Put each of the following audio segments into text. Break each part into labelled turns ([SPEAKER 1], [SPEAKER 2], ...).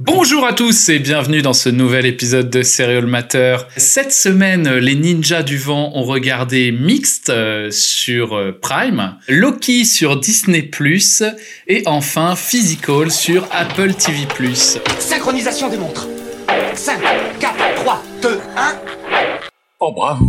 [SPEAKER 1] Bonjour à tous et bienvenue dans ce nouvel épisode de Serial Matter. Cette semaine, les ninjas du vent ont regardé Mixed euh, sur euh, Prime, Loki sur Disney ⁇ et enfin Physical sur Apple TV ⁇
[SPEAKER 2] Synchronisation des montres. 5, 4, 3, 2, 1.
[SPEAKER 3] Oh bravo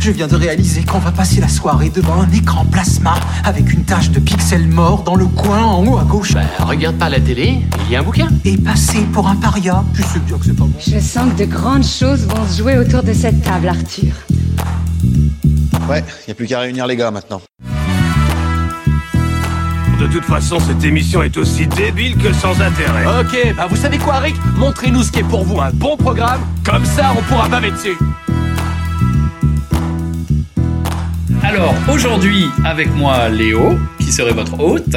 [SPEAKER 2] Je viens de réaliser qu'on va passer la soirée devant un écran plasma avec une tache de pixels morts dans le coin en haut à gauche.
[SPEAKER 4] Ben. Ah, Regarde pas la télé, il y a un bouquin.
[SPEAKER 2] Et passer pour un paria. Tu sais bien que c'est pas bon.
[SPEAKER 5] Je sens que de grandes choses vont se jouer autour de cette table, Arthur.
[SPEAKER 6] Ouais, y a plus qu'à réunir les gars maintenant.
[SPEAKER 3] De toute façon, cette émission est aussi débile que sans intérêt.
[SPEAKER 4] Ok, bah vous savez quoi, Rick Montrez-nous ce qui est pour vous un bon programme, comme ça on pourra baver dessus.
[SPEAKER 1] Alors aujourd'hui avec moi Léo, qui serait votre hôte,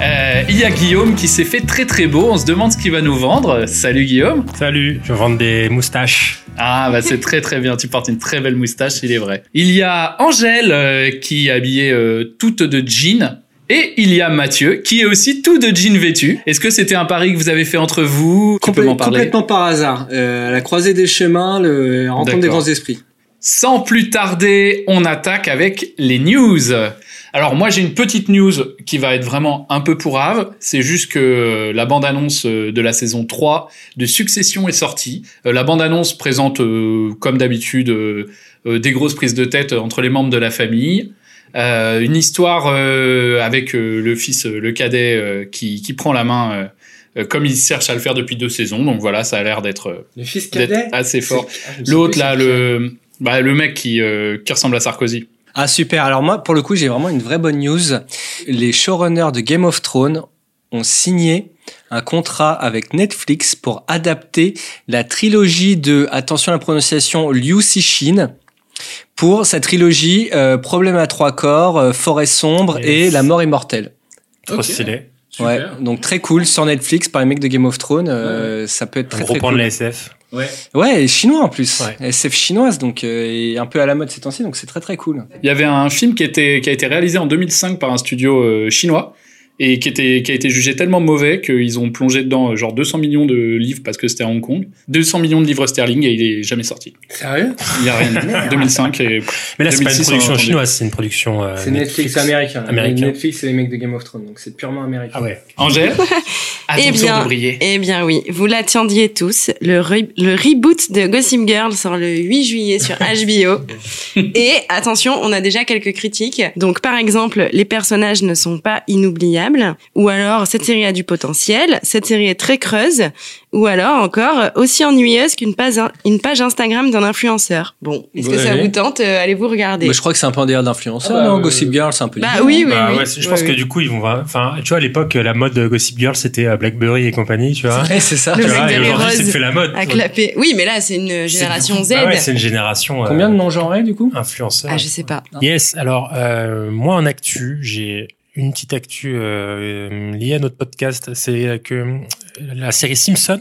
[SPEAKER 1] Euh, il y a Guillaume qui s'est fait très très beau, on se demande ce qu'il va nous vendre. Salut Guillaume
[SPEAKER 7] Salut, je vais vendre des moustaches.
[SPEAKER 1] Ah bah c'est très très bien, tu portes une très belle moustache, il est vrai. Il y a Angèle euh, qui est habillée euh, toute de jean. Et il y a Mathieu qui est aussi tout de jean vêtu. Est-ce que c'était un pari que vous avez fait entre vous Tu peux
[SPEAKER 8] Complé-
[SPEAKER 1] m'en parler
[SPEAKER 8] Complètement par hasard. Euh, à la croisée des chemins, le la rencontre des
[SPEAKER 1] D'accord.
[SPEAKER 8] grands esprits.
[SPEAKER 1] Sans plus tarder, on attaque avec les news. Alors moi j'ai une petite news qui va être vraiment un peu pourrave, c'est juste que euh, la bande-annonce euh, de la saison 3 de Succession est sortie. Euh, La bande-annonce présente euh, comme d'habitude euh, euh, des grosses prises de tête entre les membres de la famille. Euh, une histoire euh, avec euh, le fils, euh, le cadet, euh, qui, qui prend la main euh, euh, comme il cherche à le faire depuis deux saisons. Donc voilà, ça a l'air d'être euh,
[SPEAKER 8] Le fils
[SPEAKER 1] d'être assez fort. L'autre là, le bah, le mec qui euh, qui ressemble à Sarkozy.
[SPEAKER 8] Ah super. Alors moi, pour le coup, j'ai vraiment une vraie bonne news. Les showrunners de Game of Thrones ont signé un contrat avec Netflix pour adapter la trilogie de, attention à la prononciation, Liu Cixin. Pour sa trilogie euh, Problème à trois corps, euh, Forêt sombre
[SPEAKER 7] Yes.
[SPEAKER 8] et La mort immortelle.
[SPEAKER 7] Trop
[SPEAKER 1] Ok.
[SPEAKER 7] stylé.
[SPEAKER 8] Ouais, donc très cool sur Netflix par les mecs de Game of Thrones. euh, Ça peut être
[SPEAKER 7] On
[SPEAKER 8] très
[SPEAKER 7] reprend
[SPEAKER 8] très
[SPEAKER 7] reprendre
[SPEAKER 8] cool.
[SPEAKER 7] la SF.
[SPEAKER 8] Ouais, et chinois en plus.
[SPEAKER 7] Ouais.
[SPEAKER 8] SF chinoise, donc euh, et un peu à la mode ces temps-ci, donc c'est très très cool.
[SPEAKER 1] Il y avait un film qui était qui a été réalisé en 2005 par un studio euh, chinois et qui était qui a été jugé tellement mauvais qu'ils ont plongé dedans euh, genre 200 millions de livres parce que c'était à Hong Kong, 200 millions de livres sterling et il est jamais sorti.
[SPEAKER 8] Sérieux
[SPEAKER 1] Il y a rien. 2005 et pff,
[SPEAKER 7] Mais là, c'est pas
[SPEAKER 1] 2006, on
[SPEAKER 7] une production
[SPEAKER 1] entendait.
[SPEAKER 7] chinoise, c'est une production. euh,
[SPEAKER 8] C'est Netflix, américain. là.
[SPEAKER 7] Américain.
[SPEAKER 8] Netflix, c'est les mecs de Game of Thrones, donc c'est purement américain.
[SPEAKER 7] Ah ouais.
[SPEAKER 1] Angèle, à ton
[SPEAKER 9] Eh
[SPEAKER 1] tour
[SPEAKER 9] bien,
[SPEAKER 1] de briller.
[SPEAKER 9] Eh bien oui, vous l'attendiez tous. Le, re- le reboot de Gossip Girl sort le 8 juillet sur HBO. Et attention, on a déjà quelques critiques. Donc par exemple, les personnages ne sont pas inoubliables. Ou alors, cette série a du potentiel. Cette série est très creuse. Ou alors encore, euh, aussi ennuyeuse qu'une page, in- une page Instagram d'un influenceur. Bon, est-ce que
[SPEAKER 7] Ouais.
[SPEAKER 9] ça vous tente Euh, Allez-vous regarder
[SPEAKER 8] Mais je crois que c'est un peu un délire d'influenceur,
[SPEAKER 7] Ah bah,
[SPEAKER 8] non
[SPEAKER 7] euh,
[SPEAKER 8] Gossip Girl, c'est un peu.
[SPEAKER 9] Bah
[SPEAKER 8] l'idée.
[SPEAKER 9] oui, oui,
[SPEAKER 7] Bah
[SPEAKER 9] oui.
[SPEAKER 7] ouais, c'est- je
[SPEAKER 9] Oui,
[SPEAKER 7] pense
[SPEAKER 9] oui.
[SPEAKER 7] que du coup, ils vont. voir- Enfin, tu vois, à l'époque, euh, la mode de Gossip Girl, c'était euh, Blackberry et compagnie, tu vois.
[SPEAKER 8] Ouais, c'est ça.
[SPEAKER 9] Le
[SPEAKER 7] Tu
[SPEAKER 9] mec
[SPEAKER 7] vois,
[SPEAKER 9] des
[SPEAKER 7] et
[SPEAKER 9] les
[SPEAKER 7] aujourd'hui, c'est
[SPEAKER 9] roses
[SPEAKER 7] fait la mode.
[SPEAKER 9] À clapper. Oui, mais là, c'est une
[SPEAKER 7] C'est-
[SPEAKER 9] génération Z.
[SPEAKER 7] Ah ouais, c'est une génération. euh,
[SPEAKER 8] Combien de non-genrés du coup
[SPEAKER 7] Influenceurs.
[SPEAKER 9] Ah, je sais pas.
[SPEAKER 7] Yes, alors euh, moi en actu, j'ai une petite actu euh, liée à notre podcast, c'est que euh, la série Simpson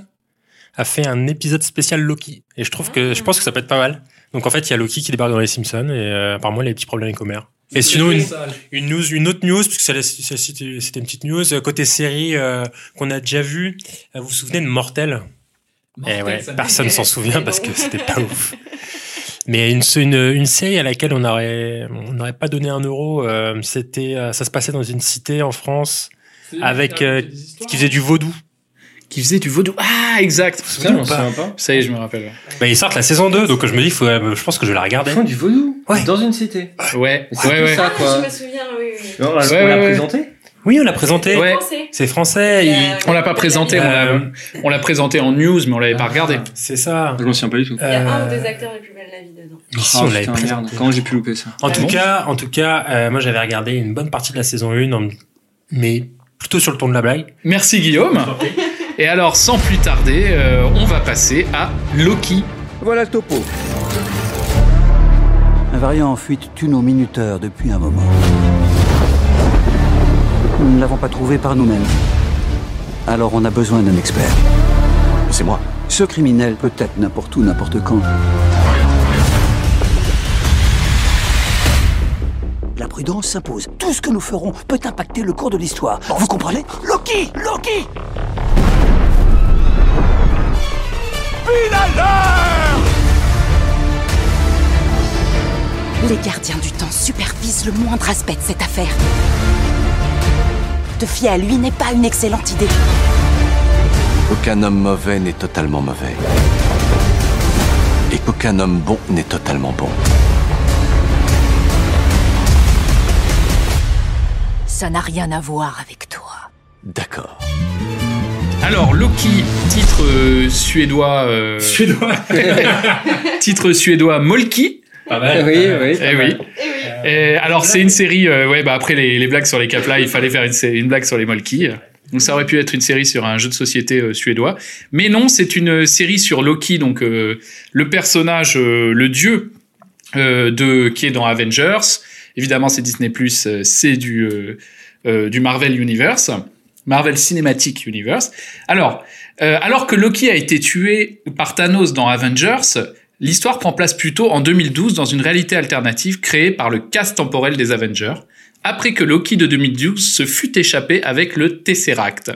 [SPEAKER 7] a fait un épisode spécial Loki et je trouve que je pense que ça peut être pas mal. Donc en fait, il y a Loki qui débarque dans les Simpsons et euh, par moi les petits problèmes avec Homer. Et sinon une, une news, une autre news puisque celle-là, c'est- c'est- c'était c'était une petite news euh, côté série euh, qu'on a déjà vu. euh, Vous vous souvenez de Mortel eh ouais, personne s'en souvient parce que c'était pas ouf. Mais une, une, une série à laquelle on n'aurait on n'aurait pas donné un euro, euh, c'était euh, ça se passait dans une cité en France avec euh, qui faisait du vaudou.
[SPEAKER 1] Qui faisait du vaudou. Ah, exact.
[SPEAKER 8] Ça, on se souvient pas.
[SPEAKER 1] Ça y est, je me rappelle.
[SPEAKER 7] Bah, ils sortent la saison 2, donc je me dis, faut, euh, je pense que je vais la regarder.
[SPEAKER 8] Ils font du vaudou
[SPEAKER 7] Ouais.
[SPEAKER 8] dans une cité.
[SPEAKER 1] Ouais, ouais,
[SPEAKER 8] C'est tout
[SPEAKER 1] ouais.
[SPEAKER 8] ça quoi.
[SPEAKER 9] souviens, oui, oui.
[SPEAKER 1] Ouais,
[SPEAKER 8] On l'a on l'a
[SPEAKER 1] ouais, ouais.
[SPEAKER 8] présenté.
[SPEAKER 7] Oui, on l'a présenté.
[SPEAKER 1] Ouais.
[SPEAKER 7] C'est français. il-
[SPEAKER 1] On l'a pas présenté, on l'a-
[SPEAKER 7] Euh,
[SPEAKER 1] on l'a présenté en news, mais on l'avait pas regardé.
[SPEAKER 7] C'est ça.
[SPEAKER 8] Je m'en souviens pas du tout.
[SPEAKER 9] Il y a un ou
[SPEAKER 7] Euh,
[SPEAKER 9] deux acteurs les plus belles de la vie dedans.
[SPEAKER 7] mais si,
[SPEAKER 8] Ah,
[SPEAKER 7] on
[SPEAKER 8] putain,
[SPEAKER 7] l'avait présenté.
[SPEAKER 8] merde. Comment j'ai pu louper ça
[SPEAKER 7] En tout cas, en tout cas, euh, moi j'avais regardé une bonne partie de la saison 1, en- mais plutôt sur le ton de la blague.
[SPEAKER 1] Merci Guillaume. Et alors, sans plus tarder, euh, on va passer à Loki.
[SPEAKER 10] Voilà le topo. Un variant en fuite tue nos minuteurs depuis un moment. Nous ne l'avons pas trouvé par nous-mêmes. Alors on a besoin d'un expert. C'est moi. Ce criminel peut être n'importe où, n'importe quand. La prudence s'impose. Tout ce que nous ferons peut impacter le cours de l'histoire. Vous comprenez Loki Loki
[SPEAKER 5] le moindre aspect de cette affaire. Te fier à lui n'est pas une excellente idée.
[SPEAKER 11] Aucun homme mauvais n'est totalement mauvais. Et qu'aucun homme bon n'est totalement bon.
[SPEAKER 5] Ça n'a rien à voir avec toi.
[SPEAKER 11] D'accord.
[SPEAKER 1] Alors, Loki, titre euh, suédois. euh,
[SPEAKER 12] Suédois.
[SPEAKER 1] titre suédois Molki.
[SPEAKER 12] Pas mal. Oui, oui, pas
[SPEAKER 1] Eh oui.
[SPEAKER 12] mal.
[SPEAKER 1] Et alors, c'est une série. euh, ouais, bah après les, les blagues sur les Kapla, il fallait faire une, sé- une blague sur les Molki. Donc, ça aurait pu être une série sur un jeu de société euh, suédois. Mais non, c'est une euh, série sur Loki, donc euh, le personnage, euh, le dieu euh, de, qui est dans Avengers. Évidemment, c'est Disney, euh, c'est du, euh, euh, du Marvel Universe. Marvel Cinematic Universe. Alors, euh, alors que Loki a été tué par Thanos dans Avengers, l'histoire prend place plutôt en 2012 dans une réalité alternative créée par le cast temporel des Avengers, après que Loki de 2012 se fut échappé avec le Tesseract.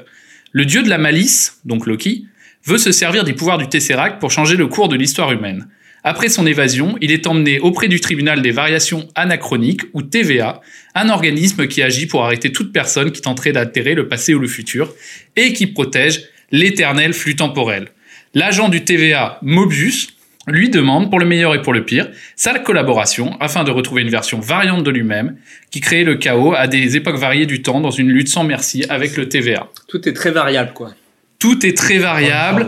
[SPEAKER 1] Le dieu de la malice, donc Loki, veut se servir des pouvoirs du Tesseract pour changer le cours de l'histoire humaine. Après son évasion, il est emmené auprès du tribunal des variations anachroniques, ou TVA, un organisme qui agit pour arrêter toute personne qui tenterait d'altérer le passé ou le futur, et qui protège l'éternel flux temporel. L'agent du TVA, Mobius, lui demande, pour le meilleur et pour le pire, sa collaboration afin de retrouver une version variante de lui-même qui crée le chaos à des époques variées du temps dans une lutte sans merci avec le TVA.
[SPEAKER 8] Tout est très variable, quoi.
[SPEAKER 1] Tout est très variable.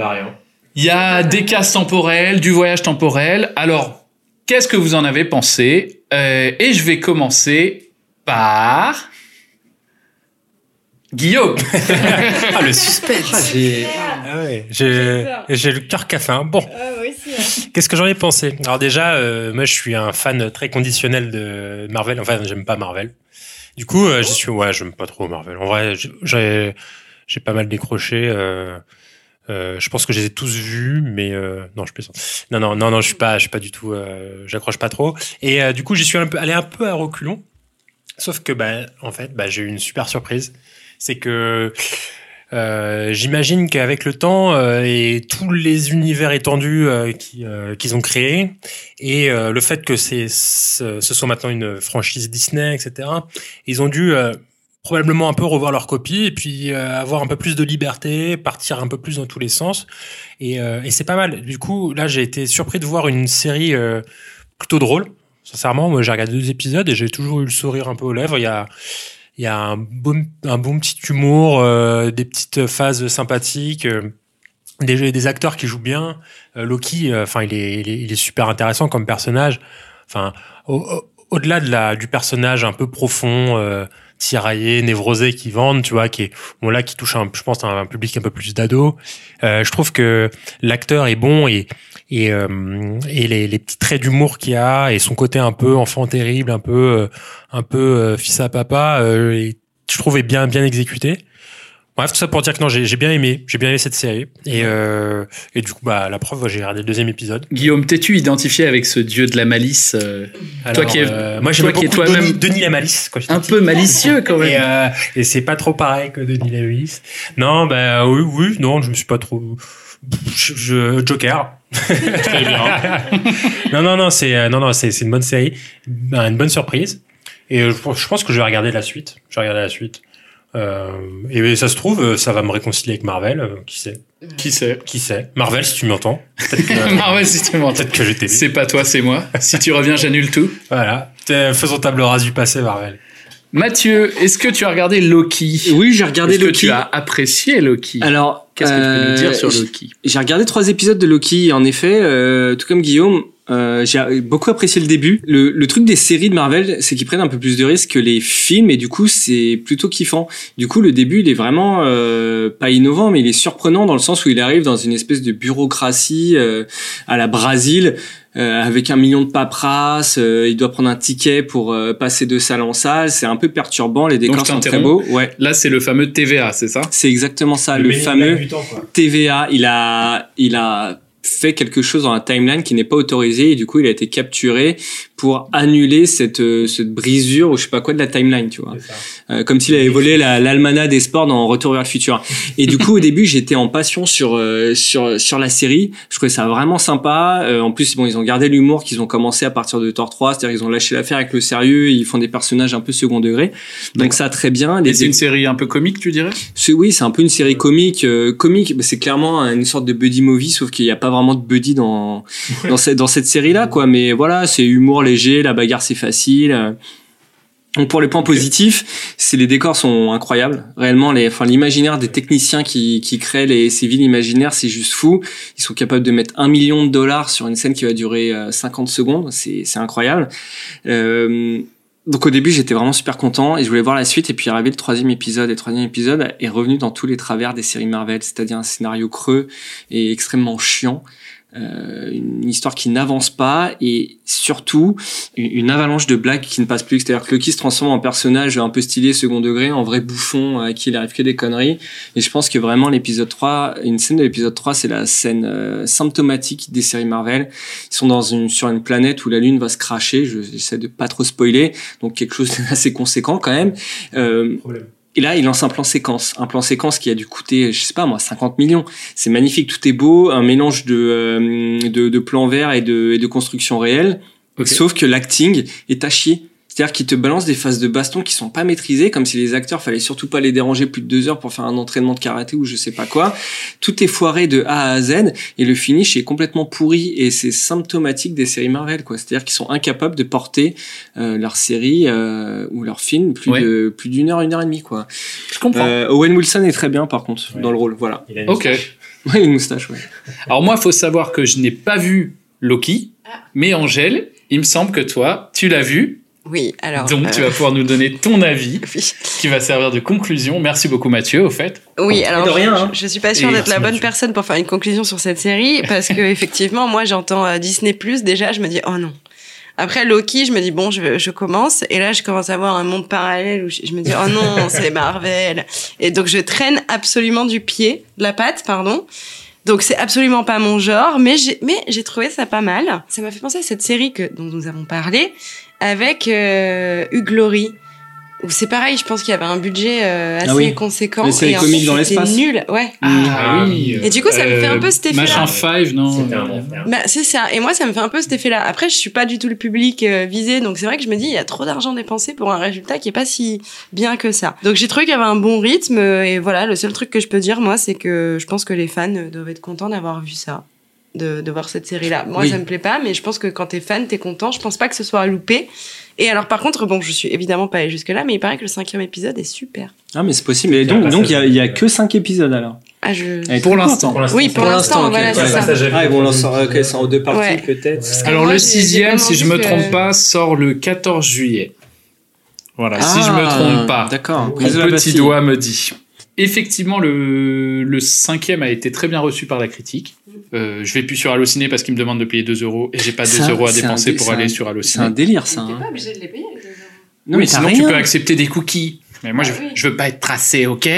[SPEAKER 1] Il y a des cases temporelles, du voyage temporel. Alors, qu'est-ce que vous en avez pensé Euh, Et je vais commencer par Guillaume.
[SPEAKER 7] Ah, le suspense. J'ai ah ouais, j'ai- j'ai le cœur cafin. Bon.
[SPEAKER 4] hein.
[SPEAKER 7] Qu'est-ce que j'en ai pensé Alors déjà, euh, moi je suis un fan très conditionnel de Marvel. Enfin, j'aime pas Marvel. Du coup, euh, j'y suis. Ouais, j'aime pas trop Marvel. En vrai, j- j'ai j'ai pas mal décroché. euh, euh, je pense que je les ai tous vus, mais euh, non, je plaisante. Non, non, non, non, je suis pas, je suis pas du tout. euh, J'accroche pas trop. Et euh, du coup, j'y suis un peu, allé un peu à reculons. Sauf que, bah, en fait, bah, j'ai eu une super surprise. C'est que euh, j'imagine qu'avec le temps euh, et tous les univers étendus euh, qui, euh, qu'ils ont créés et euh, le fait que c'est ce, ce soit maintenant une franchise Disney, etc. Ils ont dû euh, probablement un peu revoir leur copie et puis euh, avoir un peu plus de liberté, partir un peu plus dans tous les sens. Et, euh, et c'est pas mal. Du coup, là, j'ai été surpris de voir une série euh, plutôt drôle. Sincèrement, moi, j'ai regardé deux épisodes et j'ai toujours eu le sourire un peu aux lèvres. Il y a, il y a un bon, un bon petit humour, euh, des petites phases sympathiques. euh, des, des acteurs qui jouent bien. Euh, Loki, euh, enfin, il, est, il est, il est super intéressant comme personnage. Enfin, au- au- au-delà de la du personnage un peu profond, euh, tiraillé, névrosé qui vendent, tu vois, qui est bon là qui touche, un, je pense, un, un public un peu plus d'ado. Euh, je trouve que l'acteur est bon et et, euh, et les, les petits traits d'humour qu'il a et son côté un peu enfant terrible, un peu euh, un peu euh, fils à papa, euh, et je trouve est bien bien exécuté. Bref, tout ça pour dire que non, j'ai j'ai bien aimé, j'ai bien aimé cette série. Et, euh, et du coup, bah, la preuve, j'ai regardé le deuxième épisode.
[SPEAKER 1] Guillaume, t'es-tu identifié avec ce dieu de la malice euh, Toi
[SPEAKER 7] Alors,
[SPEAKER 1] qui es,
[SPEAKER 7] euh,
[SPEAKER 1] toi
[SPEAKER 7] moi, j'aimais
[SPEAKER 1] qui es
[SPEAKER 7] beaucoup
[SPEAKER 1] toi-même
[SPEAKER 7] Denis, Denis la malice. Quand j'étais
[SPEAKER 1] un
[SPEAKER 7] petit.
[SPEAKER 1] peu malicieux quand même.
[SPEAKER 7] Et, euh, et c'est pas trop pareil que Denis la malice. Non, bah oui, oui, non, je me suis pas trop. Je, je- Joker. Très bien. non, non, non, c'est euh, non, non, c'est c'est une bonne série, Ben, une bonne surprise. Et euh, je, pense- je pense que je vais regarder la suite. Je vais regarder la suite. Euh, et ça se trouve, euh, ça va me réconcilier avec Marvel. euh, Qui sait
[SPEAKER 1] Qui sait
[SPEAKER 7] Qui sait Marvel, si tu m'entends. Peut-être que-
[SPEAKER 1] Marvel, si tu m'entends.
[SPEAKER 7] Peut-être que j'étais.
[SPEAKER 1] C'est pas toi, c'est moi. Si tu reviens, j'annule tout.
[SPEAKER 7] Voilà. T'es- euh, Faisons table rase du passé, Marvel.
[SPEAKER 1] Mathieu, est-ce que tu as regardé Loki
[SPEAKER 8] Oui, j'ai regardé
[SPEAKER 1] Est-ce que
[SPEAKER 8] Loki.
[SPEAKER 1] tu as apprécié Loki
[SPEAKER 8] Alors,
[SPEAKER 1] qu'est-ce que tu peux nous dire sur
[SPEAKER 8] euh,
[SPEAKER 1] Loki
[SPEAKER 8] J'ai regardé trois épisodes de Loki et en effet, euh, tout comme Guillaume, euh, j'ai beaucoup apprécié le début. Le, le truc des séries de Marvel, c'est qu'ils prennent un peu plus de risques que les films et du coup, c'est plutôt kiffant. Du coup, le début, il est vraiment euh, pas innovant, mais il est surprenant dans le sens où il arrive dans une espèce de bureaucratie euh, à la Brésil. euh, avec un million de paperasses, euh, il doit prendre un ticket pour euh, passer de salle en salle, c'est un peu perturbant, les décors
[SPEAKER 1] Donc, je
[SPEAKER 8] sont très beaux.
[SPEAKER 1] t'interromps.
[SPEAKER 8] Ouais.
[SPEAKER 1] Là, c'est le fameux TVA, c'est ça
[SPEAKER 8] C'est exactement ça, Ah, le, fameux TVA. Il a, il a fait quelque chose dans la timeline qui n'est pas autorisé et du coup il a été capturé pour annuler cette, euh, cette brisure ou je sais pas quoi de la timeline, tu vois. Euh, comme s'il avait volé la- l'almanach des sports dans Retour vers le futur. Et du coup, au début, j'étais en passion sur, euh, sur, sur la série. Je trouvais ça vraiment sympa. Euh, en plus, bon, ils ont gardé l'humour qu'ils ont commencé à partir de Thor 3. C'est-à-dire qu'ils ont lâché l'affaire avec le sérieux. et Ils font des personnages un peu second degré. Donc ça, très bien.
[SPEAKER 1] Et c'est une série un peu comique, tu dirais
[SPEAKER 8] c'est- oui, c'est un peu une série comique. euh, comique, mais c'est clairement une sorte de buddy movie, sauf qu'il n'y a pas vraiment de buddy dans dans cette dans cette série là, quoi. Mais voilà, c'est humour léger, la bagarre c'est facile. euh. Donc pour les points positifs, c'est les décors sont incroyables. Réellement, les, enfin l'imaginaire des techniciens qui qui créent les ces villes imaginaires, c'est juste fou. Ils sont capables de mettre un million de dollars sur une scène qui va durer euh, 50 secondes. C'est c'est incroyable. Euh, donc au début j'étais vraiment super content et je voulais voir la suite et puis arrivé le troisième épisode et le troisième épisode est revenu dans tous les travers des séries Marvel, c'est-à-dire un scénario creux et extrêmement chiant, euh, une histoire qui n'avance pas et surtout une- une avalanche de blagues qui ne passe plus, c'est-à-dire que Loki se transforme en personnage un peu stylé second degré, en vrai bouffon euh, à qui il arrive que des conneries et je pense que vraiment l'épisode 3, une scène de l'épisode 3 c'est la scène euh, symptomatique des séries Marvel, ils sont dans une, sur une planète où la lune va se cracher, Je- j'essaie de pas trop spoiler, donc quelque chose d'assez conséquent quand même. Euh, et là, il lance un plan séquence, un plan séquence qui a dû coûter, je sais pas moi, 50 millions. C'est magnifique, tout est beau, un mélange de euh, de, de plans verts et de, et de construction réelle. Sauf que l'acting est à chier. C'est-à-dire qu'il te balance des phases de baston qui sont pas maîtrisées, comme si les acteurs fallait surtout pas les déranger plus de deux heures pour faire un entraînement de karaté ou je sais pas quoi. Tout est foiré de A à Z et le finish est complètement pourri et c'est symptomatique des séries Marvel, quoi. C'est-à-dire qu'ils sont incapables de porter euh, leur série euh, ou leur film plus
[SPEAKER 1] Ouais.
[SPEAKER 8] de plus d'une heure, une heure et demie, quoi.
[SPEAKER 1] Je comprends.
[SPEAKER 8] Euh, Owen Wilson est très bien par contre dans le rôle, voilà. Il
[SPEAKER 1] Ok.
[SPEAKER 8] Ouais, il a une moustache, ouais.
[SPEAKER 1] Alors moi, faut savoir que je n'ai pas vu Loki,
[SPEAKER 4] Ah.
[SPEAKER 1] mais Angèle, il me semble que toi, tu l'as vu.
[SPEAKER 4] Oui, alors.
[SPEAKER 1] Donc tu
[SPEAKER 4] euh,
[SPEAKER 1] vas pouvoir nous donner ton avis, qui va servir de conclusion. Merci beaucoup Mathieu, au fait.
[SPEAKER 4] Oui, alors je- je, je suis pas sûre
[SPEAKER 1] hein. Et
[SPEAKER 4] d'être la
[SPEAKER 1] merci,
[SPEAKER 4] bonne personne pour faire une conclusion sur cette série parce que effectivement, moi j'entends euh, Disney Plus déjà, je me dis oh non. Après Loki, je me dis bon, je, je commence et là je commence à voir un monde parallèle où je, je me dis oh non, c'est Marvel et donc je traîne absolument du pied, de la patte, pardon. Donc c'est absolument pas mon genre, mais j'ai mais j'ai trouvé ça pas mal. Ça m'a fait penser à cette série que dont nous avons parlé avec euh, Hugh Laurie. où C'est pareil, je pense qu'il y avait un budget euh, assez
[SPEAKER 8] Ah oui.
[SPEAKER 4] conséquent.
[SPEAKER 8] Les séries
[SPEAKER 4] et un
[SPEAKER 8] comiques
[SPEAKER 4] film
[SPEAKER 8] dans
[SPEAKER 4] qui était
[SPEAKER 8] l'espace.
[SPEAKER 4] nul, ouais.
[SPEAKER 1] Ah oui. Euh,
[SPEAKER 4] Et du coup, ça me fait un peu cet effet-là.
[SPEAKER 1] Machin 5, non
[SPEAKER 4] Bah, c'est ça. Et moi, ça me fait un peu cet effet-là. Après, je suis pas du tout le public euh, visé, donc c'est vrai que je me dis, il y a trop d'argent dépensé pour un résultat qui est pas si bien que ça. Donc j'ai trouvé qu'il y avait un bon rythme, euh, et voilà, le seul truc que je peux dire, moi, c'est que je pense que les fans euh, doivent être contents d'avoir vu ça. De, de voir cette série-là. Moi,
[SPEAKER 12] Oui.
[SPEAKER 4] ça me plaît pas, mais je pense que quand t'es fan, t'es content. Je pense pas que ce soit à louper. Et alors, par contre, bon, je suis évidemment pas allée jusque-là, mais il paraît que le cinquième épisode est super.
[SPEAKER 8] Ah mais c'est possible. Et donc donc il y a, il y a que 5 épisodes alors.
[SPEAKER 4] Ah, je...
[SPEAKER 8] Elle est
[SPEAKER 1] Pour
[SPEAKER 8] très
[SPEAKER 1] l'instant.
[SPEAKER 8] courte.
[SPEAKER 4] Oui, pour l'instant,
[SPEAKER 8] ok.
[SPEAKER 4] voilà, c'est ça.
[SPEAKER 8] Ah, ils vont lancer ok, c'est en deux parties
[SPEAKER 4] Ouais.
[SPEAKER 8] peut-être.
[SPEAKER 1] Alors
[SPEAKER 4] Moi,
[SPEAKER 1] le
[SPEAKER 4] j'ai- j'ai
[SPEAKER 1] sixième, si
[SPEAKER 4] vraiment
[SPEAKER 1] je me
[SPEAKER 4] vu que-
[SPEAKER 1] trompe pas, sort le 14 juillet. Voilà, Bah, si je me
[SPEAKER 8] Ah,
[SPEAKER 1] trompe pas.
[SPEAKER 8] d'accord.
[SPEAKER 1] Mon
[SPEAKER 8] Prise de la
[SPEAKER 1] petit
[SPEAKER 8] Bastille.
[SPEAKER 1] doigt me dit. Effectivement, le, le cinquième a été très bien reçu par la critique. Euh, je vais plus sur Allociné parce qu'il me demande de payer 2 euros et j'ai pas 2
[SPEAKER 8] Ça,
[SPEAKER 1] euros à
[SPEAKER 8] c'est un
[SPEAKER 1] dépenser
[SPEAKER 8] dé-
[SPEAKER 1] pour
[SPEAKER 8] c'est
[SPEAKER 1] aller
[SPEAKER 8] un-
[SPEAKER 1] sur
[SPEAKER 8] C'est
[SPEAKER 1] Allociné.
[SPEAKER 8] un délire ça. hein.
[SPEAKER 4] obligé de les payer.
[SPEAKER 1] Oui,
[SPEAKER 8] Non, mais t'as
[SPEAKER 1] sinon
[SPEAKER 8] rien.
[SPEAKER 1] tu peux accepter des cookies. Mais
[SPEAKER 4] Ah
[SPEAKER 1] moi, je, je veux pas être tracé, ok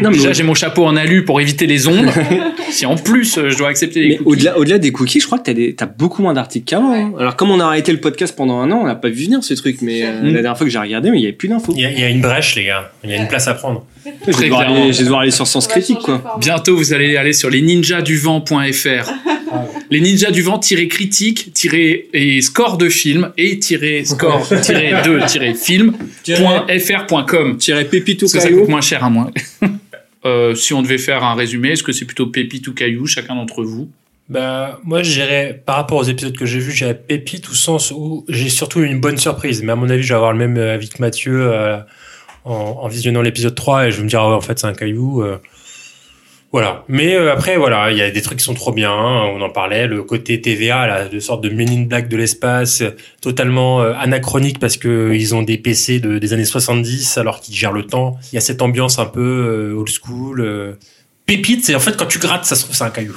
[SPEAKER 8] Non, mais
[SPEAKER 1] Déjà,
[SPEAKER 8] au-
[SPEAKER 1] j'ai mon chapeau en alu pour éviter les ondes. si en plus, euh, je dois accepter les
[SPEAKER 8] Mais
[SPEAKER 1] cookies.
[SPEAKER 8] au-delà au-delà des cookies, je crois que t'as des- t'as beaucoup moins d'articles qu'avant. hein. Alors comme on a arrêté le podcast pendant un an, on n'a pas vu venir ce truc. Mais euh,
[SPEAKER 7] Mm.
[SPEAKER 8] la dernière fois que j'ai regardé, mais il y avait plus d'infos.
[SPEAKER 7] Il y, a- il y a une brèche, les gars. Il y a une place à prendre.
[SPEAKER 8] Je vais devoir
[SPEAKER 1] clairement.
[SPEAKER 8] aller, je vais devoir aller sur Sens Critique quoi.
[SPEAKER 1] Bientôt, vous allez aller sur les ninjaduvent.fr. Les ninjas du vent tiré critique tiré et score de film et tiré score tiré de tiré film point fr.com
[SPEAKER 8] tiré pépito
[SPEAKER 1] ça coûte moins cher à moi. Euh, si on devait faire un résumé, est-ce que c'est plutôt pépite ou caillou, chacun d'entre vous
[SPEAKER 7] Bah, moi, j'irais, par rapport aux épisodes que j'ai vus, j'irais pépite au sens où j'ai surtout eu une bonne surprise. Mais à mon avis, je vais avoir le même euh, avis que Mathieu euh, en, en visionnant l'épisode 3 et je vais me dire, ah ouais, en fait, c'est un caillou. euh. Voilà. Mais euh, après, voilà, il y a des trucs qui sont trop bien. hein, on en parlait, le côté TVA, là, de sorte de Men in Black de l'espace, euh, totalement euh, anachronique parce que euh, ils ont des PC de, des années 70 alors qu'ils gèrent le temps. Il y a cette ambiance un peu euh, old school. euh. Pépite, c'est en fait quand tu grattes, ça se trouve, c'est un caillou.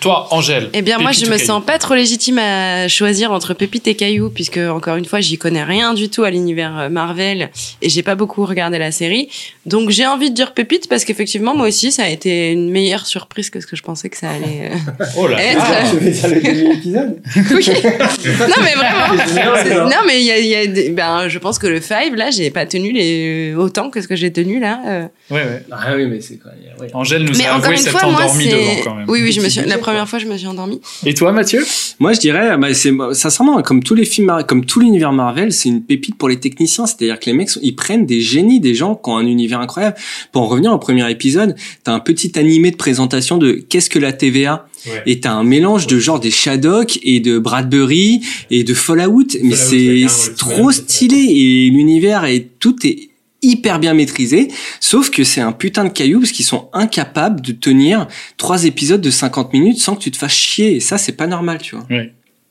[SPEAKER 1] Toi, Angèle.
[SPEAKER 5] Eh bien, moi,
[SPEAKER 1] Pépite
[SPEAKER 5] je
[SPEAKER 1] ou
[SPEAKER 5] me
[SPEAKER 1] caillou
[SPEAKER 5] sens pas trop légitime à choisir entre Pépite et Caillou, puisque, encore une fois, j'y connais rien du tout à l'univers euh, Marvel et j'ai pas beaucoup regardé la série. Donc, j'ai envie de dire Pépite parce qu'effectivement, moi aussi, ça a été une meilleure surprise que ce que je pensais que ça allait euh,
[SPEAKER 1] Oh là
[SPEAKER 5] être.
[SPEAKER 3] Ah, tu veux dire le dernier épisode
[SPEAKER 5] non, mais vraiment.
[SPEAKER 3] C'est génial,
[SPEAKER 5] C'est-
[SPEAKER 3] alors.
[SPEAKER 5] non, mais il y a, il y a des- ben, je pense que le 5, là, j'ai pas tenu les, autant que ce que j'ai tenu là. euh.
[SPEAKER 1] Ouais, ouais.
[SPEAKER 8] Ah oui, mais c'est quand même.
[SPEAKER 1] Angèle nous
[SPEAKER 5] Mais
[SPEAKER 1] a
[SPEAKER 5] encore
[SPEAKER 1] avoué
[SPEAKER 5] une
[SPEAKER 1] s'être
[SPEAKER 5] fois, moi,
[SPEAKER 1] endormie devant
[SPEAKER 5] c'est.
[SPEAKER 1] quand même.
[SPEAKER 5] Oui, oui, je me suis, la première fois, je me suis endormie.
[SPEAKER 1] Et toi, Mathieu
[SPEAKER 8] Moi, je dirais, bah, c'est sincèrement comme tous les films, Mar- comme tout l'univers Marvel, c'est une pépite pour les techniciens. C'est-à-dire que les mecs, sont- ils prennent des génies, des gens qui ont un univers incroyable. Pour en revenir au premier épisode, t'as un petit animé de présentation de qu'est-ce que la TVA.
[SPEAKER 1] Ouais.
[SPEAKER 8] Et t'as un mélange de genre des Shadok et de Bradbury et de Fallout. Mais c'est c'est trop stylé et l'univers et tout est hyper bien maîtrisé, sauf que c'est un putain de caillou parce qu'ils sont incapables de tenir trois épisodes de 50 minutes sans que tu te fasses chier. Et ça, c'est pas normal, tu vois.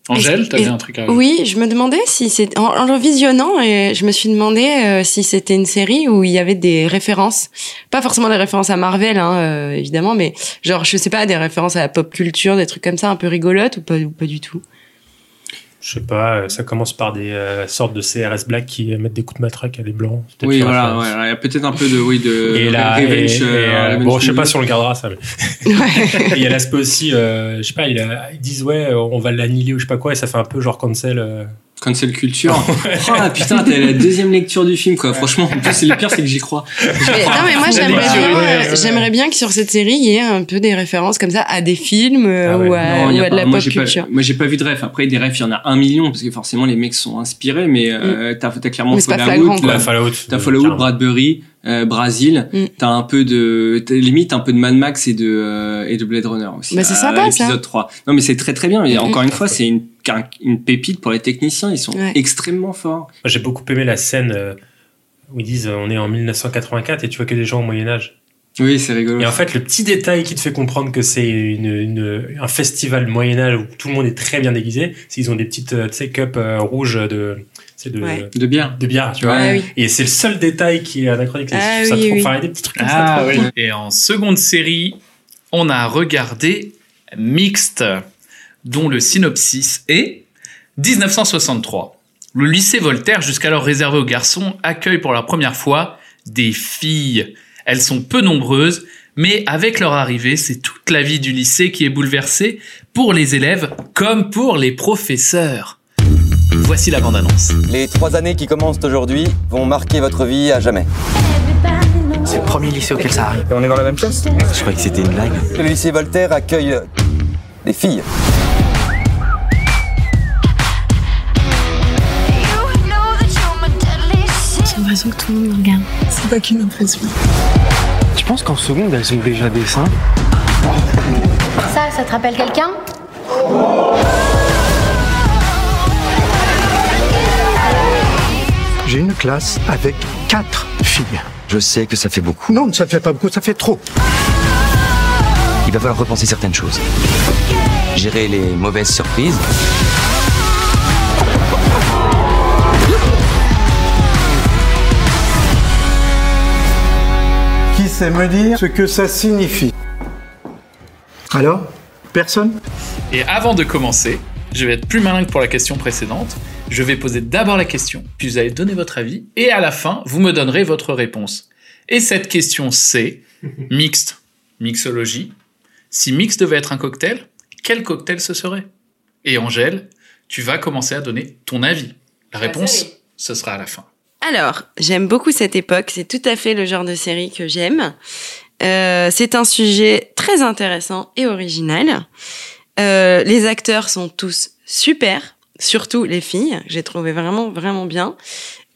[SPEAKER 1] Angèle, t'avais
[SPEAKER 5] Et-
[SPEAKER 1] un truc à
[SPEAKER 5] Oui, je me demandais si c'était en, en le visionnant, et je me suis demandé euh, si c'était une série où il y avait des références, pas forcément des références à Marvel, hein, euh, évidemment, mais genre je sais pas des références à la pop culture, des trucs comme ça, un peu rigolotes ou pas, ou pas du tout.
[SPEAKER 7] Je sais pas, euh, ça commence par des euh, sortes de CRS Black qui euh, mettent des coups de matraque à des blancs. C'est peut-être
[SPEAKER 8] Oui,
[SPEAKER 7] une
[SPEAKER 8] voilà,
[SPEAKER 7] référence.
[SPEAKER 8] ouais, alors il y a peut-être un peu de, oui, de
[SPEAKER 7] Et là,
[SPEAKER 8] revenge,
[SPEAKER 7] et-
[SPEAKER 8] euh,
[SPEAKER 7] et, euh,
[SPEAKER 8] revenge
[SPEAKER 7] bon, je sais pas
[SPEAKER 8] movie.
[SPEAKER 7] si on le gardera ça. mais- Et il y a l'aspect aussi, euh, je sais pas, il a- ils disent ouais, euh, on va l'annihiler ou je sais pas quoi, et ça fait un peu genre cancel. euh.
[SPEAKER 8] Cancel culture. oh la putain, t'es à la deuxième lecture du film, quoi. Franchement, en plus, c'est le pire, c'est que j'y crois.
[SPEAKER 5] Mais, non mais moi
[SPEAKER 8] La
[SPEAKER 5] j'aimerais
[SPEAKER 8] lecture,
[SPEAKER 5] bien,
[SPEAKER 8] ouais,
[SPEAKER 5] euh,
[SPEAKER 8] ouais.
[SPEAKER 5] j'aimerais bien que sur cette série il y ait un peu des références comme ça à des films euh, ou à,
[SPEAKER 8] Non,
[SPEAKER 5] ou
[SPEAKER 8] y a
[SPEAKER 5] à de
[SPEAKER 8] pas-
[SPEAKER 5] la
[SPEAKER 8] moi,
[SPEAKER 5] pop
[SPEAKER 8] j'ai pas-
[SPEAKER 5] culture.
[SPEAKER 8] moi, j'ai pas vu de ref. Après, des refs, il y en a un million, parce que forcément, les mecs sont inspirés, mais euh, t'as t'as clairement
[SPEAKER 5] Mais Mm. c'est pas flagrant,
[SPEAKER 8] Fallout,
[SPEAKER 5] quoi. Mm.
[SPEAKER 8] là.
[SPEAKER 5] Ouais,
[SPEAKER 7] Fallout,
[SPEAKER 8] t'as
[SPEAKER 7] euh,
[SPEAKER 8] Fallout,
[SPEAKER 7] carrément.
[SPEAKER 8] Bradbury, euh, Brasil, t'as un peu de, t'as limite un peu de Mad Max et de, euh, et de Blade Runner aussi.
[SPEAKER 5] Mais c'est
[SPEAKER 8] à
[SPEAKER 5] sympa, ça.
[SPEAKER 8] L'épisode 3. Non, mais c'est très très bien. Et
[SPEAKER 5] Mm,
[SPEAKER 8] encore
[SPEAKER 5] mm.
[SPEAKER 8] une fois, c'est une, qu'un- une pépite pour les techniciens. Ils sont extrêmement forts.
[SPEAKER 7] Moi, J'ai beaucoup aimé la scène euh, où ils disent euh, on est en 1984 et tu vois que des gens au Moyen Âge.
[SPEAKER 8] Oui, c'est rigolo.
[SPEAKER 7] Et en fait, le petit détail qui te fait comprendre que c'est une, une- un festival Moyen Âge où tout le monde est très bien déguisé, c'est qu'ils ont des petites euh, tu sais, cups euh, rouges de, tu sais, de,
[SPEAKER 8] Ouais. De bière.
[SPEAKER 7] De bière, tu vois.
[SPEAKER 8] Ah oui.
[SPEAKER 7] Et c'est le seul détail qui est anachronique. C'est-
[SPEAKER 1] Ah
[SPEAKER 7] ça
[SPEAKER 1] oui,
[SPEAKER 7] te trouve-
[SPEAKER 1] oui.
[SPEAKER 7] enfin, il y a des petits trucs comme ça.
[SPEAKER 1] Ah
[SPEAKER 7] trop
[SPEAKER 1] oui.
[SPEAKER 7] cool.
[SPEAKER 1] Et en seconde série, on a regardé Mixte, dont le synopsis est 1963. Le lycée Voltaire, jusqu'alors réservé aux garçons, accueille pour la première fois des filles. Elles sont peu nombreuses, mais avec leur arrivée, c'est toute la vie du lycée qui est bouleversée pour les élèves comme pour les professeurs. Voici la bande-annonce.
[SPEAKER 10] Les trois années qui commencent aujourd'hui vont marquer votre vie à jamais. C'est le premier lycée auquel ça arrive. Et on est dans la même classe Je croyais que c'était une blague. Le lycée Voltaire accueille euh, des filles.
[SPEAKER 13] J'ai l'impression que tout le monde me regarde. C'est pas qu'une impression.
[SPEAKER 14] Tu penses qu'en seconde, elles ont déjà des seins
[SPEAKER 13] Ça, ça te rappelle quelqu'un
[SPEAKER 3] J'ai une classe avec quatre filles.
[SPEAKER 10] Je sais que ça fait beaucoup.
[SPEAKER 3] Non, ça fait pas beaucoup, ça fait trop.
[SPEAKER 10] Il va falloir repenser certaines choses. Gérer les mauvaises surprises.
[SPEAKER 3] Qui sait me dire ce que ça signifie Alors Personne
[SPEAKER 1] Et avant de commencer, je vais être plus malin que pour la question précédente. Je vais poser d'abord la question, puis vous allez donner votre avis, et à la fin, vous me donnerez votre réponse. Et cette question, c'est mixte, mixologie. Si mixte devait être un cocktail, quel cocktail ce serait Et Angèle, tu vas commencer à donner ton avis. La réponse, ce sera à la fin.
[SPEAKER 5] Alors, j'aime beaucoup cette époque. C'est tout à fait le genre de série que j'aime. Euh, c'est un sujet très intéressant et original. Euh, les acteurs sont tous super, surtout les filles. J'ai trouvé vraiment, vraiment bien.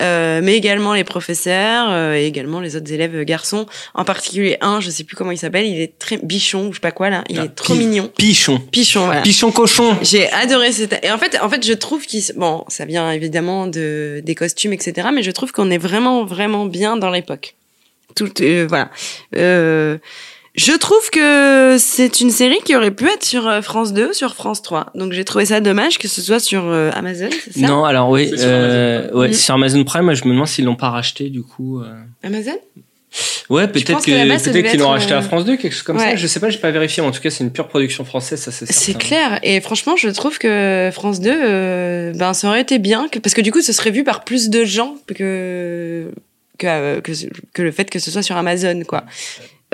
[SPEAKER 5] Euh, mais également les professeurs euh, et également les autres élèves garçons. En particulier un, je sais plus comment il s'appelle. Il est très bichon ou je sais pas quoi là.
[SPEAKER 8] Ah,
[SPEAKER 5] Il est trop mignon.
[SPEAKER 8] Pichon.
[SPEAKER 5] Pichon, voilà.
[SPEAKER 8] Pichon cochon.
[SPEAKER 5] J'ai adoré cette. Et en fait, en fait, je trouve qu'ils. Bon, ça vient évidemment de des costumes, etc. Mais je trouve qu'on est vraiment, vraiment bien dans l'époque. Tout, euh, voilà. Euh, je trouve que c'est une série qui aurait pu être sur euh, France 2, sur France 3. Donc j'ai trouvé ça dommage que ce soit sur euh, Amazon. c'est ça
[SPEAKER 8] Non, alors oui,
[SPEAKER 5] C'est sur
[SPEAKER 8] euh,
[SPEAKER 5] Amazon Prime.
[SPEAKER 8] ouais,
[SPEAKER 5] Mm.
[SPEAKER 8] sur Amazon Prime, moi, je me demande s'ils l'ont pas racheté du coup. euh.
[SPEAKER 5] Amazon
[SPEAKER 8] Ouais,
[SPEAKER 7] Je
[SPEAKER 8] peut-être
[SPEAKER 7] pense qu'à la
[SPEAKER 8] que-
[SPEAKER 7] base, ça
[SPEAKER 8] peut-être
[SPEAKER 7] devait
[SPEAKER 8] qu'ils l'ont
[SPEAKER 7] être,
[SPEAKER 8] acheté
[SPEAKER 7] euh,
[SPEAKER 8] à France 2, quelque chose comme ça.
[SPEAKER 7] ouais.
[SPEAKER 8] Je sais pas, j'ai pas vérifié. En tout cas, c'est une pure production française, ça c'est
[SPEAKER 7] C'est
[SPEAKER 8] certain.
[SPEAKER 7] clair. Et franchement, je trouve que France 2, euh, ben, ça aurait été bien. que- parce que du coup, ce serait vu par plus de gens que, que, euh, que, que le fait que ce soit sur Amazon, quoi.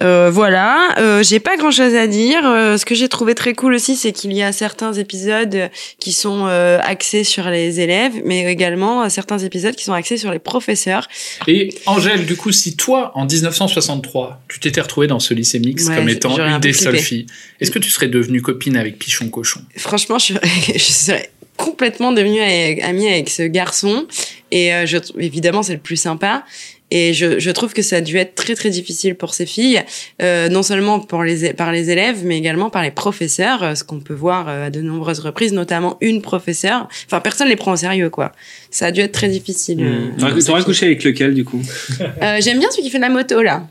[SPEAKER 7] Euh, voilà, Euh, j'ai pas grand chose à dire. Euh, ce que j'ai trouvé très cool aussi, c'est qu'il y a certains épisodes qui sont euh, axés sur les élèves, mais également euh, certains épisodes qui sont axés sur les professeurs.
[SPEAKER 1] Et Angèle, du coup, si toi, en 1963, tu t'étais retrouvée dans ce lycée mixte
[SPEAKER 7] Ouais,
[SPEAKER 1] comme étant
[SPEAKER 7] j'aurais un
[SPEAKER 1] une
[SPEAKER 7] peu
[SPEAKER 1] des
[SPEAKER 7] flippé.
[SPEAKER 1] seules filles, est-ce que tu serais devenue copine avec Pichon Cochon
[SPEAKER 7] franchement, je, je serais complètement devenue avec- amie avec ce garçon. Et euh, je, tr- évidemment, c'est le plus sympa. Et je, je trouve que ça a dû être très très difficile pour ces filles, euh, non seulement pour les, é- par les élèves, mais également par les professeurs, euh, ce qu'on peut voir euh, à de nombreuses reprises, notamment une professeure. Enfin, personne les prend au sérieux, quoi. Ça a dû être très difficile. euh.
[SPEAKER 8] Mmh. T'aurais- T'aurais couché avec lequel du coup
[SPEAKER 7] Euh, J'aime bien celui qui fait de la moto, là.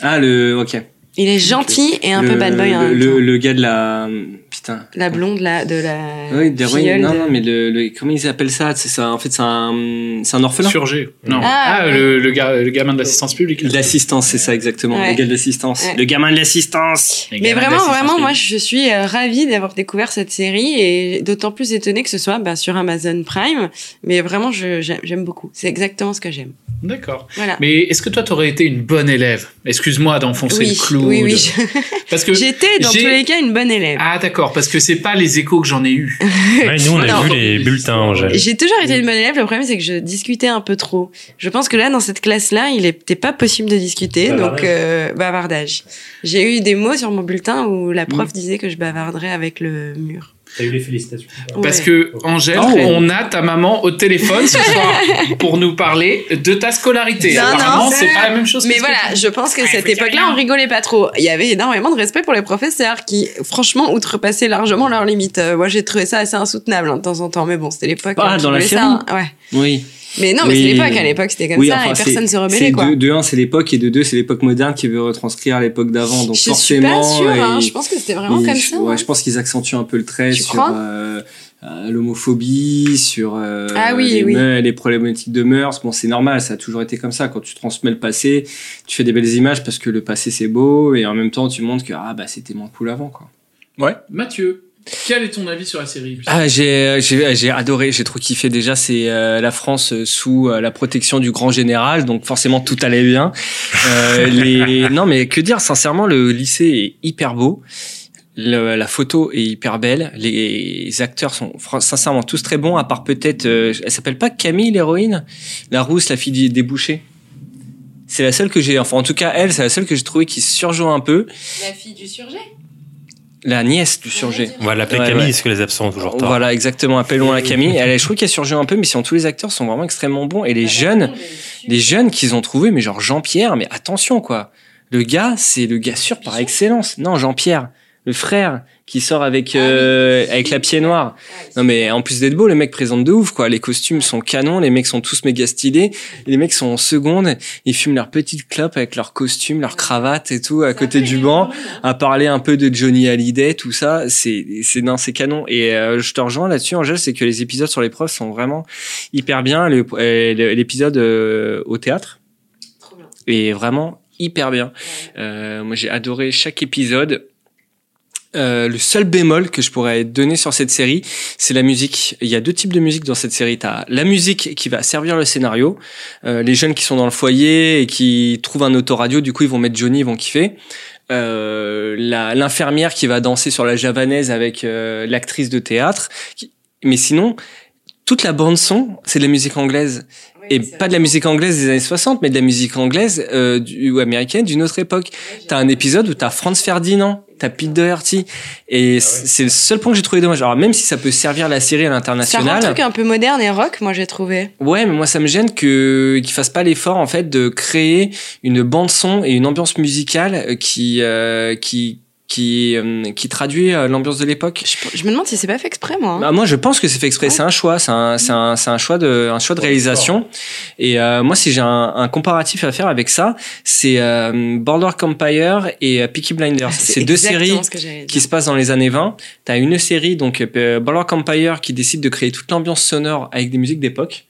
[SPEAKER 8] Ah le ok.
[SPEAKER 7] Il est gentil et un
[SPEAKER 8] Le-
[SPEAKER 7] peu bad boy. en
[SPEAKER 8] Le,
[SPEAKER 7] même temps.
[SPEAKER 8] le, le gars de la putain.
[SPEAKER 7] La blonde, là, de la...
[SPEAKER 8] Oui, des
[SPEAKER 7] filleule
[SPEAKER 8] ruines. Non,
[SPEAKER 7] de-
[SPEAKER 8] non, mais le, le- comment ils appellent ça C'est ça. En fait, c'est un, c'est un orphelin.
[SPEAKER 1] Surgé. Non.
[SPEAKER 7] Ah,
[SPEAKER 1] Ah,
[SPEAKER 7] ouais.
[SPEAKER 1] le, le gars, le gamin de l'assistance publique.
[SPEAKER 8] L'assistance, c'est ça exactement.
[SPEAKER 7] Ouais.
[SPEAKER 8] Le gars de l'assistance.
[SPEAKER 7] Ouais.
[SPEAKER 8] Le gamin de l'assistance.
[SPEAKER 7] Mais vraiment, vraiment, moi, je suis euh, ravie d'avoir découvert cette série et d'autant plus étonnée que ce soit bah, sur Amazon Prime. Mais vraiment, je- j'aime j'aime beaucoup. C'est exactement ce que j'aime.
[SPEAKER 1] D'accord.
[SPEAKER 7] Voilà.
[SPEAKER 1] Mais est-ce que toi, t'aurais été une bonne élève Excuse-moi d'enfoncer
[SPEAKER 7] oui,
[SPEAKER 1] le clou.
[SPEAKER 7] oui, oui,
[SPEAKER 1] de-
[SPEAKER 7] je-
[SPEAKER 1] Parce que
[SPEAKER 7] j'étais dans tous
[SPEAKER 1] j'ai-
[SPEAKER 7] les cas une bonne élève.
[SPEAKER 1] Ah d'accord, parce que c'est pas les échos que j'en ai eu.
[SPEAKER 15] Ah, Ouais, nous, on a
[SPEAKER 7] Non.
[SPEAKER 15] vu les bulletins, Angèle.
[SPEAKER 7] J'ai toujours été une bonne élève. Le problème, c'est que je discutais un peu trop. Je pense que là, dans cette classe-là, il n'était pas possible de discuter,
[SPEAKER 1] Bavardage.
[SPEAKER 7] donc euh, bavardage. J'ai eu des mots sur mon bulletin où la prof
[SPEAKER 15] Mm.
[SPEAKER 7] disait que je bavarderais avec le mur.
[SPEAKER 16] T'as eu les félicitations.
[SPEAKER 1] Parce que Angèle,
[SPEAKER 7] Oh.
[SPEAKER 1] on a ta maman au téléphone ce soir pour nous parler de ta scolarité.
[SPEAKER 7] Non,
[SPEAKER 1] Apparemment,
[SPEAKER 7] non.
[SPEAKER 1] c'est pas la même chose.
[SPEAKER 7] Mais
[SPEAKER 1] que ce que
[SPEAKER 7] voilà,
[SPEAKER 1] tu-
[SPEAKER 7] je pense que
[SPEAKER 1] Ah,
[SPEAKER 7] cette
[SPEAKER 1] faut dire
[SPEAKER 7] époque-là, on rigolait pas trop. Il y avait énormément de respect pour les professeurs qui, franchement, outrepassaient largement leurs limites. Euh, moi, j'ai trouvé ça assez insoutenable hein, de temps en temps, mais bon, c'était l'époque.
[SPEAKER 8] Ah,
[SPEAKER 7] hein, qui
[SPEAKER 8] dans la
[SPEAKER 7] voulait
[SPEAKER 8] série
[SPEAKER 7] ça, hein. Ouais.
[SPEAKER 8] Oui.
[SPEAKER 7] Mais non, mais c'est l'époque, à l'époque, c'était comme ça, et
[SPEAKER 8] c'est-
[SPEAKER 7] personne se rebellait,
[SPEAKER 8] c'est
[SPEAKER 7] quoi.
[SPEAKER 8] De, de un, c'est l'époque, et de deux, c'est l'époque moderne qui veut retranscrire l'époque d'avant. Donc
[SPEAKER 7] Je suis
[SPEAKER 8] forcément.
[SPEAKER 7] pas sûre, hein,
[SPEAKER 8] et-
[SPEAKER 7] je pense que c'était vraiment
[SPEAKER 8] et
[SPEAKER 7] comme
[SPEAKER 8] je,
[SPEAKER 7] ça,
[SPEAKER 8] ouais,
[SPEAKER 7] hein.
[SPEAKER 8] je pense qu'ils accentuent un peu le trait
[SPEAKER 7] Tu
[SPEAKER 8] sur
[SPEAKER 7] crois
[SPEAKER 8] euh, euh, l'homophobie, sur euh,
[SPEAKER 7] Ah oui,
[SPEAKER 8] les,
[SPEAKER 7] oui.
[SPEAKER 8] me- les problématiques de mœurs. Bon, c'est normal, ça a toujours été comme ça. Quand tu transmets le passé, tu fais des belles images parce que le passé c'est beau, et en même temps, tu montres que ah bah c'était moins cool avant, quoi. Ouais.
[SPEAKER 1] Mathieu, quel est ton avis sur la série
[SPEAKER 8] Ah, j'ai, j'ai, j'ai adoré, j'ai trop kiffé. Déjà, c'est euh, la France euh, sous euh, la protection du grand général, donc forcément tout allait bien. Euh, les... Non, mais que dire, sincèrement, le lycée est hyper beau. Le- la photo est hyper belle. Les acteurs sont fran- sincèrement tous très bons, à part peut-être, euh, elle s'appelle pas Camille, l'héroïne La rousse, la fille des- des bouchers. C'est la seule que j'ai, enfin en tout cas elle, c'est la seule que j'ai trouvée qui surjoue un peu,
[SPEAKER 7] La fille du surgé
[SPEAKER 8] la nièce du surgé.
[SPEAKER 15] On va l'appeler
[SPEAKER 8] Ouais,
[SPEAKER 15] Camille,
[SPEAKER 8] ouais.
[SPEAKER 15] parce que les absents ont toujours tort.
[SPEAKER 8] Voilà, exactement. Appelons la Camille. Elle, je trouve qu'elle surgit un peu, mais sinon tous les acteurs sont vraiment extrêmement bons. Et les jeunes, les jeunes qu'ils ont trouvés, mais genre Jean-Pierre, mais attention quoi. Le gars, c'est le gars sûr par excellence. Non, Jean-Pierre, le frère qui sort avec euh, avec la pied noire. Non mais en plus d'être beau, le mec présente de ouf quoi. Les costumes sont canons, les mecs sont tous méga stylés. Les mecs sont en seconde, ils fument leur petite clope avec leurs costumes, leurs cravates et tout à côté du banc, à parler un peu de Johnny Hallyday, tout ça, c'est c'est non, c'est canon. Et euh, je te rejoins là-dessus, Angèle, c'est que les épisodes sur les profs sont vraiment hyper bien. Le- euh, le- L'épisode euh, au théâtre est vraiment hyper bien. Euh, moi, j'ai adoré chaque épisode. Euh, le seul bémol que je pourrais donner sur cette série, c'est la musique. Il y a deux types de musique dans cette série. T'as la musique qui va servir le scénario. Euh, les jeunes qui sont dans le foyer et qui trouvent un autoradio, du coup ils vont mettre Johnny, ils vont kiffer. Euh, la- L'infirmière qui va danser sur la javanaise avec euh, l'actrice de théâtre. Qui- Mais sinon, toute la bande son, c'est de la musique anglaise. Et pas de la musique anglaise des années 60, mais de la musique anglaise euh, du, ou américaine d'une autre époque. T'as un épisode où t'as Franz Ferdinand, t'as Pete Doherty. Et c'est le seul point que j'ai trouvé dommage. Alors même si ça peut servir la série à
[SPEAKER 7] Ça
[SPEAKER 8] l'international.
[SPEAKER 7] rend un truc un peu moderne et rock, moi, j'ai trouvé.
[SPEAKER 8] Ouais, mais moi ça me gêne que qu'ils fassent pas l'effort en fait de créer une bande son et une ambiance musicale euh, qui euh, qui qui euh, qui traduit euh, l'ambiance de l'époque.
[SPEAKER 7] Je me demande si c'est pas fait exprès, moi. hein.
[SPEAKER 8] Bah, moi, je pense que c'est fait exprès. C'est un choix. C'est un, c'est un, c'est un choix de, un choix de réalisation. Et euh, moi, si j'ai un, un comparatif à faire avec ça, c'est euh, Border Empire et euh, Peaky Blinders.
[SPEAKER 7] Ah, c'est
[SPEAKER 8] c'est deux
[SPEAKER 7] exactement
[SPEAKER 8] séries
[SPEAKER 7] ce que j'allais dire.
[SPEAKER 8] qui se passent dans les années 20. T'as une série, donc euh, Border Empire, qui décide de créer toute l'ambiance sonore avec des musiques d'époque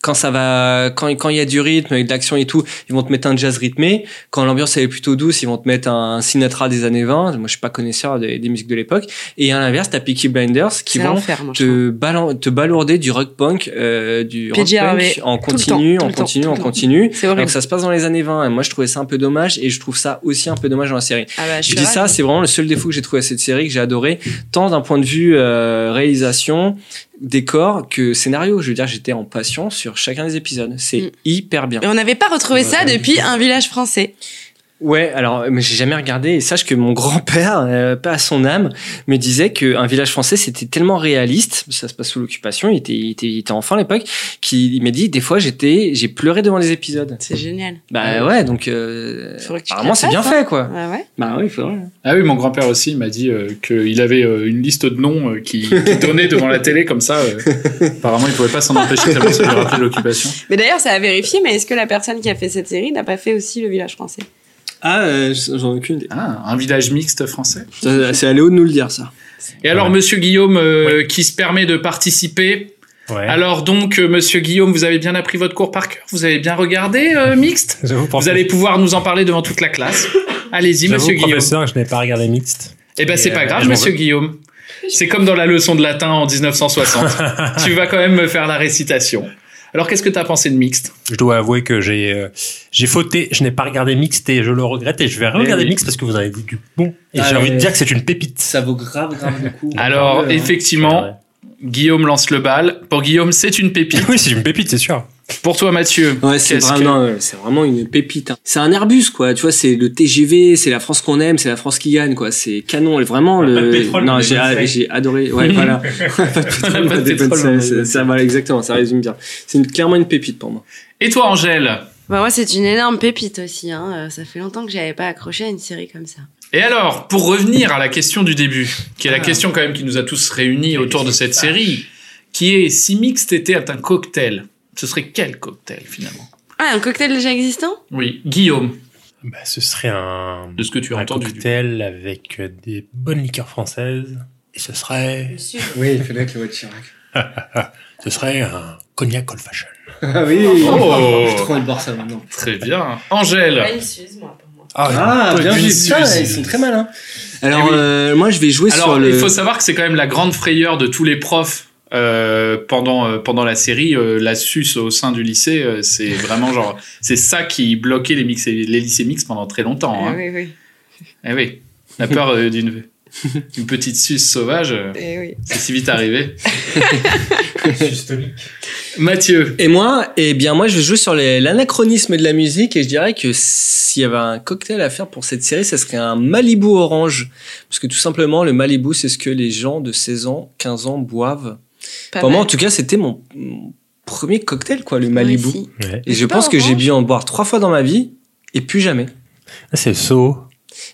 [SPEAKER 8] quand ça va, quand quand il y a du rythme, avec de l'action et tout, ils vont te mettre un jazz rythmé. Quand l'ambiance elle est plutôt douce, ils vont te mettre un Sinatra des années 20. Moi, je suis pas connaisseur des, des musiques de l'époque. Et à l'inverse, t'as Peaky Blinders qui
[SPEAKER 4] C'est
[SPEAKER 8] vont
[SPEAKER 4] l'enfer, moi, je
[SPEAKER 8] te, balan- te balourder du rock punk, euh, du rock
[SPEAKER 4] PJ Harvey.
[SPEAKER 8] punk en
[SPEAKER 4] Tout le
[SPEAKER 8] continu,
[SPEAKER 4] temps, tout
[SPEAKER 8] en
[SPEAKER 4] le temps,
[SPEAKER 8] continu,
[SPEAKER 4] tout
[SPEAKER 8] en
[SPEAKER 4] le temps.
[SPEAKER 8] continu.
[SPEAKER 4] C'est horrible.
[SPEAKER 8] Donc ça se passe dans les années 20. Et moi, je trouvais ça un peu dommage et je trouve ça aussi un peu dommage dans la série.
[SPEAKER 4] Ah bah, je
[SPEAKER 8] Je
[SPEAKER 4] suis
[SPEAKER 8] dis
[SPEAKER 4] ravie.
[SPEAKER 8] ça, c'est vraiment le seul défaut que j'ai trouvé à cette série que j'ai adoré, tant d'un point de vue euh, réalisation, décor que scénario. Je veux dire, j'étais en passion sur chacun des épisodes. C'est hyper bien.
[SPEAKER 4] Et on n'avait pas retrouvé ça
[SPEAKER 8] Ouais.
[SPEAKER 4] depuis un village français.
[SPEAKER 8] Ouais, alors mais j'ai jamais regardé et sache que mon grand-père, euh, pas à son âme, me disait que un village français c'était tellement réaliste, ça se passe sous l'occupation, il était, il était, il était enfant à l'époque, qu'il il m'a dit des fois j'étais, j'ai pleuré devant les épisodes.
[SPEAKER 4] C'est génial.
[SPEAKER 8] Bah ouais, donc euh,
[SPEAKER 4] tu
[SPEAKER 8] apparemment c'est bien
[SPEAKER 4] fasses,
[SPEAKER 8] fait
[SPEAKER 4] hein.
[SPEAKER 8] quoi.
[SPEAKER 4] Ouais, ouais.
[SPEAKER 8] Bah oui, faudrait.
[SPEAKER 1] Ah oui, mon grand-père aussi m'a dit euh, qu'il avait euh, une liste de noms euh, qui, qui donnait devant la télé comme ça. euh. apparemment, il pouvait pas s'en empêcher tellement ça lui rappelait l'occupation.
[SPEAKER 4] Mais d'ailleurs, ça a vérifié, mais est-ce que la personne qui a fait cette série n'a pas fait aussi le village français
[SPEAKER 8] Ah, j'en ai aucune idée.
[SPEAKER 1] Ah, un village mixte français.
[SPEAKER 8] C'est à Léo de nous le dire ça.
[SPEAKER 1] Et alors, Monsieur Guillaume, euh, qui se permet de participer. Alors donc, euh, Monsieur Guillaume, vous avez bien appris votre cours par cœur. Vous avez bien regardé euh, mixte. Vous allez pouvoir nous en parler devant toute la classe. Allez-y,
[SPEAKER 7] J'avoue,
[SPEAKER 1] Monsieur Guillaume.
[SPEAKER 7] professeur, je n'ai pas regardé Mixte.
[SPEAKER 1] Eh ben, c'est
[SPEAKER 7] Et,
[SPEAKER 1] pas
[SPEAKER 7] euh,
[SPEAKER 1] grave,
[SPEAKER 7] je m'en
[SPEAKER 1] monsieur
[SPEAKER 7] veux.
[SPEAKER 1] Guillaume. C'est comme dans la leçon de latin en 1960. tu vas quand même me faire la récitation. Alors, qu'est-ce que t'as pensé de mixte
[SPEAKER 7] Je dois avouer que j'ai euh, j'ai fauté, je n'ai pas regardé Mixte et je le regrette et je vais regarder
[SPEAKER 1] oui.
[SPEAKER 7] Mixte parce que vous avez vu du bon. Et
[SPEAKER 1] Ah
[SPEAKER 7] j'ai
[SPEAKER 1] ouais.
[SPEAKER 7] envie de dire que c'est une pépite.
[SPEAKER 8] Ça vaut grave grave le coup.
[SPEAKER 1] Alors, effectivement, Guillaume lance le bal. Pour Guillaume, c'est une pépite.
[SPEAKER 7] Oui, c'est une pépite, c'est sûr.
[SPEAKER 1] Pour toi, Mathieu,
[SPEAKER 8] Ouais, c'est
[SPEAKER 1] qu'est-ce
[SPEAKER 8] vraiment, ouais, c'est vraiment une pépite. hein. C'est un Airbus, quoi. Tu vois, c'est le TGV, c'est la France qu'on aime, c'est la France qui gagne, quoi. C'est canon, et vraiment le.
[SPEAKER 7] pétrole,
[SPEAKER 8] non,
[SPEAKER 7] mais
[SPEAKER 8] j'ai,
[SPEAKER 7] bonnes
[SPEAKER 8] ah,
[SPEAKER 7] feuilles.
[SPEAKER 8] j'ai adoré. Ouais, voilà. pas de pétrole,
[SPEAKER 1] Pas de
[SPEAKER 8] des bonnes
[SPEAKER 1] pétrole,
[SPEAKER 8] feuilles,
[SPEAKER 1] mais-
[SPEAKER 8] c'est- ça, voilà, exactement. Ça résume bien. C'est une- clairement une pépite pour moi.
[SPEAKER 1] Et toi, Angèle
[SPEAKER 4] Bah moi, c'est une énorme pépite aussi. Hein. Euh, Ça fait longtemps que j'avais pas accroché à une série comme ça.
[SPEAKER 1] Et alors, pour revenir à la question du début, qui est
[SPEAKER 8] Ah.
[SPEAKER 1] la question quand même qui nous a tous réunis autour de cette série, qui est si mixte était un cocktail, ce serait quel cocktail finalement
[SPEAKER 4] Ah, un cocktail déjà existant
[SPEAKER 1] Oui, Guillaume.
[SPEAKER 7] Bah, ce serait un.
[SPEAKER 1] De ce que tu
[SPEAKER 7] as entendu. Un cocktail avec euh, des bonnes liqueurs françaises. Et ce serait.
[SPEAKER 8] Oui, il fallait que hein. le voit Chirac.
[SPEAKER 7] ce serait un cognac old fashion.
[SPEAKER 8] Ah oui.
[SPEAKER 1] Oh.
[SPEAKER 8] Je trouve le boire ça maintenant.
[SPEAKER 1] Très bien. Angèle.
[SPEAKER 4] Pas une suze, moi.
[SPEAKER 8] Ah, bien vu. Putain, ils sont très malins. Alors, euh, moi, je vais jouer
[SPEAKER 1] Eh Alors,
[SPEAKER 8] sur le.
[SPEAKER 1] il faut savoir que c'est quand même la grande frayeur de tous les profs euh, pendant, euh, pendant la série. euh, la SUS au sein du lycée, euh, c'est vraiment genre. C'est ça qui bloquait les, mix- les lycées mixtes pendant très longtemps.
[SPEAKER 4] Ah
[SPEAKER 1] hein.
[SPEAKER 4] oui, oui.
[SPEAKER 1] Eh oui. La peur euh, d'une d'une petite SUS sauvage, euh,
[SPEAKER 4] Eh oui.
[SPEAKER 1] c'est si vite arrivé. Mathieu.
[SPEAKER 8] Et moi, eh bien moi, je vais jouer sur les- l'anachronisme de la musique et je dirais que s'il y avait un cocktail à faire pour cette série, ça serait un Malibu orange. Parce que tout simplement, le Malibu, c'est ce que les gens de 16 ans, 15 ans boivent.
[SPEAKER 4] Pas
[SPEAKER 8] pour moi,
[SPEAKER 4] mal.
[SPEAKER 8] en tout cas, c'était mon mon premier cocktail, quoi, le Malibu.
[SPEAKER 4] aussi.
[SPEAKER 8] Et je
[SPEAKER 4] pas
[SPEAKER 8] pense que
[SPEAKER 4] orange.
[SPEAKER 8] j'ai dû en boire trois fois dans ma vie et plus jamais.
[SPEAKER 7] Ah, C'est saut.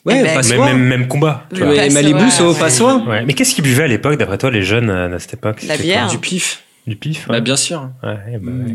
[SPEAKER 8] Ouais,
[SPEAKER 7] même,
[SPEAKER 8] passoire.
[SPEAKER 7] même, même combat. tu
[SPEAKER 8] Le
[SPEAKER 7] vois.
[SPEAKER 8] Mais Malibu, c'est au passoire.
[SPEAKER 7] ben, Ouais. Mais qu'est-ce qu'ils buvaient à l'époque, d'après toi, les jeunes, euh, à cette époque
[SPEAKER 4] La
[SPEAKER 7] C'était
[SPEAKER 4] bière.
[SPEAKER 7] quoi
[SPEAKER 8] Du pif.
[SPEAKER 7] Du pif hein?
[SPEAKER 8] Bah, bien sûr.
[SPEAKER 7] Ouais, eh ben,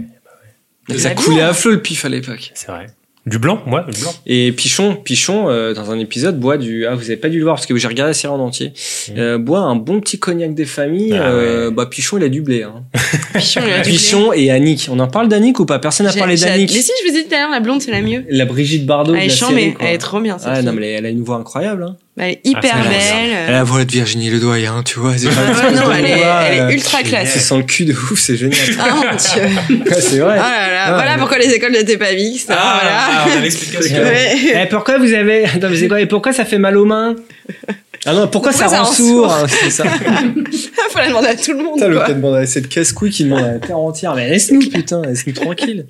[SPEAKER 7] ouais.
[SPEAKER 8] Mm. Ça
[SPEAKER 7] La
[SPEAKER 8] coulait
[SPEAKER 7] bière.
[SPEAKER 8] à flot le pif à l'époque.
[SPEAKER 7] C'est vrai. Du blanc, moi, du blanc.
[SPEAKER 8] Et Pichon, Pichon, euh, dans un épisode, boit du. Ah, vous avez pas dû le voir parce que j'ai regardé la série en entier. Euh, boit un bon petit cognac des familles.
[SPEAKER 7] Ah
[SPEAKER 8] euh, Bah, Pichon, il a du blé. Hein.
[SPEAKER 4] Pichon, il a du
[SPEAKER 8] Pichon et Annick. On en parle d'Annick ou pas Personne n'a
[SPEAKER 4] J'ai-
[SPEAKER 8] parlé
[SPEAKER 4] j'ai-
[SPEAKER 8] d'Annick.
[SPEAKER 4] Mais si, je vous ai dit tout à l'heure, la blonde, c'est la mieux.
[SPEAKER 8] La Brigitte Bardot.
[SPEAKER 4] Elle est
[SPEAKER 8] de la
[SPEAKER 4] chambée,
[SPEAKER 8] série, quoi.
[SPEAKER 4] elle est trop bien, cette
[SPEAKER 8] Ah, non,
[SPEAKER 4] fille.
[SPEAKER 8] mais elle a une voix incroyable. Hein.
[SPEAKER 4] Elle est hyper
[SPEAKER 8] Ah, c'est
[SPEAKER 4] belle. Ah,
[SPEAKER 8] Elle a la voix de Virginie Ledoyen, tu vois. c'est pas-
[SPEAKER 4] ouais, non,
[SPEAKER 8] on
[SPEAKER 4] elle est-
[SPEAKER 8] voit,
[SPEAKER 4] elle est
[SPEAKER 8] euh,
[SPEAKER 4] ultra classe.
[SPEAKER 8] Elle sent le cul de ouf, c'est génial.
[SPEAKER 4] Ah mon dieu.
[SPEAKER 8] Ouais, c'est vrai.
[SPEAKER 4] Oh là là,
[SPEAKER 8] Ah,
[SPEAKER 4] voilà
[SPEAKER 8] mais-
[SPEAKER 4] pourquoi les écoles n'étaient pas mixtes. hein,
[SPEAKER 8] Ah,
[SPEAKER 4] voilà. Ouais.
[SPEAKER 8] Eh, pourquoi vous avez. Attends, mais c'est quoi Et pourquoi ça fait mal aux mains Ah non, pourquoi, ça, rend sourd C'est ça.
[SPEAKER 4] Faut la demander à tout le monde.
[SPEAKER 8] Putain, le
[SPEAKER 4] quoi.
[SPEAKER 8] cas de bande- cette casse-couille qui demande à la terre entière. Mais laisse-nous, putain, laisse-nous tranquille.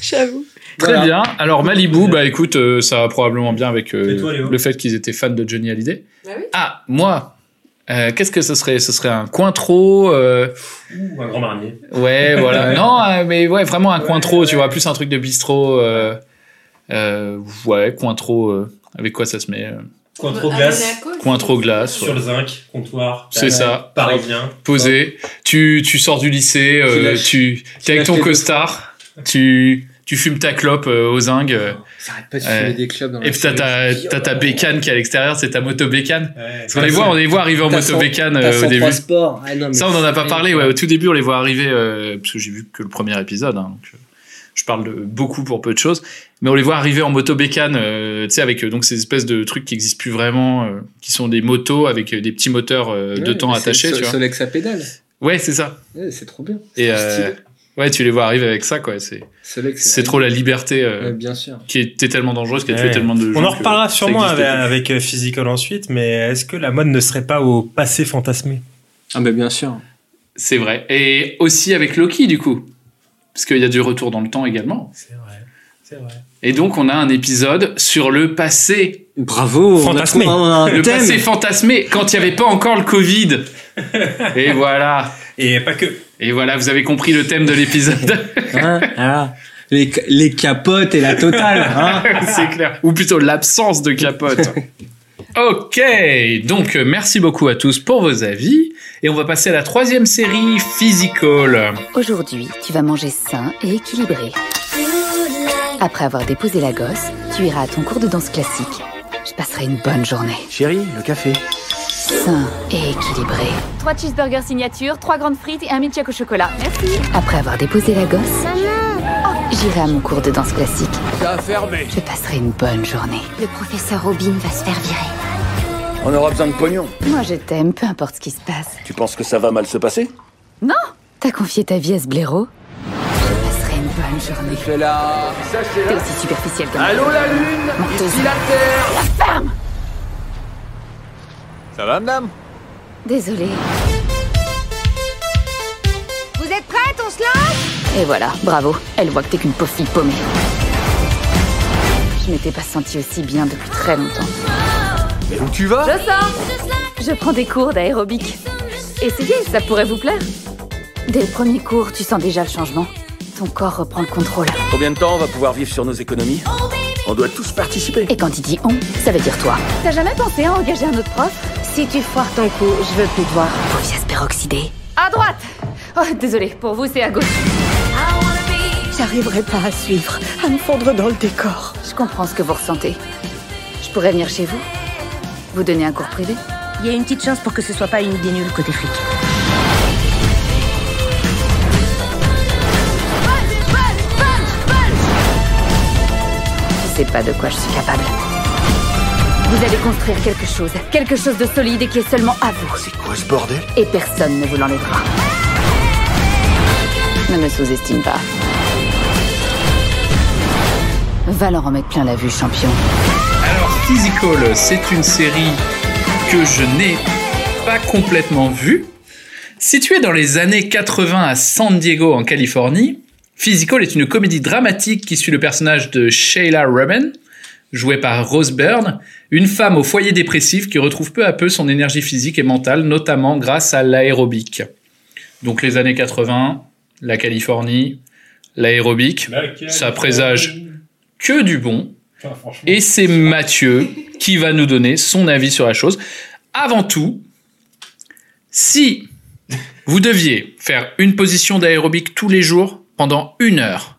[SPEAKER 4] J'avoue.
[SPEAKER 1] Très
[SPEAKER 8] Voilà.
[SPEAKER 1] bien. Alors Malibu, bah écoute, euh, ça va probablement bien avec euh,
[SPEAKER 8] Et toi, Léo
[SPEAKER 1] le fait qu'ils étaient fans de Johnny Hallyday. Ah, moi, euh, qu'est-ce que ce serait Ce serait un Cointreau. euh,
[SPEAKER 7] Ou un grand marnier.
[SPEAKER 1] ouais, voilà.
[SPEAKER 7] Ouais.
[SPEAKER 1] Non, euh, mais ouais, vraiment un Cointreau, tu vois, plus un truc de bistrot. euh, euh, ouais, Cointreau. euh, avec quoi ça se met euh,
[SPEAKER 4] Ah,
[SPEAKER 7] Cointreau glace.
[SPEAKER 1] Cointreau glace. ouais.
[SPEAKER 7] zinc, comptoir.
[SPEAKER 1] C'est ça.
[SPEAKER 7] Parisien.
[SPEAKER 1] Posé. Tu, tu sors du lycée, euh,
[SPEAKER 7] Qui lâche-
[SPEAKER 1] tu es avec
[SPEAKER 7] lâche
[SPEAKER 1] ton
[SPEAKER 7] les deux.
[SPEAKER 1] costard, tu, tu tu fumes ta clope euh, aux zingues. euh,
[SPEAKER 8] pas de fumer des clopes dans la
[SPEAKER 1] et puis t'as ta,
[SPEAKER 8] série.
[SPEAKER 1] t'as ta bécane qui est à l'extérieur, c'est ta moto bécane. Parce qu'on
[SPEAKER 8] T'as
[SPEAKER 1] les voit,
[SPEAKER 8] son-
[SPEAKER 1] on les voit arriver en
[SPEAKER 8] t'as
[SPEAKER 1] moto
[SPEAKER 8] son-
[SPEAKER 1] bécane
[SPEAKER 8] t'as
[SPEAKER 1] euh,
[SPEAKER 8] son
[SPEAKER 1] au début.
[SPEAKER 8] transport. Ah non, mais
[SPEAKER 1] Ça, on en a pas
[SPEAKER 8] c'est-
[SPEAKER 1] parlé. Ouais, au tout début, on les voit arriver euh, parce que j'ai vu que le premier épisode. hein, donc, euh, je parle de beaucoup pour peu de choses, mais on les voit arriver en moto bécane, euh, tu sais, avec euh, donc ces espèces de trucs qui existent plus vraiment, euh, qui sont des motos avec euh, des petits moteurs euh, de
[SPEAKER 8] Ouais,
[SPEAKER 1] temps
[SPEAKER 8] c'est
[SPEAKER 1] attachés.
[SPEAKER 8] le
[SPEAKER 1] tu vois.
[SPEAKER 8] Solex à pédale.
[SPEAKER 1] Ouais, c'est ça.
[SPEAKER 8] Ouais, c'est trop bien.
[SPEAKER 1] Et
[SPEAKER 8] C'est
[SPEAKER 1] euh,
[SPEAKER 8] stylé.
[SPEAKER 1] ouais, tu les vois arriver avec ça, quoi. C'est
[SPEAKER 8] Solex,
[SPEAKER 1] c'est trop la liberté euh,
[SPEAKER 8] Ouais, bien sûr.
[SPEAKER 1] qui était tellement dangereuse, qui a tué
[SPEAKER 7] Ouais.
[SPEAKER 1] tellement de gens.
[SPEAKER 7] On en
[SPEAKER 1] que
[SPEAKER 7] reparlera
[SPEAKER 1] ça
[SPEAKER 7] sûrement
[SPEAKER 1] existait
[SPEAKER 7] avec,
[SPEAKER 1] plus.
[SPEAKER 7] avec, euh, Physical ensuite, mais est-ce que la mode ne serait pas au passé fantasmé
[SPEAKER 8] Ah ben bien sûr.
[SPEAKER 1] C'est vrai. Et aussi avec Loki, du coup. Parce qu'il y a du retour dans le temps également. C'est vrai.
[SPEAKER 7] C'est vrai.
[SPEAKER 1] Et donc, on a un épisode sur le passé.
[SPEAKER 8] Bravo on a
[SPEAKER 1] Fantasmé.
[SPEAKER 8] trouvé un- un
[SPEAKER 1] le
[SPEAKER 8] thème.
[SPEAKER 1] passé fantasmé, quand il n'y avait pas encore le Covid. Et voilà.
[SPEAKER 7] Et pas que.
[SPEAKER 1] Et voilà, vous avez compris le thème de l'épisode.
[SPEAKER 8] Hein, voilà. les, les capotes et la totale. Hein.
[SPEAKER 1] C'est clair. Ou plutôt l'absence de capote. Ok, donc euh, merci beaucoup à tous pour vos avis. Et on va passer à la troisième série, Physical.
[SPEAKER 5] Aujourd'hui, tu vas manger sain et équilibré. Après avoir déposé la gosse, tu iras à ton cours de danse classique. Je passerai une bonne journée.
[SPEAKER 17] Chérie, le café.
[SPEAKER 5] Sain et équilibré.
[SPEAKER 18] 3 cheeseburgers signature, 3 grandes frites et un milkshake au chocolat. Merci.
[SPEAKER 5] Après avoir déposé la gosse, Oh, j'irai à mon cours de danse classique.
[SPEAKER 3] Ça a fermé.
[SPEAKER 5] Je passerai une bonne journée.
[SPEAKER 18] Le professeur Robin va se faire virer.
[SPEAKER 10] On aura besoin de pognon.
[SPEAKER 5] Moi, je t'aime, peu importe ce qui se passe.
[SPEAKER 10] Tu penses que ça va mal se passer
[SPEAKER 5] Non T'as confié ta vie à ce blaireau Je passerai une bonne journée.
[SPEAKER 3] C'est là.
[SPEAKER 5] T'es aussi superficiel que moi.
[SPEAKER 3] Allô la lune
[SPEAKER 5] Menteuse.
[SPEAKER 3] Ici la terre
[SPEAKER 5] La ferme
[SPEAKER 10] Ça va, madame
[SPEAKER 5] Désolée.
[SPEAKER 18] Vous êtes prête, on se lance
[SPEAKER 5] Et voilà, bravo. Elle voit que t'es qu'une pauvre fille paumée. Je m'étais pas sentie aussi bien depuis très longtemps.
[SPEAKER 10] Mais où tu vas
[SPEAKER 5] Je sors Je prends des cours d'aérobic. Essayez, ça pourrait vous plaire. Dès le premier cours, tu sens déjà le changement. Ton corps reprend le contrôle.
[SPEAKER 10] Combien de temps on va pouvoir vivre sur nos économies On doit tous participer.
[SPEAKER 5] Et quand il dit on, ça veut dire toi. T'as jamais pensé à engager un autre prof Si tu foires ton coup, je veux plus te voir. Paupias peroxydé.
[SPEAKER 18] À droite Oh, désolé, pour vous, c'est à gauche.
[SPEAKER 5] J'arriverai pas à suivre, à me fondre dans le décor. Je comprends ce que vous ressentez. Je pourrais venir chez vous Vous donner un cours privé
[SPEAKER 19] Il y a une petite chance pour que ce soit pas une idée nulle côté fric.
[SPEAKER 5] Je sais pas de quoi je suis capable. Vous allez construire quelque chose, quelque chose de solide et qui est seulement à vous. C'est
[SPEAKER 10] Quoi ce bordel
[SPEAKER 5] Et personne ne vous l'enlèvera. Ne me sous-estime pas. Va leur en mettre plein la vue, champion.
[SPEAKER 1] Alors, Physical, c'est une série que je n'ai pas complètement vue. Située dans les années 80 à San Diego, en Californie, Physical est une comédie dramatique qui suit le personnage de Sheila Ruben, jouée par Rose Byrne, une femme au foyer dépressif qui retrouve peu à peu son énergie physique et mentale, notamment grâce à l'aérobic. Donc les années 80, la Californie, l'aérobic, ça présage que du bon. Et c'est Mathieu qui va nous donner son avis sur la chose. Avant tout, si vous deviez faire une position d'aérobic tous les jours pendant une heure,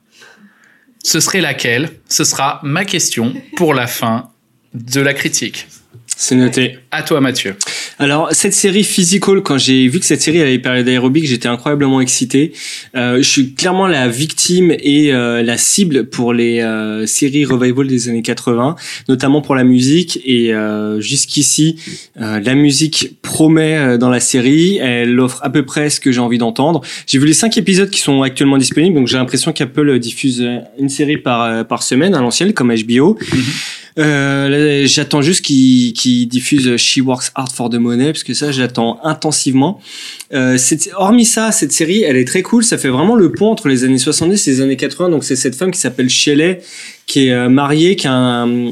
[SPEAKER 1] ce serait laquelle Ce sera ma question pour la fin de la critique.
[SPEAKER 8] C'est noté.
[SPEAKER 1] À toi, Mathieu.
[SPEAKER 8] Alors, cette série Physical, quand j'ai vu que cette série avait parlé d'aérobic, j'étais incroyablement excité. Euh, je suis clairement la victime et euh, la cible pour les euh, séries revival des années 80, notamment pour la musique. Et euh, jusqu'ici, euh, la musique promet euh, dans la série. Elle offre à peu près ce que j'ai envie d'entendre. J'ai vu les cinq épisodes qui sont actuellement disponibles, donc j'ai l'impression qu'Apple diffuse euh, une série par, euh, par semaine à l'ancienne, comme HBO. Euh, là, j'attends juste qu'ils qu'ils diffusent She Works Hard for the Money parce que ça j'attends intensivement. Euh, cette- hormis ça, cette série elle est très cool. Ça fait vraiment le pont entre les années 70 et les années 80. Donc c'est cette femme qui s'appelle Shelley qui est euh, mariée, qui a un,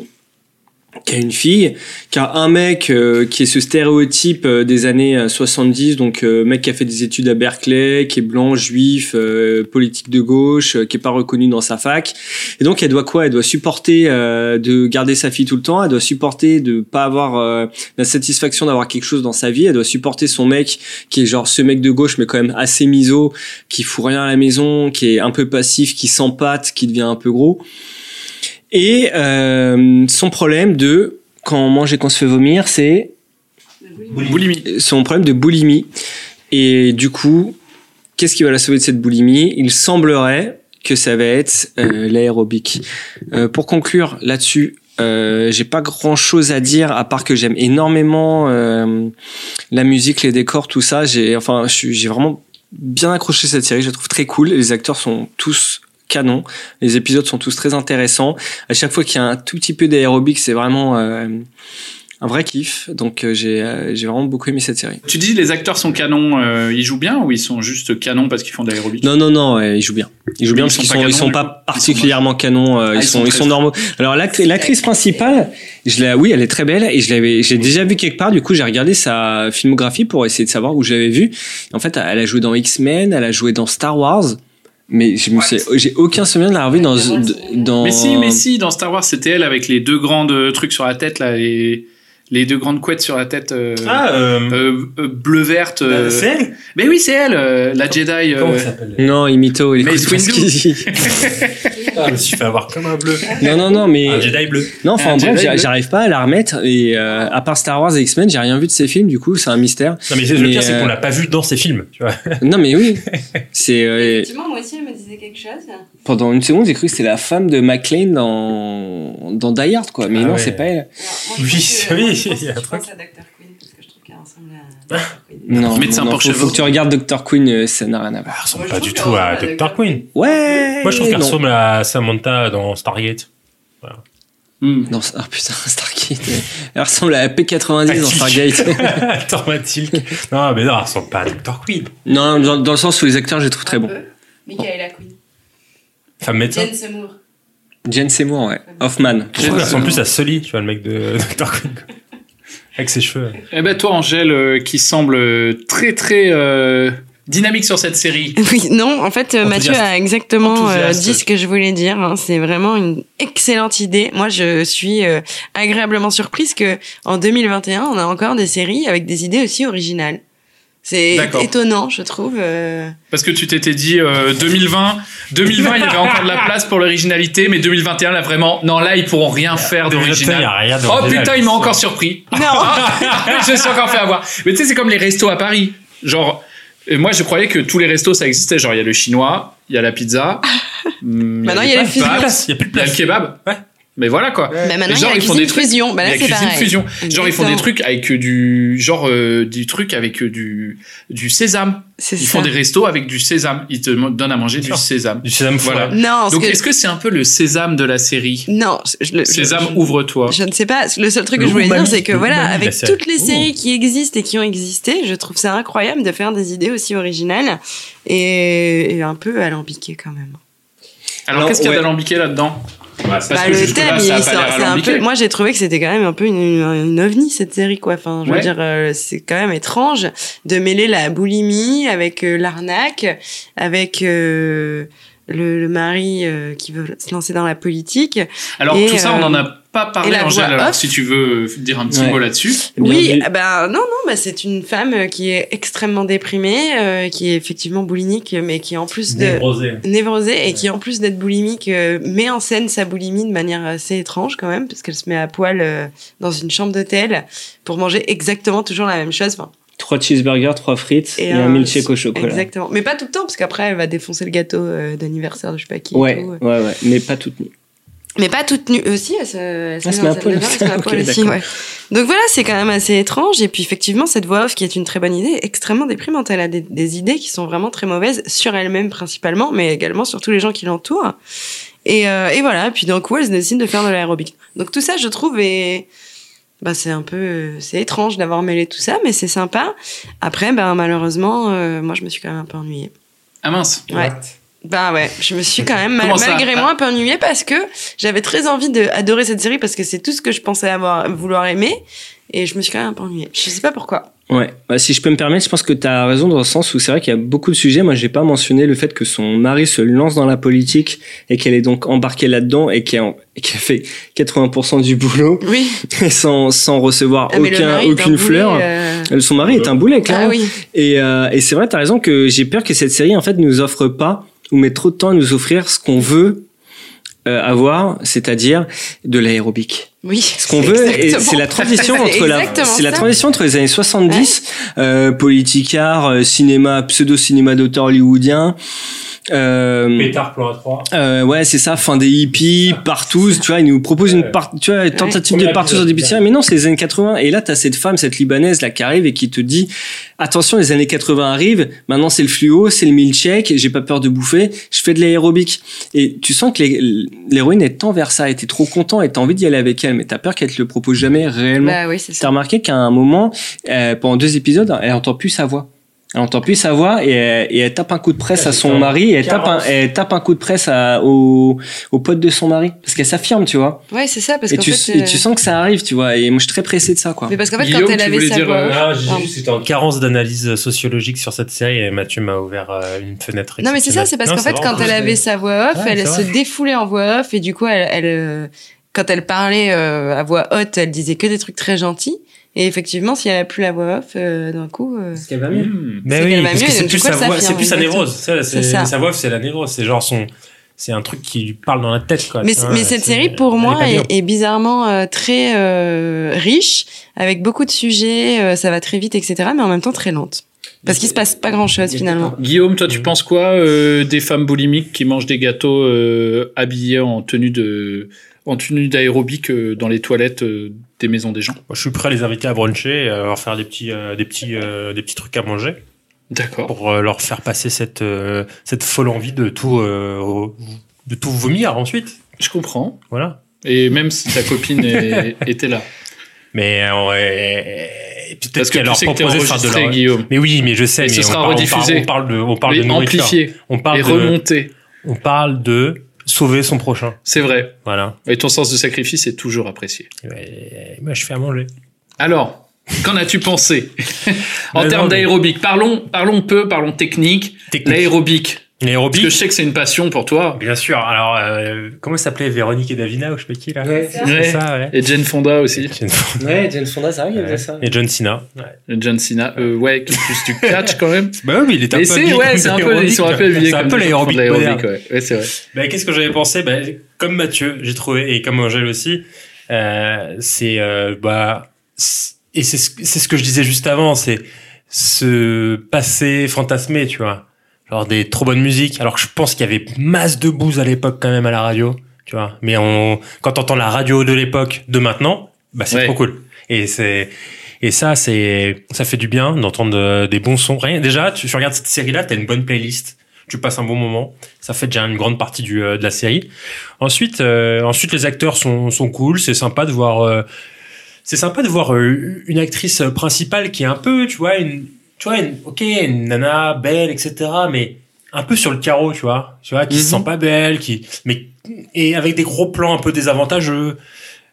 [SPEAKER 8] qui a une fille, qui a un mec euh, qui est ce stéréotype euh, des années euh, 70, donc euh, mec qui a fait des études à Berkeley, qui est blanc, juif, euh, politique de gauche, euh, qui est pas reconnu dans sa fac. Et donc elle doit quoi Elle doit supporter euh, de garder sa fille tout le temps, elle doit supporter de pas avoir euh, la satisfaction d'avoir quelque chose dans sa vie, elle doit supporter son mec qui est genre ce mec de gauche mais quand même assez miso, qui fout rien à la maison, qui est un peu passif, qui s'empâte, qui devient un peu gros et euh, son problème de quand on mange et qu'on se fait vomir, c'est
[SPEAKER 1] boulimie.
[SPEAKER 8] Son problème de boulimie. Et du coup, qu'est-ce qui va la sauver de cette boulimie Il semblerait que ça va être euh, l'aérobic. Euh, pour conclure là-dessus, euh, j'ai pas grand-chose à dire à part que j'aime énormément euh, la musique, les décors, tout ça. J'ai enfin, je suis- j'ai vraiment bien accroché cette série. Je la trouve très cool. Les acteurs sont tous canon. Les épisodes sont tous très intéressants. À chaque fois qu'il y a un tout petit peu d'aérobic, c'est vraiment euh, un vrai kiff. Donc euh, j'ai euh, j'ai vraiment beaucoup aimé cette série.
[SPEAKER 1] Tu dis les acteurs sont canons, euh, ils jouent bien ou ils sont juste canons parce qu'ils font de l'aérobie
[SPEAKER 8] Non, non, non, ouais, ils jouent bien. Ils jouent
[SPEAKER 1] Mais
[SPEAKER 8] bien
[SPEAKER 1] ils
[SPEAKER 8] parce qu'ils
[SPEAKER 1] sont
[SPEAKER 8] sont,
[SPEAKER 1] pas
[SPEAKER 8] ils
[SPEAKER 1] canons,
[SPEAKER 8] sont
[SPEAKER 1] du
[SPEAKER 8] pas
[SPEAKER 1] coup.
[SPEAKER 8] particulièrement canons. euh,
[SPEAKER 1] Ah,
[SPEAKER 8] ils,
[SPEAKER 1] ils
[SPEAKER 8] sont,
[SPEAKER 1] sont
[SPEAKER 8] ils
[SPEAKER 1] très
[SPEAKER 8] sont
[SPEAKER 1] bons.
[SPEAKER 8] normaux. Alors l'actri- l'actrice principale, je la, oui, elle est très belle et je l'avais, j'ai déjà vu quelque part. Du coup, j'ai regardé sa filmographie pour essayer de savoir où je l'avais vue. En fait, elle a joué dans X-Men, elle a joué dans Star Wars. Mais je me sais- j'ai aucun souvenir de la revoir dans, dans.
[SPEAKER 1] Mais si, mais si, dans Star Wars, c'était elle avec les deux grandes euh, trucs sur la tête, là, les, les deux grandes couettes sur la tête. euh,
[SPEAKER 8] Ah,
[SPEAKER 1] euh, euh, bleu-verte. euh,
[SPEAKER 8] Bah, c'est elle
[SPEAKER 1] Mais oui, c'est elle, euh, la Jedi. euh,
[SPEAKER 8] Non, Imito, il est
[SPEAKER 1] Mais
[SPEAKER 8] cool parce
[SPEAKER 1] Windu.
[SPEAKER 8] qu'il-
[SPEAKER 7] Ah, je me suis fait avoir comme un bleu.
[SPEAKER 8] Non, non, non,
[SPEAKER 1] Ah,
[SPEAKER 8] mais.
[SPEAKER 7] Un Jedi bleu.
[SPEAKER 8] Non, enfin,
[SPEAKER 7] Un
[SPEAKER 8] bref,
[SPEAKER 7] Jedi
[SPEAKER 8] j'a-
[SPEAKER 7] bleu.
[SPEAKER 8] j'arrive pas à la remettre. Et euh, à part Star Wars et X-Men, j'ai rien vu de ces films, du coup, c'est un mystère.
[SPEAKER 7] Non, mais le pire, c'est qu'on
[SPEAKER 8] euh,
[SPEAKER 7] l'a pas vu dans ces films, tu vois.
[SPEAKER 8] Non, mais oui. C'est. euh,
[SPEAKER 4] Effectivement, moi aussi, elle me disait quelque chose.
[SPEAKER 8] pendant une seconde, j'ai cru que c'était la femme de McLean dans, dans Die Hard, quoi. Mais
[SPEAKER 7] Ah
[SPEAKER 8] non,
[SPEAKER 7] ouais.
[SPEAKER 8] c'est pas elle.
[SPEAKER 7] Oui, oui, il y a un truc.
[SPEAKER 8] Non,
[SPEAKER 1] Médecin
[SPEAKER 8] non,
[SPEAKER 1] pour
[SPEAKER 8] faut,
[SPEAKER 1] chevaux.
[SPEAKER 8] faut que tu regardes Dr. Queen, euh, ça n'a rien à voir.
[SPEAKER 7] Pas du tout à Dr. Queen.
[SPEAKER 8] Ouais.
[SPEAKER 7] Moi, je trouve qu'elle
[SPEAKER 8] non.
[SPEAKER 7] ressemble à Samantha dans Stargate. Voilà.
[SPEAKER 1] Mm.
[SPEAKER 8] Non, ah putain, Stargate. Elle ressemble à P90 dans Stargate.
[SPEAKER 7] Attends, Mathilde. Non, mais non, elle ressemble pas à Dr. Queen.
[SPEAKER 8] non, dans, dans le sens où les acteurs, je les trouve très bons.
[SPEAKER 4] Michaela Quinn.
[SPEAKER 7] Femme médecin.
[SPEAKER 4] Jane Seymour.
[SPEAKER 8] Jane Seymour, ouais. Hoffman.
[SPEAKER 7] Je trouve qu'elle ressemble plus à Sully, tu vois, le mec de Dr. Queen. quoi. Avec ses cheveux.
[SPEAKER 1] Eh ben toi, Angèle, euh, qui semble euh, très très euh, dynamique sur cette série.
[SPEAKER 4] Oui, non, en fait, euh, Mathieu
[SPEAKER 1] Enthousiaste.
[SPEAKER 4] a exactement euh,
[SPEAKER 1] Enthousiaste.
[SPEAKER 4] dit ce que je voulais dire. hein. C'est vraiment une excellente idée. Moi, je suis euh, agréablement surprise que en 2021, on a encore des séries avec des idées aussi originales. C'est
[SPEAKER 1] D'accord.
[SPEAKER 4] étonnant, je trouve. euh.
[SPEAKER 1] Parce que tu t'étais dit euh, 2020, 2020, il y avait encore de la place pour l'originalité, mais 2021, là vraiment, non, là ils pourront rien faire
[SPEAKER 7] il y a rien
[SPEAKER 1] d'original. Oh
[SPEAKER 7] d'original.
[SPEAKER 1] putain, il m'a encore surpris.
[SPEAKER 4] Non.
[SPEAKER 1] Ah, je me suis encore fait avoir. Mais tu sais, c'est comme les restos à Paris. Genre, euh, moi je croyais que tous les restos ça existait. Genre, il y a le chinois, il y a la pizza. hum,
[SPEAKER 4] Maintenant, il y a
[SPEAKER 1] les
[SPEAKER 4] les fusions.
[SPEAKER 1] pâtes,
[SPEAKER 4] Il y a plus de place,
[SPEAKER 7] il y a
[SPEAKER 1] le kebab. Mais voilà quoi.
[SPEAKER 4] Bah, maintenant,
[SPEAKER 1] Et
[SPEAKER 4] il y a la
[SPEAKER 1] ils font
[SPEAKER 4] cuisine
[SPEAKER 1] des trucs-
[SPEAKER 4] fusion. Bah, là,
[SPEAKER 1] il y a
[SPEAKER 4] c'est
[SPEAKER 1] la cuisine
[SPEAKER 4] pareil.
[SPEAKER 1] fusion. Genre, ils font des
[SPEAKER 4] Exactement.
[SPEAKER 1] trucs avec euh, du genre euh, du truc avec euh, du du sésame.
[SPEAKER 4] C'est
[SPEAKER 1] Ils
[SPEAKER 4] ça.
[SPEAKER 1] font des restos avec du sésame. Ils te mo- donnent à manger du sésame.
[SPEAKER 7] Du sésame
[SPEAKER 1] Voilà.
[SPEAKER 4] Non, ce
[SPEAKER 1] Donc,
[SPEAKER 4] que-
[SPEAKER 1] est-ce que c'est un peu le sésame de la série
[SPEAKER 4] Non, je, le- je-
[SPEAKER 1] Sésame,
[SPEAKER 4] je-
[SPEAKER 1] ouvre-toi.
[SPEAKER 4] Je ne sais pas. Le seul truc que
[SPEAKER 1] Oh. Le
[SPEAKER 4] je voulais
[SPEAKER 1] umami,
[SPEAKER 4] dire, c'est que
[SPEAKER 1] le
[SPEAKER 4] voilà,
[SPEAKER 1] umami de
[SPEAKER 4] avec
[SPEAKER 1] la série.
[SPEAKER 4] toutes les
[SPEAKER 1] Oh.
[SPEAKER 4] séries qui existent et qui ont existé, je trouve ça incroyable de faire des idées aussi originales et, et un peu alambiquées quand même.
[SPEAKER 1] Alors,
[SPEAKER 4] Non,
[SPEAKER 1] qu'est-ce qu'il y a
[SPEAKER 4] ouais.
[SPEAKER 1] d'alambiqué là-dedans Parce
[SPEAKER 4] Bah,
[SPEAKER 1] que
[SPEAKER 4] le
[SPEAKER 1] jusque-là,
[SPEAKER 4] thème,
[SPEAKER 1] ça a
[SPEAKER 4] il
[SPEAKER 1] pas
[SPEAKER 4] sort-
[SPEAKER 1] l'air
[SPEAKER 4] c'est un
[SPEAKER 1] alambiqué.
[SPEAKER 4] peu. Moi, j'ai trouvé que c'était quand même un peu une, une, une ovni cette série, quoi. Enfin, je veux
[SPEAKER 1] Ouais.
[SPEAKER 4] dire, euh, c'est quand même étrange de mêler la boulimie avec euh, l'arnaque, avec euh, le, le mari euh, qui veut se lancer dans la politique.
[SPEAKER 1] Alors,
[SPEAKER 4] Et,
[SPEAKER 1] tout ça, on n'en
[SPEAKER 4] euh,
[SPEAKER 1] a pas
[SPEAKER 4] et
[SPEAKER 1] parlé,
[SPEAKER 4] la
[SPEAKER 1] Angèle.
[SPEAKER 4] voix
[SPEAKER 1] Alors,
[SPEAKER 4] off.
[SPEAKER 1] si tu veux euh, dire un petit
[SPEAKER 8] Ouais.
[SPEAKER 1] mot là-dessus.
[SPEAKER 8] Eh
[SPEAKER 4] Oui,
[SPEAKER 8] euh,
[SPEAKER 4] ah ben non, non, bah, c'est une femme euh, qui est extrêmement déprimée, euh, qui est effectivement boulimique, mais qui en plus de
[SPEAKER 7] Névrosée.
[SPEAKER 4] névrosée, et qui en plus d'être boulimique euh, met en scène sa boulimie de manière assez étrange quand même, parce qu'elle se met à poil euh, dans une chambre d'hôtel pour manger exactement toujours la même chose. Enfin,
[SPEAKER 8] Trois cheeseburgers, trois frites et, un milkshake au chocolat.
[SPEAKER 4] Exactement, mais pas tout le temps, parce qu'après elle va défoncer le gâteau euh, d'anniversaire de je sais pas qui. et
[SPEAKER 8] Ouais,
[SPEAKER 4] tout. euh.
[SPEAKER 8] ouais, ouais, mais pas toute nuit.
[SPEAKER 4] Mais pas Euh, toute nue aussi, elle se, elle se
[SPEAKER 8] Ah,
[SPEAKER 4] met
[SPEAKER 8] se
[SPEAKER 4] dans
[SPEAKER 8] met à
[SPEAKER 4] sa-
[SPEAKER 8] poil.
[SPEAKER 4] dedans, elle se met à
[SPEAKER 8] Ok,
[SPEAKER 4] poil aussi,
[SPEAKER 8] d'accord.
[SPEAKER 4] ouais. Donc voilà, c'est quand même assez étrange. Et puis effectivement, cette voix off qui est une très bonne idée, est extrêmement déprimante. Elle a des, des idées qui sont vraiment très mauvaises sur elle-même principalement, mais également sur tous les gens qui l'entourent. Et, euh, et voilà, puis d'un coup, elle se décide de faire de l'aérobic. Donc tout ça, je trouve, est... Bah, c'est un peu euh, c'est étrange d'avoir mêlé tout ça, mais c'est sympa. Après, ben malheureusement, euh, moi je me suis quand même un peu ennuyée.
[SPEAKER 1] Ah mince.
[SPEAKER 4] Ouais. Bah ouais, je me suis quand même mal-
[SPEAKER 1] Comment ça
[SPEAKER 8] Ah.
[SPEAKER 4] malgré moi un peu ennuyée parce que j'avais très envie de adorer cette série parce que c'est tout ce que je pensais avoir vouloir aimer et je me suis quand même un peu ennuyée. Je sais pas pourquoi.
[SPEAKER 8] Ouais, Bah, si je peux me permettre, je pense que tu as raison dans le sens où c'est vrai qu'il y a beaucoup de sujets. Moi, j'ai pas mentionné le fait que son mari se lance dans la politique et qu'elle est donc embarquée là-dedans et qui a, qui a fait 80% du boulot
[SPEAKER 4] oui.
[SPEAKER 8] sans, sans recevoir
[SPEAKER 4] Ah, mais le
[SPEAKER 8] aucun,
[SPEAKER 4] mari est un
[SPEAKER 8] aucune
[SPEAKER 4] boulet,
[SPEAKER 8] fleur.
[SPEAKER 4] euh. Ah
[SPEAKER 8] Euh, Son mari est un boulet, clairement.
[SPEAKER 4] oui.
[SPEAKER 8] Et, euh, et c'est vrai, tu as raison que j'ai peur que cette série, en fait, nous offre pas ou met trop de temps à nous offrir ce qu'on veut euh, avoir, c'est-à-dire de l'aérobic
[SPEAKER 4] Oui.
[SPEAKER 8] ce qu'on veut et c'est la transition entre la c'est la transition entre les années 70 euh, politicard euh, cinéma pseudo cinéma d'auteur hollywoodien
[SPEAKER 1] Mm.
[SPEAKER 8] euh,
[SPEAKER 7] Pétard plan à 3.
[SPEAKER 8] euh, ouais, c'est ça, fin des hippies, partous, tu vois, ils nous proposent une part, tu vois, tentative
[SPEAKER 7] Premier
[SPEAKER 8] de partous
[SPEAKER 7] épisode,
[SPEAKER 8] anti-policière, mais non, c'est les années 80. Et là, t'as cette femme, cette libanaise, là, qui arrive et qui te dit, attention, les années 80 arrivent, maintenant c'est le fluo, c'est le milkshake, j'ai pas peur de bouffer, je fais de l'aérobic. Et tu sens que les- l'héroïne est tant vers ça, et t'es trop content, et t'as envie d'y aller avec elle, mais t'as peur qu'elle te le propose jamais réellement.
[SPEAKER 4] Bah oui, c'est
[SPEAKER 8] T'as remarqué qu'à un moment, euh, pendant deux épisodes, elle entend plus sa voix. Elle entend plus sa voix et elle, et elle tape un coup de presse à son mari et elle tape, un, elle tape un coup de presse à, au, au pote de son mari parce qu'elle s'affirme, tu vois.
[SPEAKER 4] Ouais, c'est ça parce
[SPEAKER 8] et,
[SPEAKER 4] qu'en
[SPEAKER 8] tu,
[SPEAKER 4] fait.
[SPEAKER 8] et tu
[SPEAKER 4] euh,
[SPEAKER 8] sens que ça arrive, tu vois. Et moi, je suis très pressé de ça, quoi.
[SPEAKER 4] Mais parce qu'en fait, quand elle avait sa voix.
[SPEAKER 7] euh,
[SPEAKER 4] Pardon.
[SPEAKER 7] C'était en carence d'analyse sociologique sur cette série et Mathieu m'a ouvert euh, une fenêtre.
[SPEAKER 4] Non, mais c'est ça, c'est parce
[SPEAKER 7] Non,
[SPEAKER 4] qu'en fait,
[SPEAKER 7] vrai,
[SPEAKER 4] quand
[SPEAKER 7] en
[SPEAKER 4] elle
[SPEAKER 7] plus,
[SPEAKER 4] avait sa voix off,
[SPEAKER 7] Ouais,
[SPEAKER 4] elle
[SPEAKER 7] c'est
[SPEAKER 4] se
[SPEAKER 7] vrai.
[SPEAKER 4] défoulait en voix off et du coup, elle, elle, euh, quand elle parlait euh, à voix haute, elle disait que des trucs très gentils. Et effectivement, si elle a plus la voix off, euh, d'un coup. euh,
[SPEAKER 8] va
[SPEAKER 4] mieux.
[SPEAKER 7] Mais
[SPEAKER 1] Hmm.
[SPEAKER 4] C'est
[SPEAKER 7] oui,
[SPEAKER 4] qu'elle va mieux,
[SPEAKER 7] parce que
[SPEAKER 4] et
[SPEAKER 7] c'est
[SPEAKER 4] donc,
[SPEAKER 7] plus
[SPEAKER 4] du coup,
[SPEAKER 7] sa
[SPEAKER 4] elle
[SPEAKER 7] voix, c'est
[SPEAKER 4] s'affirme,
[SPEAKER 7] plus sa
[SPEAKER 4] exactement.
[SPEAKER 7] névrose. Ça,
[SPEAKER 4] C'est
[SPEAKER 7] c'est
[SPEAKER 4] ça.
[SPEAKER 7] sa voix, c'est la névrose. C'est genre son, c'est un truc qui lui parle dans la tête, quoi.
[SPEAKER 4] Mais,
[SPEAKER 7] tu vois,
[SPEAKER 4] mais cette
[SPEAKER 7] c'est-
[SPEAKER 4] série, pour
[SPEAKER 7] elle
[SPEAKER 4] moi,
[SPEAKER 7] pas
[SPEAKER 4] est,
[SPEAKER 7] bien.
[SPEAKER 4] est bizarrement euh, très euh, riche, avec beaucoup de sujets, euh, ça va très vite, etc., mais en même temps très lente. Parce qu'il se passe pas grand chose finalement.
[SPEAKER 1] Guillaume, toi, tu penses quoi euh, des femmes boulimiques qui mangent des gâteaux euh, habillées en tenue de en tenue d'aérobic euh, dans les toilettes euh, des maisons des gens
[SPEAKER 7] Moi, je suis prêt à les inviter à bruncher, à leur faire des petits, euh, des petits, euh, des petits trucs à manger.
[SPEAKER 1] D'accord.
[SPEAKER 7] Pour euh, leur faire passer cette, euh, cette folle envie de tout, euh, au- de tout vomir ensuite.
[SPEAKER 1] Je comprends.
[SPEAKER 7] Voilà.
[SPEAKER 1] Et même si ta copine est- était là.
[SPEAKER 7] Mais euh, ouais, et puis
[SPEAKER 1] Parce
[SPEAKER 7] peut-être
[SPEAKER 1] que
[SPEAKER 7] qu'elle
[SPEAKER 1] tu
[SPEAKER 7] leur
[SPEAKER 1] sais que t'es
[SPEAKER 7] proposait de faire de
[SPEAKER 1] enregistré,
[SPEAKER 7] leur...
[SPEAKER 1] Guillaume.
[SPEAKER 7] Mais oui, mais je sais.
[SPEAKER 1] Et
[SPEAKER 7] mais
[SPEAKER 1] ce
[SPEAKER 7] on
[SPEAKER 1] sera
[SPEAKER 7] parle- on parle-
[SPEAKER 1] rediffusé.
[SPEAKER 7] On parle de, on parle
[SPEAKER 1] Mais
[SPEAKER 7] de nourriture.
[SPEAKER 1] amplifié.
[SPEAKER 7] On parle
[SPEAKER 1] Et
[SPEAKER 7] de,
[SPEAKER 1] remonté.
[SPEAKER 7] On parle de sauver son prochain.
[SPEAKER 1] C'est vrai.
[SPEAKER 7] Voilà.
[SPEAKER 1] Et ton sens de sacrifice est toujours apprécié.
[SPEAKER 7] Bah, je fais à manger.
[SPEAKER 1] Alors, qu'en as-tu pensé en
[SPEAKER 7] Mais non,
[SPEAKER 1] termes
[SPEAKER 7] mais-
[SPEAKER 1] d'aérobic Parlons, parlons peu, parlons technique. L'aérobic.
[SPEAKER 7] L'aérobic.
[SPEAKER 1] Parce que je sais que c'est une passion pour toi.
[SPEAKER 7] Bien sûr. Alors, euh, comment ça s'appelait Véronique et Davina ou je sais pas qui là
[SPEAKER 8] Ouais.
[SPEAKER 7] C'est
[SPEAKER 1] Ouais.
[SPEAKER 7] ça, ouais.
[SPEAKER 1] Et Jane Fonda aussi.
[SPEAKER 8] Ouais, Jane Fonda, c'est vrai qu'il y avait ça.
[SPEAKER 7] Et John Cena.
[SPEAKER 1] John Cena, euh, ouais, qui plus du catch quand même.
[SPEAKER 7] Bah oui, mais il est un
[SPEAKER 1] Mais
[SPEAKER 7] peu
[SPEAKER 1] c'est-
[SPEAKER 7] habillé
[SPEAKER 1] ouais,
[SPEAKER 7] comme
[SPEAKER 1] c'est un peu,
[SPEAKER 7] l'aérobic,
[SPEAKER 1] ils sont un peu
[SPEAKER 7] quoi.
[SPEAKER 1] habillés
[SPEAKER 7] C'est un
[SPEAKER 1] comme
[SPEAKER 7] peu
[SPEAKER 1] les gens qui font de
[SPEAKER 7] l'aérobic
[SPEAKER 1] l'aérobic,
[SPEAKER 7] moderne.
[SPEAKER 1] ouais. Ouais, c'est vrai.
[SPEAKER 7] Bah, Qu'est-ce que j'avais pensé Bah, Comme Mathieu, j'ai trouvé, et comme Angèle aussi, euh, c'est. euh, bah, c'est- et c'est ce c'est ce que je disais juste avant, c'est ce passé fantasmé, tu vois. Genre des trop bonnes musiques. Alors que je pense qu'il y avait masse de bouse à l'époque quand même à la radio, tu vois. Mais on, quand t'entends la radio de l'époque de maintenant, bah c'est trop cool. Et c'est. Et ça, c'est, ça fait du bien d'entendre euh, des bons sons. Rien, déjà, tu, tu regardes cette série-là, t'as une bonne playlist, tu passes un bon moment. Ça fait déjà une grande partie du, euh, de la série. Ensuite, euh, ensuite, les acteurs sont, sont cool. C'est sympa de voir, euh, c'est sympa de voir euh, une actrice principale qui est un peu, tu vois, une, tu vois, une, ok, une nana belle, etc., mais un peu sur le carreau, tu vois, tu vois, qui se sent pas belle, qui, mais et avec des gros plans un peu désavantageux.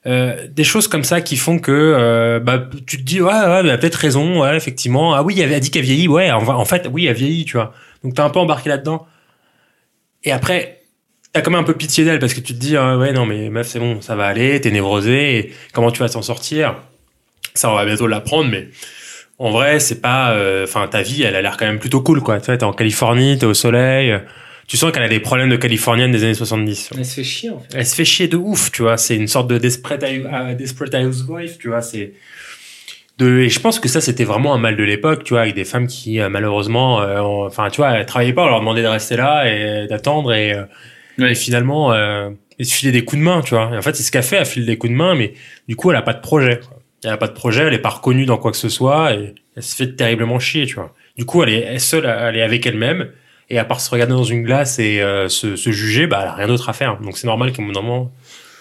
[SPEAKER 7] Euh, des choses comme ça qui font que euh, bah, tu te dis ouais, ouais elle a peut-être raison ouais, effectivement ah oui elle a dit qu'elle vieillit ouais en, en fait oui elle vieillit tu vois donc t'es un peu embarqué là-dedans et après t'as quand même un peu pitié d'elle parce que tu te dis ah ouais non mais meuf c'est bon ça va aller t'es névrosé et comment tu vas t'en sortir ça on va bientôt l'apprendre mais en vrai c'est pas euh, enfin ta vie elle a l'air quand même plutôt cool quoi tu vois, t'es en Californie t'es au soleil tu sens qu'elle a des problèmes de californienne des années 70
[SPEAKER 8] Elle se fait chier, en fait.
[SPEAKER 7] elle se fait chier de ouf, tu vois. C'est une sorte de desperate, euh, desperate housewife, tu vois. C'est de, et je pense que ça, c'était vraiment un mal de l'époque, tu vois, avec des femmes qui, euh, malheureusement, euh, ont- enfin, tu vois, elles travaillaient pas, on leur demandait de rester là et d'attendre et, euh, et finalement, euh, et de filer des coups de main, tu vois. Et en fait, c'est ce qu'elle fait, elle file des coups de main, mais du coup, elle a pas de projet. quoi. Elle a pas de projet, elle est pas reconnue dans quoi que ce soit et elle se fait terriblement chier, tu vois. Du coup, elle est elle est seule, elle est avec elle-même. Et à part se regarder dans une glace et euh, se, se juger, bah, elle a rien d'autre à faire. Donc c'est normal qu'à un moment,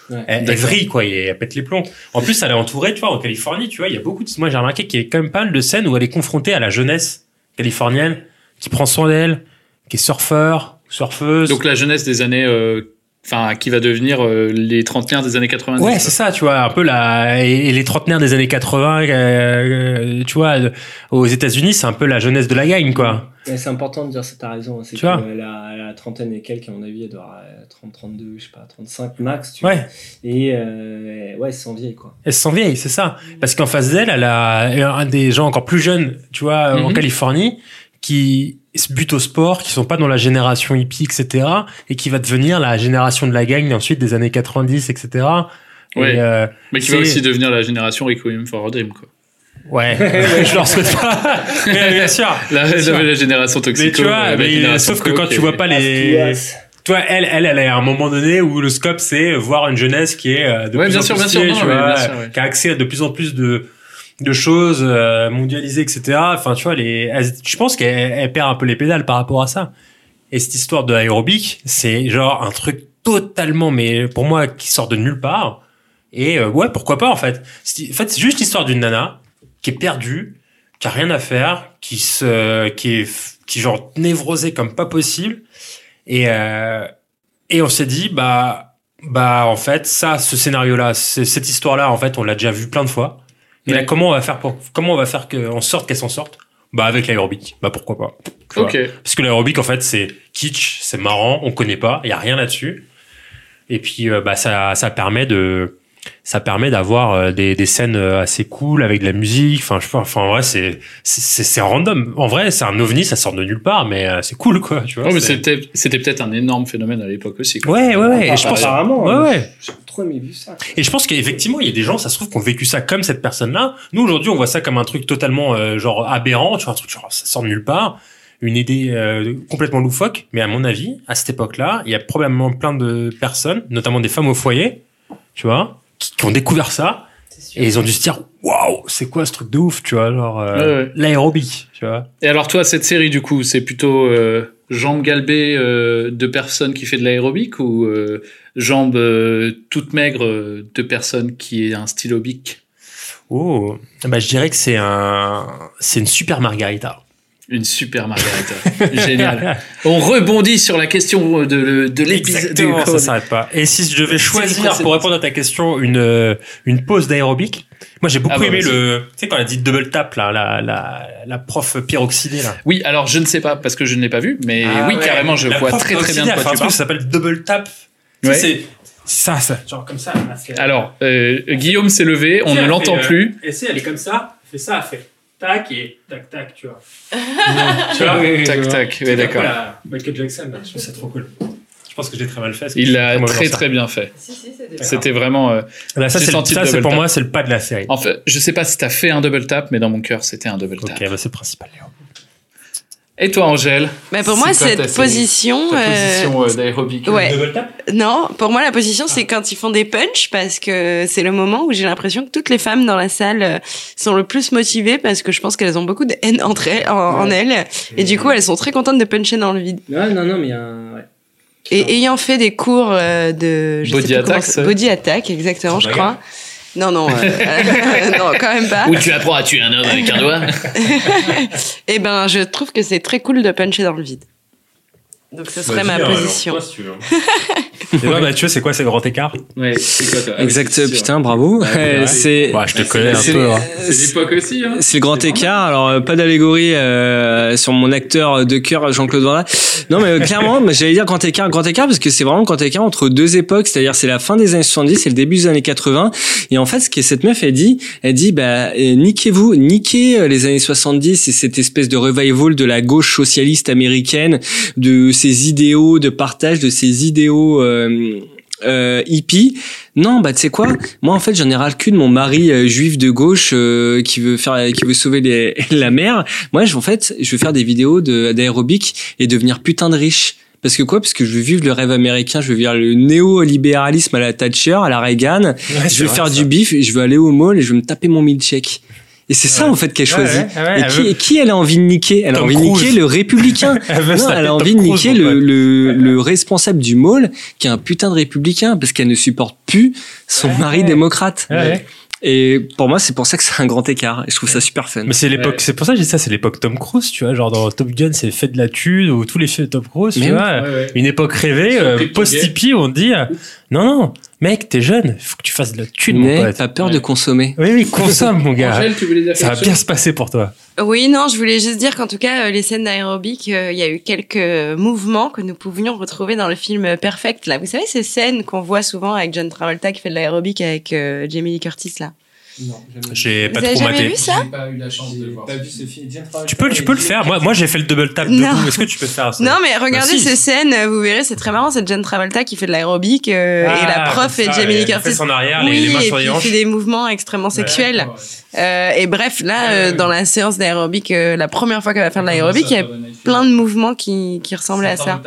[SPEAKER 8] Ouais.
[SPEAKER 7] elle, elle vrille, quoi, et elle pète les plombs. En plus, elle est entourée, tu vois, en Californie, tu vois, il y a beaucoup de. Moi, j'ai remarqué qu'il y a quand même pas mal de scènes où elle est confrontée à la jeunesse californienne qui prend soin d'elle, qui est surfeur, surfeuse.
[SPEAKER 1] Donc la jeunesse des années, euh, enfin, qui va devenir euh, les trentenaires des années 90.
[SPEAKER 7] Ouais, c'est ça, tu vois, un peu la et, et les trentenaires des années 80, euh, tu vois, euh, aux États-Unis, c'est un peu la jeunesse de la gagne, quoi.
[SPEAKER 8] Ouais, c'est important de dire ça, t'as raison. C'est
[SPEAKER 7] Tu
[SPEAKER 8] que
[SPEAKER 7] vois
[SPEAKER 8] euh, la, la trentaine et quelques, à mon avis, elle doit avoir euh, 30, 32, je sais pas, 35 max, tu
[SPEAKER 7] Ouais.
[SPEAKER 8] vois. Et euh, ouais, sans vieille, quoi.
[SPEAKER 7] Elle se sent vieille, c'est ça. Parce qu'en face d'elle, elle a un des gens encore plus jeunes, tu vois, en
[SPEAKER 8] Mhm.
[SPEAKER 7] Californie, qui se butent au sport, qui sont pas dans la génération hippie, etc., et qui va devenir la génération de la gang ensuite des années 90, etc. Et,
[SPEAKER 1] Ouais.
[SPEAKER 7] euh,
[SPEAKER 1] Mais qui va
[SPEAKER 7] c'est-
[SPEAKER 1] aussi devenir la génération Requiem for a Dream, quoi.
[SPEAKER 7] Ouais, ouais, je leur souhaite pas. Mais bien sûr.
[SPEAKER 1] La,
[SPEAKER 7] bien sûr.
[SPEAKER 1] la- la génération toxique.
[SPEAKER 7] Mais tu vois, mais sauf que quand tu vois pas les. Toi, elle, elle, elle est à un moment donné où le scope, c'est voir une jeunesse qui est euh, de
[SPEAKER 1] Ouais,
[SPEAKER 7] plus
[SPEAKER 1] bien
[SPEAKER 7] en
[SPEAKER 1] sûr,
[SPEAKER 7] plus
[SPEAKER 1] bien sûr,
[SPEAKER 7] stylée,
[SPEAKER 1] non,
[SPEAKER 7] tu
[SPEAKER 1] mais
[SPEAKER 7] vois,
[SPEAKER 1] bien sûr, ouais.
[SPEAKER 7] qui a accès à de plus en plus de de choses euh, mondialisées, etc. Enfin, tu vois, les, elle- je pense qu'elle elle perd un peu les pédales par rapport à ça. Et cette histoire de aérobic, c'est genre un truc totalement, mais pour moi, qui sort de nulle part. Et euh, ouais, pourquoi pas en fait. C'est- En fait, c'est juste l'histoire d'une nana qui est perdue, qui a rien à faire, qui se, qui est, f- qui est genre névrosée comme pas possible. Et euh, et on s'est dit bah bah en fait ça, ce scénario là, cette histoire là, en fait, on l'a déjà vu plein de fois. Et là, comment on va faire pour comment on va faire qu'on sorte qu'elle s'en sorte Bah avec l'aérobic. Bah pourquoi pas Tu vois.
[SPEAKER 1] Ok.
[SPEAKER 7] Parce que l'aérobic en fait c'est kitsch, c'est marrant, on connaît pas, il y a rien là-dessus. Et puis euh, bah ça ça permet de ça permet d'avoir euh, des, des scènes euh, assez cool avec de la musique. Enfin, je sais pas. Enfin, en vrai, c'est c'est- c'est c'est random. En vrai, c'est un ovni, ça sort de nulle part, mais euh, c'est cool, quoi. Tu vois.
[SPEAKER 1] Ouais, mais
[SPEAKER 7] c'est-
[SPEAKER 1] c'était c'était peut-être un énorme phénomène à l'époque aussi. quoi.
[SPEAKER 7] Ouais, ouais, ouais. Et je
[SPEAKER 1] Apparemment,
[SPEAKER 7] pense.
[SPEAKER 1] apparemment,
[SPEAKER 7] ouais,
[SPEAKER 1] hein.
[SPEAKER 7] ouais.
[SPEAKER 8] J'ai trop aimé vu ça.
[SPEAKER 7] Et je pense qu'effectivement, il y a des gens, ça se trouve, qui ont vécu ça comme cette personne-là. Nous, aujourd'hui, on voit ça comme un truc totalement, euh, genre, aberrant, tu vois, un truc, genre, ça sort de nulle part. Une idée euh, complètement loufoque. Mais à mon avis, à cette époque-là, il y a probablement plein de personnes, notamment des femmes au foyer, tu vois, qui, qui ont découvert ça. Et ils ont dû se dire, waouh, c'est quoi ce truc de ouf, tu vois, genre, euh,
[SPEAKER 1] Ouais, ouais.
[SPEAKER 7] l'aérobie, tu vois.
[SPEAKER 1] Et alors toi, cette série du coup, c'est plutôt euh, jambes galbées euh, de personnes qui fait de l'aérobic ou euh, jambes euh, toutes maigres euh, de personnes qui est un stylobic
[SPEAKER 7] Oh, bah, je dirais que c'est un, c'est une super margarita.
[SPEAKER 1] Une super margarita. Génial. On rebondit sur la question de, de l'épisode.
[SPEAKER 7] Exactement,
[SPEAKER 1] du-
[SPEAKER 7] ça s'arrête pas. Et si je devais choisir
[SPEAKER 1] précédent.
[SPEAKER 7] pour répondre à ta question une euh, une pause d'aérobic, moi j'ai beaucoup
[SPEAKER 1] Ah bah,
[SPEAKER 7] aimé
[SPEAKER 1] vas-y.
[SPEAKER 7] le tu sais quand elle a dit double tap là la la la prof pyroxydée là.
[SPEAKER 1] Oui, alors je ne sais pas parce que je ne l'ai pas vu, mais
[SPEAKER 7] Ah
[SPEAKER 1] oui,
[SPEAKER 7] ouais.
[SPEAKER 1] carrément, je
[SPEAKER 7] La
[SPEAKER 1] vois
[SPEAKER 7] prof
[SPEAKER 1] très très bien de
[SPEAKER 7] pyroxydée, elle
[SPEAKER 1] quoi
[SPEAKER 7] fait un
[SPEAKER 1] tu
[SPEAKER 7] truc
[SPEAKER 1] parles.
[SPEAKER 7] qui s'appelle double tap. Tu
[SPEAKER 1] Ouais.
[SPEAKER 7] sais, c'est ça ça genre comme ça. elle a fait-
[SPEAKER 1] Alors, euh, Guillaume s'est levé, on
[SPEAKER 7] Tu sais,
[SPEAKER 1] ne
[SPEAKER 7] elle
[SPEAKER 1] l'entend
[SPEAKER 7] fait, euh,
[SPEAKER 1] plus.
[SPEAKER 7] Et c'est elle est comme ça, elle fait ça, elle fait tac et tac tac, tu vois.
[SPEAKER 1] Tu vois Tac, tac, ouais, d'accord.
[SPEAKER 7] Voilà, Michael Jackson, là, je trouve ça trop cool. Je pense que j'ai très mal fait. parce que Ah,
[SPEAKER 1] Il
[SPEAKER 7] je suis
[SPEAKER 1] l'a
[SPEAKER 7] mauvais dans
[SPEAKER 1] très
[SPEAKER 7] ça.
[SPEAKER 1] très bien fait.
[SPEAKER 7] bien.
[SPEAKER 1] C'était vraiment. euh,
[SPEAKER 7] Là, ça,
[SPEAKER 1] j'ai
[SPEAKER 7] c'est le-
[SPEAKER 1] senti le
[SPEAKER 7] ça, c'est
[SPEAKER 1] double
[SPEAKER 7] pour
[SPEAKER 1] tap.
[SPEAKER 7] moi, c'est le pas de la série.
[SPEAKER 1] En fait, je sais pas si t'as fait un double tap, mais dans mon cœur, c'était un double tap.
[SPEAKER 7] Ok, bah c'est le principal.
[SPEAKER 1] Et toi, Angèle
[SPEAKER 4] Bah, pour moi,
[SPEAKER 1] C'est quoi
[SPEAKER 4] cette
[SPEAKER 1] ta série
[SPEAKER 4] position,
[SPEAKER 1] Ta
[SPEAKER 4] euh,
[SPEAKER 1] position euh, d'aérobic.
[SPEAKER 4] Ouais. Non, pour moi la position c'est
[SPEAKER 8] Ah.
[SPEAKER 4] quand ils font des punchs parce que c'est le moment où j'ai l'impression que toutes les femmes dans la salle euh, sont le plus motivées parce que je pense qu'elles ont beaucoup de haine entre elles- en, en elles et du coup elles sont très contentes de puncher dans le vide.
[SPEAKER 8] Mmh. Non, non, non, mais il y a un- ouais.
[SPEAKER 4] Et ayant fait des cours euh, de je sais
[SPEAKER 1] Body
[SPEAKER 4] plus comment
[SPEAKER 1] attack,
[SPEAKER 4] ça-
[SPEAKER 1] ça
[SPEAKER 4] body attack exactement je
[SPEAKER 1] Bah,
[SPEAKER 4] crois. Non non euh, non quand même pas.
[SPEAKER 1] Où tu apprends à tuer un homme avec un doigt.
[SPEAKER 4] Et ben je trouve que c'est très cool de puncher dans le vide. Donc ce serait
[SPEAKER 7] Bah,
[SPEAKER 4] ma
[SPEAKER 7] dis-leur, alors,
[SPEAKER 4] position.
[SPEAKER 7] toi, si tu veux. Et toi, Mathieu, c'est quoi, c'est le grand écart
[SPEAKER 1] Ouais, c'est quoi toi
[SPEAKER 8] Exact, putain, bravo. Euh, C'est.
[SPEAKER 7] Ouais, je te connais un
[SPEAKER 8] c'est-
[SPEAKER 7] peu. hein.
[SPEAKER 1] C'est l'époque aussi. Hein.
[SPEAKER 8] C'est le grand écart. Alors euh, pas d'allégorie euh, sur mon acteur de cœur Jean-Claude Van Damme. Non mais euh, clairement, mais j'allais dire grand écart, grand écart parce que c'est vraiment le grand écart entre deux époques, c'est-à-dire c'est la fin des années 70 et le début des années 80 et en fait ce que cette meuf elle dit, elle dit bah euh, niquez-vous, niquez euh, les années 70 et cette espèce de revival de la gauche socialiste américaine, de ses idéaux de partage de ses idéaux euh, euh, hippie. Non, bah tu sais quoi Moi en fait j'en ai ras le cul de mon mari euh, juif de gauche euh, qui veut faire, qui veut sauver les- la mer. Moi je- en fait je veux faire des vidéos de- d'aérobic et devenir putain de riche. Parce que quoi Parce que je veux vivre le rêve américain, je veux vivre le néolibéralisme à la Thatcher, à la Reagan. je
[SPEAKER 7] c'est
[SPEAKER 8] veux
[SPEAKER 7] vrai,
[SPEAKER 8] faire
[SPEAKER 7] ça.
[SPEAKER 8] du bif, je veux aller au mall et je veux me taper mon milkshake. Et c'est ça en fait qu'elle
[SPEAKER 7] Ouais,
[SPEAKER 8] choisit.
[SPEAKER 7] ouais, ouais,
[SPEAKER 8] et
[SPEAKER 7] elle
[SPEAKER 8] qui,
[SPEAKER 7] veut-
[SPEAKER 8] et qui elle a envie de niquer Elle a
[SPEAKER 7] Tom
[SPEAKER 8] envie de
[SPEAKER 7] Cruise.
[SPEAKER 8] niquer le républicain.
[SPEAKER 7] Elle veut se
[SPEAKER 8] non,
[SPEAKER 7] taper
[SPEAKER 8] elle a
[SPEAKER 7] Tom
[SPEAKER 8] envie de
[SPEAKER 7] Cruise,
[SPEAKER 8] niquer
[SPEAKER 7] mon
[SPEAKER 8] le,
[SPEAKER 7] pote.
[SPEAKER 8] le, le responsable du mall qui est un putain de républicain parce qu'elle ne supporte plus son mari démocrate.
[SPEAKER 7] Ouais, ouais.
[SPEAKER 8] Et pour moi, c'est pour ça que c'est un grand écart. Et je trouve ça super fun.
[SPEAKER 7] Mais c'est l'époque, c'est pour ça que j'ai dit ça, c'est l'époque Tom Cruise, tu vois. Genre dans Top Gun, c'est fait de la thune, ou tous les films de Tom Cruise, tu
[SPEAKER 8] Mais
[SPEAKER 7] vois.
[SPEAKER 8] oui. Ouais, ouais.
[SPEAKER 7] Une époque rêvée,
[SPEAKER 8] Sur
[SPEAKER 7] euh,
[SPEAKER 8] Clip
[SPEAKER 7] post-hippie, on te dit, euh, non, non, mec, t'es jeune, faut que tu fasses de la thune, mon
[SPEAKER 8] Mais
[SPEAKER 7] pote.
[SPEAKER 8] t'as peur de consommer.
[SPEAKER 7] Oui, oui, consomme, mon gars.
[SPEAKER 1] Angèle, tu voulais dire
[SPEAKER 7] ça va
[SPEAKER 1] quelque
[SPEAKER 7] bien
[SPEAKER 1] chose
[SPEAKER 7] se passer pour toi.
[SPEAKER 4] Oui, non, je voulais juste dire qu'en tout cas, euh, les scènes d'aérobic, euh, il y a eu quelques mouvements que nous pouvions retrouver dans le film euh, Perfect. Là, vous savez ces scènes qu'on voit souvent avec John Travolta qui fait de l'aérobic avec euh, Jamie Lee Curtis là.
[SPEAKER 7] J'ai pas
[SPEAKER 4] vous avez
[SPEAKER 7] trop
[SPEAKER 4] jamais
[SPEAKER 7] maté.
[SPEAKER 4] vu ça
[SPEAKER 12] pas eu la chance de le voir.
[SPEAKER 7] Tu peux, tu peux le faire. Moi, moi, j'ai fait le double tap
[SPEAKER 4] Non.
[SPEAKER 7] debout. Est-ce que tu peux faire ça
[SPEAKER 4] Non, mais regardez
[SPEAKER 7] Bah, si.
[SPEAKER 4] ces scènes, euh, vous verrez, c'est très marrant. C'est John Travolta qui fait de l'aérobic euh,
[SPEAKER 7] Ah,
[SPEAKER 4] et la prof
[SPEAKER 7] comme
[SPEAKER 4] et
[SPEAKER 7] ça,
[SPEAKER 4] Jamie
[SPEAKER 7] les
[SPEAKER 4] Lee Curtis.
[SPEAKER 7] fesses en arrière, les-
[SPEAKER 4] oui,
[SPEAKER 7] les mains
[SPEAKER 4] et
[SPEAKER 7] sur les
[SPEAKER 4] puis il
[SPEAKER 7] hanches.
[SPEAKER 4] fait des mouvements extrêmement sexuels. Euh, et bref, là, euh, dans la séance d'aérobic, euh, la première fois qu'elle va faire de l'aérobic, il y a plein de mouvements qui, qui ressemblaient à ça.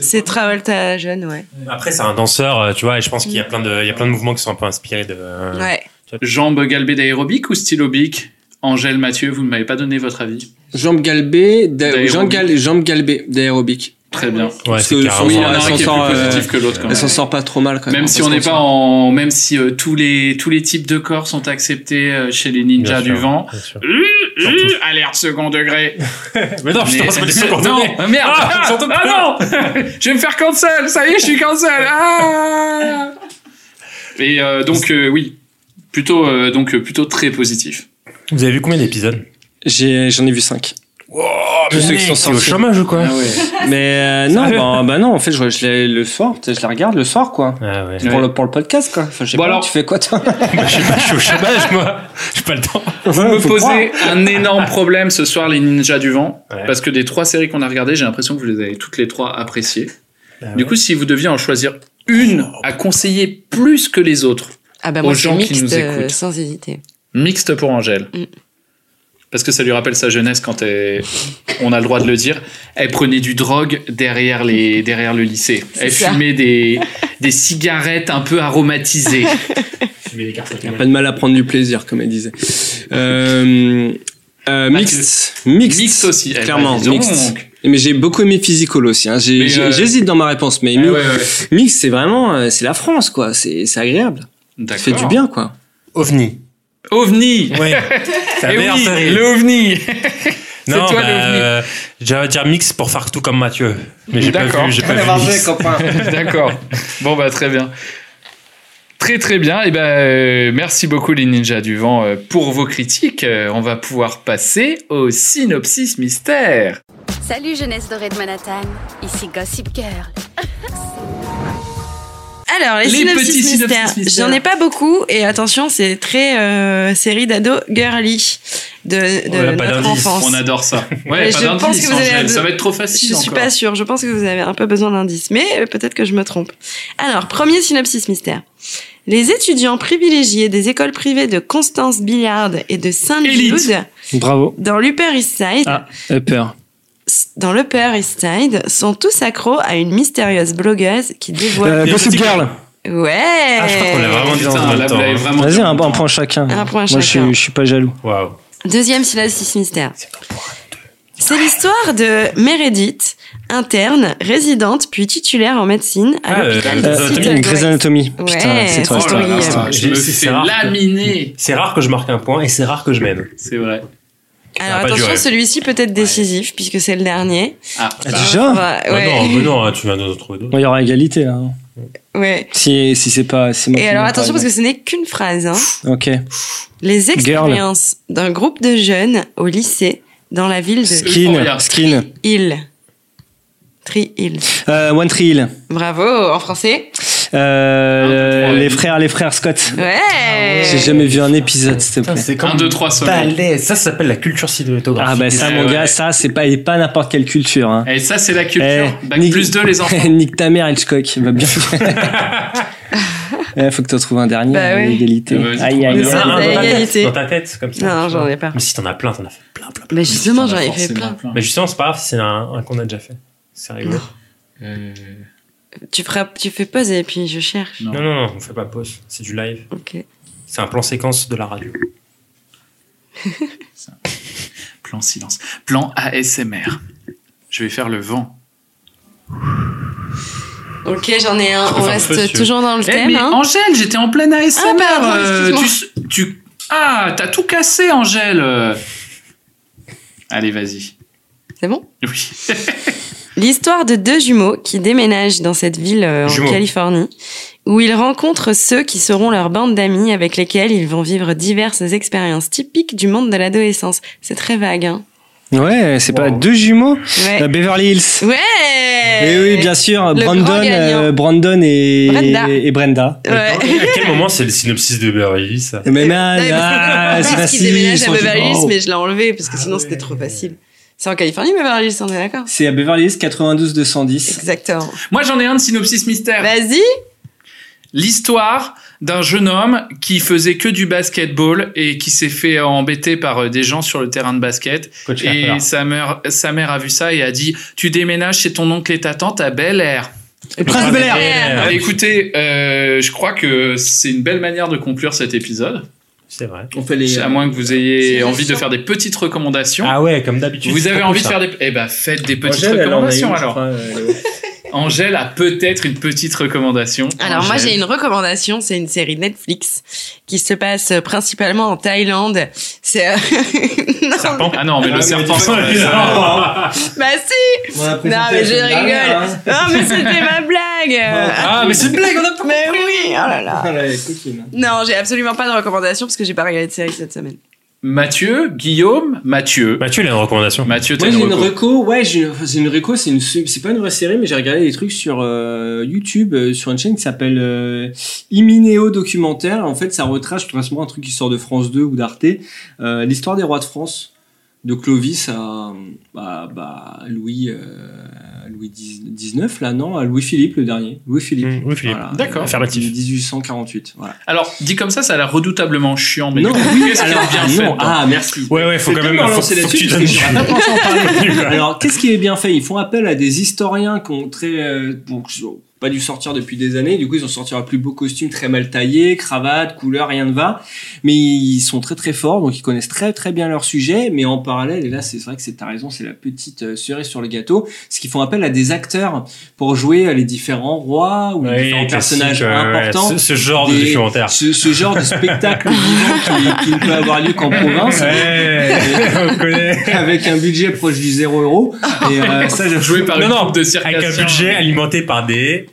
[SPEAKER 4] C'est Travolta jeune, ouais.
[SPEAKER 7] Après, c'est un danseur, euh, tu vois, et je pense qu'il y a plein de, il y a plein de mouvements qui sont un peu inspirés de. euh,
[SPEAKER 1] Jambes galbées d'aérobic ou stylobique Angèle, Mathieu, vous ne m'avez pas donné votre avis.
[SPEAKER 8] Jambes galbées, d'a-
[SPEAKER 1] D'aérobic.
[SPEAKER 8] jambes gal- jambes galbées d'aérobic.
[SPEAKER 1] Très bien.
[SPEAKER 8] Parce que son-
[SPEAKER 1] Oui, il y en a
[SPEAKER 8] elle
[SPEAKER 1] un
[SPEAKER 8] s'en
[SPEAKER 1] qui est
[SPEAKER 8] sort,
[SPEAKER 1] plus
[SPEAKER 8] euh,
[SPEAKER 1] positif que l'autre quand même.
[SPEAKER 8] Elle s'en sort pas trop mal quand même.
[SPEAKER 1] Même si on n'est pas en, même si euh, tous les tous les types de corps sont acceptés euh, chez les ninjas
[SPEAKER 7] Bien sûr,
[SPEAKER 1] du vent.
[SPEAKER 7] bien sûr.
[SPEAKER 1] Euh, euh, alerte second degré.
[SPEAKER 7] Mais non, putain, c'est pas du second
[SPEAKER 1] Non,
[SPEAKER 7] degré.
[SPEAKER 1] merde.
[SPEAKER 7] Ah,
[SPEAKER 1] Ah,
[SPEAKER 7] surtout
[SPEAKER 1] ah non, je vais me faire cancel. Ça y est, je suis cancel. Ah. Et euh, donc euh, oui, plutôt euh, donc euh, plutôt très positif.
[SPEAKER 7] Vous avez vu combien d'épisodes
[SPEAKER 8] J'ai, j'en ai vu 5.
[SPEAKER 1] Oh,
[SPEAKER 7] mais mec, t'es au chômage ou
[SPEAKER 1] Ah
[SPEAKER 7] quoi
[SPEAKER 8] Mais euh, non, bah, bah non, en fait, je, je l'ai- le soir, peut-être je la regarde le soir, quoi. Pour,
[SPEAKER 1] Ah Ouais.
[SPEAKER 8] le, pour le podcast, quoi. Enfin, je sais
[SPEAKER 1] Bon,
[SPEAKER 8] pas,
[SPEAKER 1] alors-
[SPEAKER 8] tu fais quoi, toi
[SPEAKER 7] Je suis au chômage, moi. J'ai pas le temps.
[SPEAKER 1] Vous
[SPEAKER 8] Ouais,
[SPEAKER 1] me
[SPEAKER 8] faut
[SPEAKER 1] posez
[SPEAKER 8] croire.
[SPEAKER 1] un énorme problème ce soir, les ninjas du vent,
[SPEAKER 7] Ouais.
[SPEAKER 1] parce que des trois séries qu'on a regardées, j'ai l'impression que vous les avez toutes les trois appréciées.
[SPEAKER 8] Ah
[SPEAKER 7] Bah
[SPEAKER 1] Du coup, si vous deviez en choisir une
[SPEAKER 8] Oh.
[SPEAKER 1] à conseiller plus que les autres
[SPEAKER 4] Ah bah
[SPEAKER 1] aux
[SPEAKER 4] moi, je
[SPEAKER 1] gens qui nous
[SPEAKER 4] mixte euh,
[SPEAKER 1] écoutent,
[SPEAKER 4] sans hésiter.
[SPEAKER 1] mixte pour Angèle. Parce que ça lui rappelle sa jeunesse quand elle- on a le droit de le dire. Elle prenait du drogue derrière, les, derrière le lycée. Elle
[SPEAKER 4] ça.
[SPEAKER 1] fumait des, des cigarettes un peu aromatisées.
[SPEAKER 8] Y a pas de mal à prendre du plaisir, comme elle disait. Euh, euh, mixte, mixte,
[SPEAKER 1] aussi, eh
[SPEAKER 8] clairement
[SPEAKER 1] ben, dis donc.
[SPEAKER 8] mixte. Mais j'ai beaucoup aimé Physical aussi. hein. J'ai-
[SPEAKER 1] Mais,
[SPEAKER 8] j'ai-
[SPEAKER 1] euh,
[SPEAKER 8] J'hésite dans ma réponse, mais
[SPEAKER 1] Ah
[SPEAKER 8] mi-
[SPEAKER 1] ouais, ouais.
[SPEAKER 8] mixte, c'est vraiment, euh, c'est la France, quoi. C'est c'est agréable. Ça fait du bien, quoi.
[SPEAKER 7] OVNI.
[SPEAKER 1] OVNI
[SPEAKER 7] Ouais. Ta
[SPEAKER 1] Eh
[SPEAKER 7] mère,
[SPEAKER 1] oui,
[SPEAKER 7] série.
[SPEAKER 1] le OVNI C'est
[SPEAKER 7] Non,
[SPEAKER 1] toi
[SPEAKER 7] bah,
[SPEAKER 1] l'OVNI
[SPEAKER 7] euh, j'allais dire mix pour faire tout comme Mathieu. Mais j'ai pas
[SPEAKER 1] D'accord.
[SPEAKER 7] vu, j'ai pas vu. mix.
[SPEAKER 1] D'accord. Bon bah très bien. Très très bien. Et ben euh, merci beaucoup les ninjas du vent euh, pour vos critiques. Euh, on va pouvoir passer au synopsis mystère.
[SPEAKER 5] Salut jeunesse dorée de Manhattan, ici Gossip Girl.
[SPEAKER 4] Alors, les,
[SPEAKER 5] Les
[SPEAKER 4] synopsis
[SPEAKER 5] petits synopsis
[SPEAKER 4] mystères.
[SPEAKER 5] mystères.
[SPEAKER 4] J'en ai pas beaucoup, et attention, c'est très euh, série d'ado girly de, de
[SPEAKER 1] On a pas
[SPEAKER 4] notre
[SPEAKER 1] d'indice.
[SPEAKER 4] enfance.
[SPEAKER 1] On adore ça.
[SPEAKER 4] Mais
[SPEAKER 1] Ouais, pas
[SPEAKER 4] je pense
[SPEAKER 1] d'indice.
[SPEAKER 4] que vous avez
[SPEAKER 1] Angèle.
[SPEAKER 4] un-
[SPEAKER 1] Ça va être trop facile.
[SPEAKER 4] Je suis
[SPEAKER 1] encore.
[SPEAKER 4] pas sûre. Je pense que vous avez un peu besoin d'indices, mais euh, peut-être que je me trompe. Alors, premier synopsis mystère. Les étudiants privilégiés des écoles privées de Constance Billard et de Saint-Jude
[SPEAKER 8] Bravo.
[SPEAKER 4] dans l'Upper East Side,
[SPEAKER 8] Ah, peur.
[SPEAKER 4] dans l'Upper East Side, sont tous accros à une mystérieuse blogueuse qui dévoile.
[SPEAKER 8] Euh, Gossip Girl.
[SPEAKER 1] Euh,
[SPEAKER 4] Ouais.
[SPEAKER 1] ah, Putain,
[SPEAKER 8] en même
[SPEAKER 1] là, vous
[SPEAKER 8] temps,
[SPEAKER 1] l'avez
[SPEAKER 8] hein.
[SPEAKER 1] vraiment
[SPEAKER 8] Vas-y,
[SPEAKER 1] dit en
[SPEAKER 8] un,
[SPEAKER 1] même
[SPEAKER 8] un point chacun.
[SPEAKER 4] Un point
[SPEAKER 8] Moi,
[SPEAKER 4] chacun.
[SPEAKER 8] Je, suis- je suis pas jaloux.
[SPEAKER 7] Waouh.
[SPEAKER 4] Deuxième synopsis mystère. C'est l'histoire de Meredith, interne, résidente puis titulaire en médecine à
[SPEAKER 8] Ah,
[SPEAKER 4] l'hôpital
[SPEAKER 8] euh,
[SPEAKER 4] de
[SPEAKER 8] Grey's
[SPEAKER 4] Seattle.
[SPEAKER 8] Anatomy.
[SPEAKER 4] Ouais,
[SPEAKER 8] Putain, c'est toi,
[SPEAKER 4] Grey's
[SPEAKER 8] c'est toi,
[SPEAKER 4] Anatomy,
[SPEAKER 8] c'est toi.
[SPEAKER 4] ouais.
[SPEAKER 1] Je me suis
[SPEAKER 7] C'est
[SPEAKER 1] fait
[SPEAKER 7] rare que-
[SPEAKER 1] laminer.
[SPEAKER 7] C'est rare que je marque un point et c'est rare que je mène.
[SPEAKER 1] C'est vrai.
[SPEAKER 4] Alors
[SPEAKER 7] pas
[SPEAKER 4] attention,
[SPEAKER 7] duré.
[SPEAKER 4] celui-ci peut être décisif puisque c'est le dernier.
[SPEAKER 1] Ah,
[SPEAKER 4] bah.
[SPEAKER 8] déjà
[SPEAKER 4] Bah,
[SPEAKER 7] Ah
[SPEAKER 4] ouais.
[SPEAKER 7] non, mais non, hein, tu viens de nous en trouver d'autres.
[SPEAKER 8] Il y aura égalité, là. hein.
[SPEAKER 4] Ouais.
[SPEAKER 8] Si, si c'est pas. c'est moi
[SPEAKER 4] Et
[SPEAKER 8] qui
[SPEAKER 4] alors
[SPEAKER 8] mène,
[SPEAKER 4] attention
[SPEAKER 8] par
[SPEAKER 4] parce que ce n'est qu'une phrase. hein.
[SPEAKER 8] exemple. Ok.
[SPEAKER 4] Les expériences d'un groupe de jeunes au lycée dans la ville de
[SPEAKER 1] Oh,
[SPEAKER 8] Skin, skin.
[SPEAKER 4] Hill. Tree Hill.
[SPEAKER 8] Euh, One Tree Hill.
[SPEAKER 4] Bravo en français.
[SPEAKER 8] Euh, les frères, les frères Scott.
[SPEAKER 4] Ouais.
[SPEAKER 8] J'ai jamais vu un épisode, s'il te plaît.
[SPEAKER 7] C'est comme
[SPEAKER 1] 1, 2, 3 semaines.
[SPEAKER 7] balèze. Ça, ça s'appelle la culture cinématographique.
[SPEAKER 8] Ah bah ça, mon
[SPEAKER 1] Ouais.
[SPEAKER 8] gars, ça, c'est pas, et pas n'importe quelle culture. Hein.
[SPEAKER 1] Et ça, c'est la culture.
[SPEAKER 8] Eh,
[SPEAKER 1] Bac plus 2, les enfants.
[SPEAKER 8] Nique ta mère, Hitchcock. Va bien. Il faut que tu trouves un dernier.
[SPEAKER 4] Bah ouais.
[SPEAKER 8] Égalité.
[SPEAKER 1] Eh,
[SPEAKER 7] Ouais, vas-y,
[SPEAKER 8] aïe, aïe, aïe.
[SPEAKER 7] trouve un.
[SPEAKER 4] à
[SPEAKER 7] dans, ta
[SPEAKER 4] égalité.
[SPEAKER 7] tête, dans ta tête, comme ça.
[SPEAKER 4] Non,
[SPEAKER 7] tu vois.
[SPEAKER 4] j'en ai pas.
[SPEAKER 7] Mais si t'en as plein, t'en as fait plein, plein, plein.
[SPEAKER 4] Mais
[SPEAKER 1] Ah,
[SPEAKER 4] justement, j'en ai
[SPEAKER 7] T'en as
[SPEAKER 4] fait
[SPEAKER 7] forcément
[SPEAKER 4] plein.
[SPEAKER 7] Mais justement, c'est pas grave, c'est un, un qu'on a déjà fait. C'est rigolo.
[SPEAKER 1] Euh,
[SPEAKER 4] Tu, feras, tu fais pause et puis je cherche.
[SPEAKER 7] Non. non, non, on fait pas pause. C'est du live.
[SPEAKER 4] Ok.
[SPEAKER 7] C'est un plan séquence de la radio.
[SPEAKER 1] Plan silence. Plan ASMR. Je vais faire le vent.
[SPEAKER 4] Ok, j'en ai un.
[SPEAKER 1] Je peux
[SPEAKER 4] On
[SPEAKER 1] faire
[SPEAKER 4] reste
[SPEAKER 1] feu, si tu veux.
[SPEAKER 4] toujours dans le
[SPEAKER 1] Eh,
[SPEAKER 4] thème.
[SPEAKER 1] mais
[SPEAKER 4] hein.
[SPEAKER 1] Angèle, j'étais en pleine ASMR.
[SPEAKER 4] Ah, pardon,
[SPEAKER 1] euh, tu,
[SPEAKER 4] excuse-moi.
[SPEAKER 1] s- tu- Ah, t'as tout cassé, Angèle. euh. Allez, vas-y.
[SPEAKER 4] C'est bon
[SPEAKER 1] Oui.
[SPEAKER 4] L'histoire de deux jumeaux qui déménagent dans cette ville euh, en
[SPEAKER 1] Jumeaux.
[SPEAKER 4] Californie, où ils rencontrent ceux qui seront leur bande d'amis avec lesquels ils vont vivre diverses expériences typiques du monde de l'adolescence. C'est très vague, hein
[SPEAKER 8] Ouais, c'est pas deux jumeaux
[SPEAKER 4] Ouais.
[SPEAKER 8] Euh, Beverly Hills.
[SPEAKER 4] Ouais
[SPEAKER 8] Et Eh oui, bien sûr,
[SPEAKER 4] Le
[SPEAKER 8] Brandon,
[SPEAKER 4] grand gagnant.
[SPEAKER 8] euh, Brandon et
[SPEAKER 4] Brenda.
[SPEAKER 8] et Brenda.
[SPEAKER 4] Ouais.
[SPEAKER 20] À quel moment c'est le synopsis de Beverly Hills, ça
[SPEAKER 8] Mais man,
[SPEAKER 4] Ouais,
[SPEAKER 8] ah,
[SPEAKER 4] parce
[SPEAKER 8] c'est
[SPEAKER 4] qu'ils
[SPEAKER 8] facile.
[SPEAKER 4] déménagent
[SPEAKER 8] ils
[SPEAKER 4] à
[SPEAKER 8] sont- Ah
[SPEAKER 4] Beverly Hills,
[SPEAKER 8] oh.
[SPEAKER 4] mais je l'ai enlevé parce que sinon c'était trop facile. C'est en Californie, Beverly Hills, on est d'accord
[SPEAKER 8] C'est à Beverly Hills 92 210.
[SPEAKER 4] Exactement.
[SPEAKER 1] Moi, j'en ai un de synopsis mystère.
[SPEAKER 4] Vas-y.
[SPEAKER 1] L'histoire d'un jeune homme qui faisait que du basketball et qui s'est fait embêter par euh, des gens sur le terrain de basket.
[SPEAKER 7] Coach
[SPEAKER 1] et
[SPEAKER 7] Harper.
[SPEAKER 1] sa mère, sa mère a vu ça et a dit Tu déménages chez ton oncle et ta tante à Bel Air.
[SPEAKER 8] Le prince de Bel Air. Bel-Air.
[SPEAKER 1] Allez, Bah, Écoutez, euh, je crois que c'est une belle manière de conclure cet épisode.
[SPEAKER 7] C'est vrai.
[SPEAKER 8] On fait les.
[SPEAKER 1] À moins que vous ayez envie de faire des petites recommandations.
[SPEAKER 7] euh, Ah ouais, comme d'habitude.
[SPEAKER 1] Vous
[SPEAKER 7] c'est
[SPEAKER 1] avez
[SPEAKER 7] pas
[SPEAKER 1] envie
[SPEAKER 7] cool,
[SPEAKER 1] de faire
[SPEAKER 7] ça.
[SPEAKER 1] des. Eh ben, faites des petites
[SPEAKER 7] Angèle, elle en a une,
[SPEAKER 1] recommandations
[SPEAKER 7] je
[SPEAKER 1] alors. Angèle a peut-être une petite recommandation.
[SPEAKER 4] Alors moi
[SPEAKER 1] Angèle.
[SPEAKER 4] j'ai une recommandation, c'est une série Netflix qui se passe euh, principalement en Thaïlande. C'est euh,
[SPEAKER 1] Serpent Ah non, mais
[SPEAKER 20] Ah,
[SPEAKER 1] le
[SPEAKER 20] mais
[SPEAKER 1] serpent.
[SPEAKER 20] dis-moi,
[SPEAKER 1] ça-
[SPEAKER 20] c'est
[SPEAKER 1] ça-
[SPEAKER 4] bah si.
[SPEAKER 1] On l'a présenté
[SPEAKER 4] non
[SPEAKER 1] la
[SPEAKER 4] mais je
[SPEAKER 1] semaine dernière,
[SPEAKER 4] rigole.
[SPEAKER 1] hein.
[SPEAKER 4] Non mais c'était ma blague. euh.
[SPEAKER 1] Ah, mais c'est une blague, on a
[SPEAKER 4] Mais oui, oh là là.
[SPEAKER 8] elle est coquine. hein.
[SPEAKER 4] Non, j'ai absolument pas de recommandation parce que j'ai pas regardé de série cette semaine.
[SPEAKER 1] Mathieu, Guillaume, Mathieu.
[SPEAKER 7] Mathieu, il a une recommandation.
[SPEAKER 1] Mathieu, t'as
[SPEAKER 8] Moi, j'ai
[SPEAKER 1] une
[SPEAKER 8] une
[SPEAKER 1] reco.
[SPEAKER 8] reco, ouais, j'ai enfin, c'est une reco, c'est une, su- c'est pas une vraie série, mais j'ai regardé des trucs sur euh, YouTube, euh, sur une chaîne qui s'appelle euh, Imineo Documentaire. En fait, ça retrace, tout simplement un truc qui sort de France 2 ou d'Arte, euh, l'histoire des rois de France, de Clovis à, bah, bah, Louis, euh, Louis X- 19, là, non, à Louis-Philippe, le dernier. Louis-Philippe.
[SPEAKER 7] Philippe.
[SPEAKER 8] Voilà.
[SPEAKER 1] D'accord.
[SPEAKER 7] Mmh, Affirmatif.
[SPEAKER 8] 1848, voilà.
[SPEAKER 1] Alors, dit comme ça, ça a l'air redoutablement chiant, mais
[SPEAKER 8] Non,
[SPEAKER 1] du coup,
[SPEAKER 8] oui,
[SPEAKER 1] qu'est-ce qu'il
[SPEAKER 8] alors,
[SPEAKER 1] a bien
[SPEAKER 8] non,
[SPEAKER 1] fait dedans
[SPEAKER 8] ah, merci.
[SPEAKER 7] Ouais, ouais, faut
[SPEAKER 8] C'est
[SPEAKER 7] quand
[SPEAKER 8] bien
[SPEAKER 7] même.
[SPEAKER 8] de me
[SPEAKER 7] Faut,
[SPEAKER 8] relancer
[SPEAKER 7] faut que
[SPEAKER 8] là-dessus,
[SPEAKER 7] tu
[SPEAKER 8] parce
[SPEAKER 7] donnes
[SPEAKER 8] que j'aurais
[SPEAKER 7] du-
[SPEAKER 8] pas pensé en parler.
[SPEAKER 7] Ouais.
[SPEAKER 8] Alors, qu'est-ce qui est bien fait Ils font appel à des historiens qui ont très, euh, bon, qui ont pas dû sortir depuis des années. Du coup, ils ont sorti un plus beau costume très mal taillé, cravate, couleur, rien ne va. Mais ils sont très très forts, donc ils connaissent très très bien leur sujet. Mais en parallèle, et là, c'est vrai que c'est ta raison, c'est la petite euh, cerise sur le gâteau, c'est qu'ils font appel à des acteurs pour jouer euh, les différents rois ou les
[SPEAKER 7] Ouais,
[SPEAKER 8] différents
[SPEAKER 7] classique,
[SPEAKER 8] personnages
[SPEAKER 7] euh, ouais,
[SPEAKER 8] importants.
[SPEAKER 7] ce- ce genre de
[SPEAKER 8] Des-
[SPEAKER 7] documentaire.
[SPEAKER 8] Ce, ce genre de spectacle vivant qui, qui ne peut avoir lieu qu'en province.
[SPEAKER 7] Ouais, on connaît.
[SPEAKER 8] avec un budget proche du 0 euro. Et euh, ça, j'ai
[SPEAKER 1] joué par
[SPEAKER 7] Non,
[SPEAKER 1] une
[SPEAKER 7] non,
[SPEAKER 1] troupe de
[SPEAKER 7] Avec un
[SPEAKER 1] circassiens.
[SPEAKER 7] budget alimenté par des.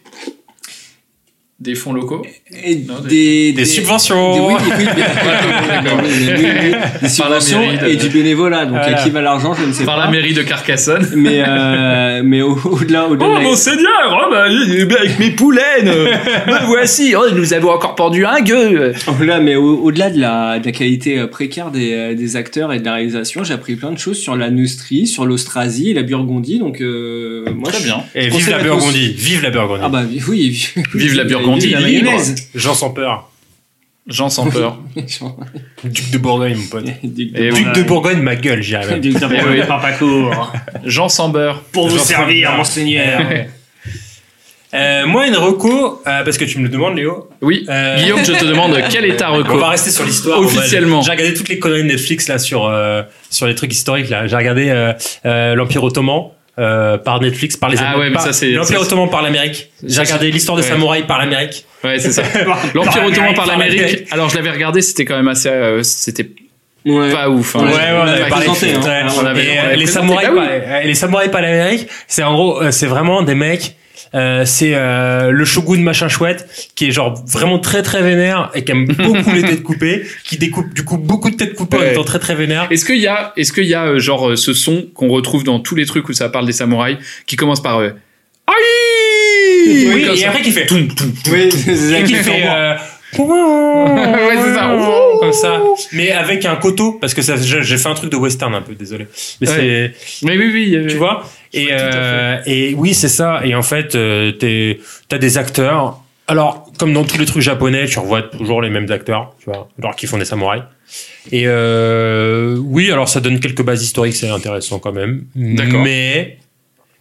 [SPEAKER 1] Des fonds locaux
[SPEAKER 8] Et
[SPEAKER 1] Non,
[SPEAKER 8] des,
[SPEAKER 7] Des subventions.
[SPEAKER 8] des- oui, oui, bien-
[SPEAKER 1] D'accord.
[SPEAKER 8] oui, oui, oui, des
[SPEAKER 1] Par la
[SPEAKER 8] subventions
[SPEAKER 1] mairie de-
[SPEAKER 8] et du bénévolat. Donc,
[SPEAKER 1] Voilà.
[SPEAKER 8] à qui va l'argent, je ne sais
[SPEAKER 1] Par
[SPEAKER 8] pas.
[SPEAKER 1] la mairie de Carcassonne.
[SPEAKER 8] Mais, euh, mais au- au-delà,
[SPEAKER 1] Oh,
[SPEAKER 8] au-delà. de la-
[SPEAKER 1] seigneur, bah, avec mes poulaines, me voici, Oh, nous avons encore pendu un gueux.
[SPEAKER 8] Voilà, mais au- au-delà de la, de la qualité euh, précaire des, euh, des acteurs et de la réalisation, j'ai appris plein de choses sur la Neustrie, sur l'Austrasie et la Burgondie. Donc, euh, moi,
[SPEAKER 1] Très
[SPEAKER 8] je-
[SPEAKER 1] bien.
[SPEAKER 8] je
[SPEAKER 7] Et vive
[SPEAKER 8] conseille
[SPEAKER 7] la
[SPEAKER 8] à tous.
[SPEAKER 7] Burgondie. Vive la Burgondie.
[SPEAKER 8] Ah bah oui, oui, oui.
[SPEAKER 1] Vive la Burgondie,
[SPEAKER 8] Vive la
[SPEAKER 1] libre.
[SPEAKER 8] mayonnaise.
[SPEAKER 7] Jean sans peur.
[SPEAKER 1] Jean sans peur.
[SPEAKER 7] Duc de Bourgogne, mon pote.
[SPEAKER 8] Duc
[SPEAKER 1] Et
[SPEAKER 7] Duc
[SPEAKER 1] oui.
[SPEAKER 7] de Bourgogne, ma gueule, j'irais même.
[SPEAKER 8] Duc de
[SPEAKER 1] Eh oui. Jean sans beurre. Jean sans beurre.
[SPEAKER 7] Ah Euh, moi, une reco, euh, parce que tu me le demandes, Léo.
[SPEAKER 1] Oui. Guillaume, je te demande, quel est ta reco
[SPEAKER 7] Euh. On va rester sur l'histoire.
[SPEAKER 1] Officiellement.
[SPEAKER 7] On va- J'ai regardé toutes les conneries de Netflix là sur euh, sur les trucs historiques là. J'ai regardé euh, euh, l'Empire ottoman. euh, par Netflix, par les
[SPEAKER 1] Ah
[SPEAKER 7] Allemands,
[SPEAKER 1] ouais, mais
[SPEAKER 7] par-
[SPEAKER 1] ça, c'est-
[SPEAKER 7] L'Empire
[SPEAKER 1] ça,
[SPEAKER 7] ottoman par l'Amérique. J'ai
[SPEAKER 1] Ça,
[SPEAKER 7] regardé
[SPEAKER 1] c'est-
[SPEAKER 7] l'histoire des
[SPEAKER 1] ouais.
[SPEAKER 7] samouraïs par l'Amérique.
[SPEAKER 1] Ouais, c'est ça. L'Empire ottoman par l'Amérique.
[SPEAKER 7] l'Amérique.
[SPEAKER 1] Alors, je l'avais regardé, c'était quand même assez. euh, c'était pas ouf. hein.
[SPEAKER 7] Ouais, ouais, on avait
[SPEAKER 1] Pas
[SPEAKER 7] parlé.
[SPEAKER 1] présenté,
[SPEAKER 7] de-
[SPEAKER 1] hein.
[SPEAKER 7] ouais.
[SPEAKER 1] On avait-
[SPEAKER 7] Et,
[SPEAKER 1] on
[SPEAKER 7] euh,
[SPEAKER 1] avait
[SPEAKER 7] les
[SPEAKER 1] présenté,
[SPEAKER 7] samouraïs,
[SPEAKER 1] bah oui.
[SPEAKER 7] par, euh, les samouraïs par l'Amérique, c'est en gros, euh, c'est vraiment des mecs. euh, c'est euh, le shogun machin chouette qui est genre vraiment très très vénère et qui aime beaucoup les têtes coupées, qui découpe du coup beaucoup de têtes coupées
[SPEAKER 1] Ouais.
[SPEAKER 7] en étant très très vénère.
[SPEAKER 1] Est-ce qu'il y a, est-ce qu'il y a euh, genre euh, ce son qu'on retrouve dans tous les trucs où ça parle des samouraïs qui commence par euh, aïe
[SPEAKER 7] Oui,
[SPEAKER 1] comme
[SPEAKER 7] et
[SPEAKER 1] ça.
[SPEAKER 7] après qui fait
[SPEAKER 1] Toum, toum, toum.
[SPEAKER 8] Oui, c'est
[SPEAKER 7] et qui fait euh, ouais,
[SPEAKER 1] c'est ça.
[SPEAKER 7] comme ça, mais avec un coteau parce que ça, j'ai j'ai fait un truc de western un peu, désolé. Mais
[SPEAKER 1] Ouais.
[SPEAKER 7] c'est
[SPEAKER 1] Mais oui, oui, il y avait-
[SPEAKER 7] tu vois et, euh, et oui c'est ça et en fait euh, t'es- t'as des acteurs alors comme dans tous les trucs japonais tu revois toujours les mêmes acteurs tu vois alors qui font des samouraïs et euh, oui alors ça donne quelques bases historiques c'est intéressant quand même
[SPEAKER 1] D'accord.
[SPEAKER 7] mais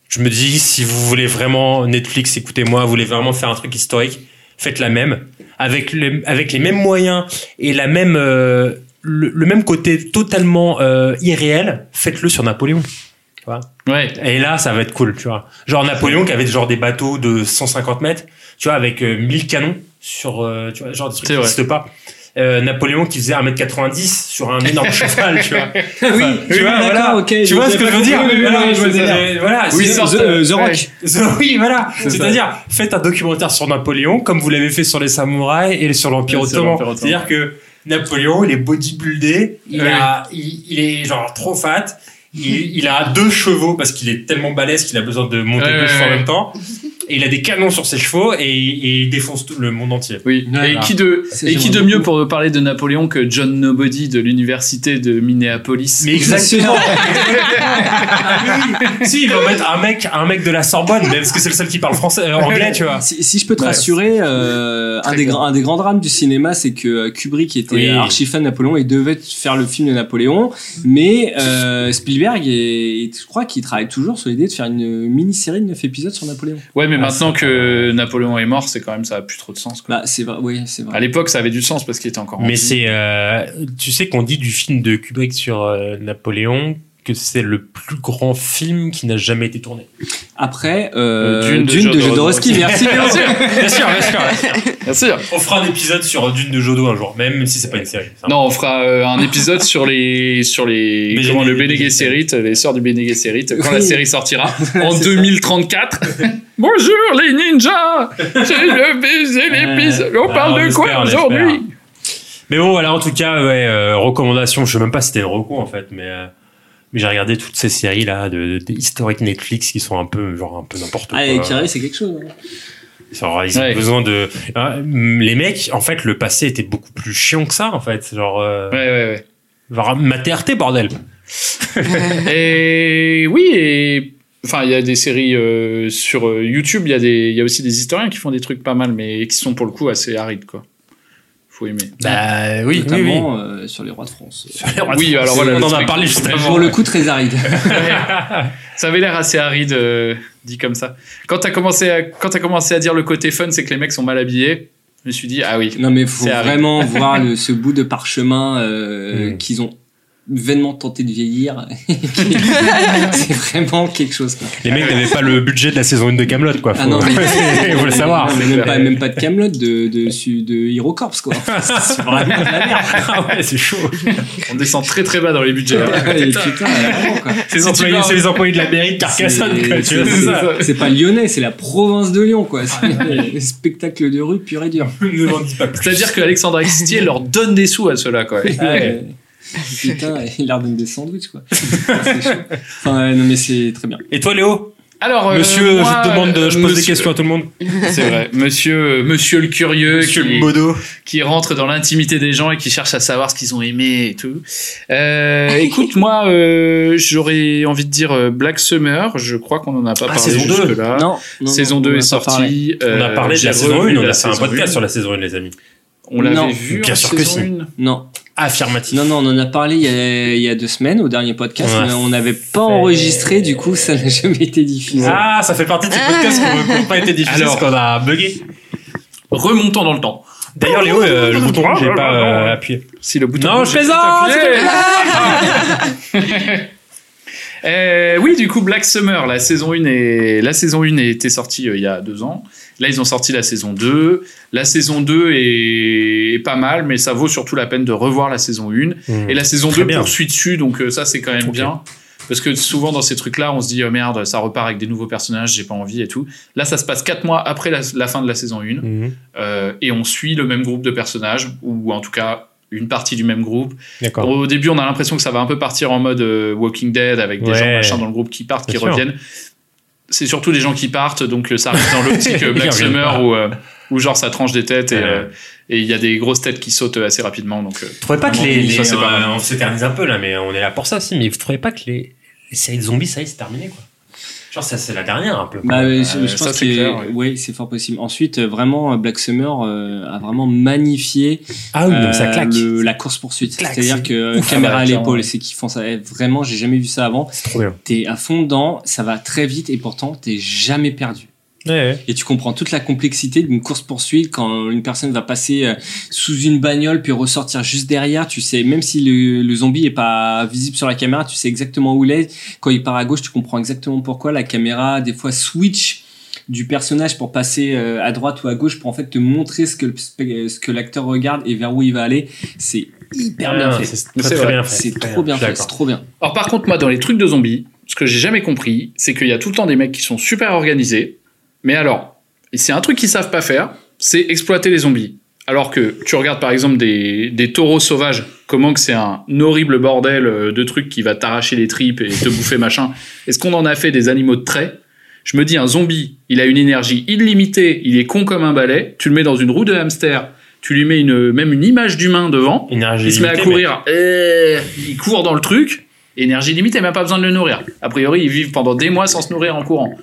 [SPEAKER 7] je me dis si vous voulez vraiment Netflix écoutez-moi vous voulez vraiment faire un truc historique faites la même avec les, avec les mêmes moyens et la même euh, le, le même côté totalement euh, irréel faites-le sur Napoléon tu vois. Et là, ça va être cool, tu vois. Genre Napoléon qui avait genre des bateaux de 150 mètres, tu vois, avec euh, 1000 canons sur, euh, tu vois, genre des trucs qui
[SPEAKER 1] C'est vrai.
[SPEAKER 7] n'existent pas. Euh, Napoléon qui faisait 1m90 sur un énorme cheval, tu vois.
[SPEAKER 1] Oui,
[SPEAKER 7] tu
[SPEAKER 1] oui,
[SPEAKER 7] vois,
[SPEAKER 1] d'accord,
[SPEAKER 7] voilà.
[SPEAKER 1] ok,
[SPEAKER 7] Tu vois
[SPEAKER 1] j'ai
[SPEAKER 7] ce que
[SPEAKER 1] pas
[SPEAKER 7] je veux dire
[SPEAKER 1] compris, oui, oui,
[SPEAKER 7] Voilà,
[SPEAKER 1] oui, je vois
[SPEAKER 7] c'est-
[SPEAKER 1] bien.
[SPEAKER 7] voilà,
[SPEAKER 1] Oui,
[SPEAKER 7] c'est-
[SPEAKER 1] sort The- The Rock.
[SPEAKER 7] The- Oui, voilà.
[SPEAKER 1] C'est ça.
[SPEAKER 7] C'est-à-dire, faites un documentaire sur Napoléon comme vous l'avez fait sur les samouraïs et sur l'Empire
[SPEAKER 1] Ouais, sur
[SPEAKER 7] ottoman.
[SPEAKER 1] l'Empire ottoman.
[SPEAKER 7] C'est-à-dire que Napoléon, il est bodybuildé, il,
[SPEAKER 1] Ouais.
[SPEAKER 7] a- il, il est genre trop fat, il, il a deux chevaux parce qu'il est tellement balèze qu'il a besoin de monter
[SPEAKER 1] Ouais,
[SPEAKER 7] deux
[SPEAKER 1] ouais,
[SPEAKER 7] chevaux en
[SPEAKER 1] ouais.
[SPEAKER 7] même temps. Et il a des canons sur ses chevaux et, et il défonce tout le monde entier.
[SPEAKER 1] Oui. Et qui de, et qui de mieux pour parler de Napoléon que John Nobody de l'université de Minneapolis
[SPEAKER 7] Mais exactement. si, ils vont mettre un mec, un mec de la Sorbonne, mais parce que c'est le seul qui parle français, euh, anglais, tu vois.
[SPEAKER 8] Si, si je peux te
[SPEAKER 7] Ouais.
[SPEAKER 8] rassurer, euh, un, des grands- un des grands drames du cinéma, c'est que euh, Kubrick était
[SPEAKER 7] Oui.
[SPEAKER 8] archi fan de Napoléon et devait faire le film de Napoléon, mais euh, Spielberg, est, je crois qu'il travaille toujours sur l'idée de faire une mini-série de 9 épisodes sur Napoléon.
[SPEAKER 1] Ouais, mais maintenant que Napoléon est mort, c'est quand même ça a plus trop de sens. Quoi.
[SPEAKER 8] Bah, c'est vrai, oui, c'est vrai.
[SPEAKER 1] À l'époque, ça avait du sens parce qu'il était encore. en
[SPEAKER 7] Mais
[SPEAKER 1] vie.
[SPEAKER 7] c'est, euh, tu sais qu'on dit du film de Kubrick sur euh, Napoléon que c'est le plus grand film qui n'a jamais été tourné.
[SPEAKER 8] Après, euh, Dune de Dune de Jodorowsky. Jodorowsky, merci,
[SPEAKER 7] bien
[SPEAKER 8] Léo.
[SPEAKER 7] sûr, bien sûr, bien sûr,
[SPEAKER 1] bien sûr.
[SPEAKER 7] On fera un épisode sur Dune de Jodo un jour, même si c'est pas une série.
[SPEAKER 1] Non, on fera euh, un épisode sur les sur les
[SPEAKER 7] Mais
[SPEAKER 1] comment
[SPEAKER 7] j'ai-
[SPEAKER 1] le Bene Gesserit, euh, les sœurs du Bene Gesserit, euh, quand la
[SPEAKER 7] Oui.
[SPEAKER 1] série sortira en 2034. Bonjour les ninjas, c'est le baiser l'épisode. On
[SPEAKER 7] Ah,
[SPEAKER 1] parle de
[SPEAKER 7] espère,
[SPEAKER 1] quoi
[SPEAKER 7] on espère.
[SPEAKER 1] aujourd'hui
[SPEAKER 7] Mais bon, voilà, en tout cas, ouais, euh, recommandation. Je sais même pas si c'était une reco en fait, mais, euh, mais j'ai regardé toutes ces séries là de, de- de historiques Netflix qui sont un peu genre un peu n'importe quoi.
[SPEAKER 8] Ah, et Carré, c'est quelque chose. hein.
[SPEAKER 7] Genre, ils ont
[SPEAKER 8] Ouais.
[SPEAKER 7] besoin de. Ah, mm, les mecs, en fait, le passé était beaucoup plus chiant que ça, en fait. Genre. euh, Genre, ma TRT, bordel.
[SPEAKER 1] et oui, et enfin, il y a des séries euh, sur euh, YouTube. Il y a des, il y a aussi des historiens qui font des trucs pas mal, mais qui sont pour le coup assez arides, quoi. Faut aimer.
[SPEAKER 7] Bah oui,
[SPEAKER 8] Notamment euh, sur les rois de France.
[SPEAKER 1] oui, alors voilà.
[SPEAKER 8] On
[SPEAKER 1] le
[SPEAKER 8] en a
[SPEAKER 1] truc.
[SPEAKER 8] parlé juste avant. Pour le coup, très aride.
[SPEAKER 1] ça avait l'air assez aride, euh, dit comme ça. Quand t'as commencé à, quand t'as commencé à dire le côté fun, c'est que les mecs sont mal habillés. Je me suis dit, ah oui.
[SPEAKER 8] Non, mais faut
[SPEAKER 1] c'est aride.
[SPEAKER 8] vraiment voir le- ce bout de parchemin euh, qu'ils ont vainement tenté de vieillir. c'est vraiment quelque chose. quoi.
[SPEAKER 7] Les mecs n'avaient pas le budget de la saison 1 de Camelot, quoi. Faut,
[SPEAKER 8] Ah non, mais-
[SPEAKER 7] faut le savoir.
[SPEAKER 8] Non, mais même, pas, même pas de Camelot, de, de, su- de Hero Corps, quoi. C'est vraiment de la merde.
[SPEAKER 7] Ah ouais, c'est chaud.
[SPEAKER 1] On descend très très bas dans les budgets. là.
[SPEAKER 8] Ouais,
[SPEAKER 1] Putain.
[SPEAKER 8] putain, vraiment, quoi.
[SPEAKER 1] C'est les employés- c'est les employés de la mairie de Carcassonne,
[SPEAKER 8] C'est-
[SPEAKER 1] quoi, tu
[SPEAKER 8] c'est-
[SPEAKER 1] vois, c'est
[SPEAKER 8] c'est-
[SPEAKER 1] ça.
[SPEAKER 8] C'est pas lyonnais, c'est la province de Lyon, quoi. C'est le spectacle de rue pur et dur.
[SPEAKER 1] C'est-à-dire que Alexandre Astier leur donne des sous à ceux-là, quoi.
[SPEAKER 8] Ouais. Euh, Putain, il leur donne des sandwichs, quoi. C'est chaud. Enfin, ouais, non, mais c'est très bien.
[SPEAKER 7] Et toi, Léo
[SPEAKER 1] Alors, euh,
[SPEAKER 7] Monsieur, je
[SPEAKER 1] moi,
[SPEAKER 7] te demande de- je
[SPEAKER 1] euh,
[SPEAKER 7] pose des
[SPEAKER 1] monsieur-
[SPEAKER 7] questions à tout le monde.
[SPEAKER 1] C'est vrai. Monsieur, euh, monsieur le curieux,
[SPEAKER 7] Monsieur
[SPEAKER 1] qui,
[SPEAKER 7] le modo.
[SPEAKER 1] qui rentre dans l'intimité des gens et qui cherche à savoir ce qu'ils ont aimé et tout. Euh, écoute, moi, euh, j'aurais envie de dire euh, Black Summer. Je crois qu'on en a pas
[SPEAKER 7] Ah,
[SPEAKER 1] parlé
[SPEAKER 7] saison 2.
[SPEAKER 1] jusque là.
[SPEAKER 8] Non, non,
[SPEAKER 1] saison
[SPEAKER 8] non, on
[SPEAKER 1] 2
[SPEAKER 8] en a
[SPEAKER 1] est
[SPEAKER 8] pas
[SPEAKER 1] sortie.
[SPEAKER 8] parlé.
[SPEAKER 7] On a
[SPEAKER 1] Euh,
[SPEAKER 7] parlé de
[SPEAKER 1] j'ai
[SPEAKER 7] la saison 1,
[SPEAKER 1] revu
[SPEAKER 7] on
[SPEAKER 1] la
[SPEAKER 7] a fait un
[SPEAKER 1] saison
[SPEAKER 7] podcast
[SPEAKER 1] 1.
[SPEAKER 7] sur la saison 1, les amis.
[SPEAKER 1] On l'avait vu
[SPEAKER 7] Bien
[SPEAKER 1] en
[SPEAKER 7] sûr que
[SPEAKER 1] saison
[SPEAKER 7] si.
[SPEAKER 1] une.
[SPEAKER 8] Non.
[SPEAKER 7] Affirmatif.
[SPEAKER 8] Non, non, on en a parlé il y a, il y a deux semaines au dernier podcast,
[SPEAKER 7] Ouais.
[SPEAKER 8] mais on n'avait pas enregistré, du coup, ça n'a jamais été diffusé.
[SPEAKER 7] Ah, ça fait partie de ces podcasts qui n'ont pas été diffusés
[SPEAKER 1] Alors.
[SPEAKER 7] parce qu'on a bugué.
[SPEAKER 1] Remontons dans le temps.
[SPEAKER 7] D'ailleurs, Léo, euh, le bouton rouge, j'ai pas euh, appuyé.
[SPEAKER 1] Si le bouton
[SPEAKER 7] Non,
[SPEAKER 1] rouge
[SPEAKER 7] je
[SPEAKER 1] est
[SPEAKER 7] plaisante
[SPEAKER 1] appuyé.
[SPEAKER 7] c'est
[SPEAKER 1] Euh, oui, du coup, Black Summer, la saison 1 est, la saison 1 était sortie euh, il y a deux ans. Là, ils ont sorti la saison 2. La saison 2 est, est pas mal, mais ça vaut surtout la peine de revoir la saison 1.
[SPEAKER 7] Mmh.
[SPEAKER 1] Et la saison
[SPEAKER 7] Très
[SPEAKER 1] 2
[SPEAKER 7] bien.
[SPEAKER 1] poursuit dessus, donc euh, ça, c'est quand même bien. Parce que souvent, dans ces trucs-là, on se dit, oh, merde, ça repart avec des nouveaux personnages, j'ai pas envie et tout. Là, ça se passe quatre mois après la, la fin de la saison 1.
[SPEAKER 7] Mm. Mhm.
[SPEAKER 1] Euh, et on suit le même groupe de personnages, ou en tout cas une partie du même groupe.
[SPEAKER 7] D'accord.
[SPEAKER 1] Au début, on a l'impression que ça va un peu partir en mode euh, Walking Dead, avec des
[SPEAKER 7] Ouais.
[SPEAKER 1] gens machin dans le groupe qui partent, qui
[SPEAKER 7] Bien sûr.
[SPEAKER 1] reviennent. C'est surtout des gens qui partent, donc euh, ça reste dans l'optique euh,
[SPEAKER 7] Ils
[SPEAKER 1] Black
[SPEAKER 7] reviennent pas.
[SPEAKER 1] Summer où, euh, où genre ça tranche des têtes et
[SPEAKER 7] Ouais.
[SPEAKER 1] euh, et il y a des grosses têtes qui sautent assez rapidement. Donc, euh,
[SPEAKER 7] Vous trouvez pas que
[SPEAKER 1] vraiment,
[SPEAKER 7] les. les-
[SPEAKER 1] ça, c'est pas
[SPEAKER 7] euh,
[SPEAKER 1] mal.
[SPEAKER 7] on s'éternise un peu là, mais on est là pour ça aussi. Mais vous trouvez pas que les, les séries de zombies, ça y est, c'est terminé quoi Genre, ça, c'est la dernière un peu.
[SPEAKER 8] Bah,
[SPEAKER 7] Euh,
[SPEAKER 8] je, je
[SPEAKER 7] ça,
[SPEAKER 8] pense
[SPEAKER 7] c'est
[SPEAKER 8] que
[SPEAKER 7] clair, ouais.
[SPEAKER 8] ouais, c'est fort possible. Ensuite, euh, vraiment, euh, Black Summer euh, a vraiment magnifié
[SPEAKER 7] Ah oui, donc ça claque.
[SPEAKER 8] euh, le- la course poursuite.
[SPEAKER 7] Claque,
[SPEAKER 8] C'est-à-dire
[SPEAKER 7] c'est
[SPEAKER 8] que euh,
[SPEAKER 7] ouf.
[SPEAKER 8] caméra
[SPEAKER 7] Ah bah,
[SPEAKER 8] à l'épaule,
[SPEAKER 7] clairement.
[SPEAKER 8] c'est qu'ils font ça. Eh, Vraiment, j'ai jamais vu ça avant.
[SPEAKER 7] trop bien.
[SPEAKER 8] T'es à fond dedans, ça va très vite et pourtant t'es jamais perdu. Et tu comprends toute la complexité d'une course-poursuite quand une personne va passer euh, sous une bagnole puis ressortir juste derrière. Tu sais, même si le, le zombie est pas visible sur la caméra, tu sais exactement où il est. Quand il part à gauche, tu comprends exactement pourquoi la caméra, des fois, switch du personnage pour passer euh, à droite ou à gauche pour en fait te montrer ce que le spe- ce que l'acteur regarde et vers où il va aller. C'est hyper
[SPEAKER 7] Ah,
[SPEAKER 8] bien
[SPEAKER 7] non,
[SPEAKER 8] fait.
[SPEAKER 7] c'est très, très
[SPEAKER 8] vrai.
[SPEAKER 7] bien fait.
[SPEAKER 8] C'est
[SPEAKER 7] Très
[SPEAKER 8] trop
[SPEAKER 7] bien.
[SPEAKER 8] bien
[SPEAKER 7] Je
[SPEAKER 8] fait. C'est
[SPEAKER 7] suis d'accord.
[SPEAKER 8] trop bien.
[SPEAKER 1] Alors par contre, moi, dans les trucs de zombies, ce que j'ai jamais compris, c'est qu'il y a tout le temps des mecs qui sont super organisés, mais alors, c'est un truc qu'ils savent pas faire, c'est exploiter les zombies. Alors que tu regardes par exemple des, des taureaux sauvages, comment que c'est un horrible bordel euh, de trucs qui va t'arracher les tripes et te bouffer machin. Est-ce qu'on en a fait des animaux de trait Je me dis, un zombie, il a une énergie illimitée, il est con comme un balai, tu le mets dans une roue de hamster, tu lui mets une, même une image d'humain devant, il se met à
[SPEAKER 7] limitée,
[SPEAKER 1] courir,
[SPEAKER 7] Eh
[SPEAKER 1] euh, il court dans le truc, énergie limitée, même pas besoin de le nourrir. A priori, ils vivent pendant des mois sans se nourrir en courant.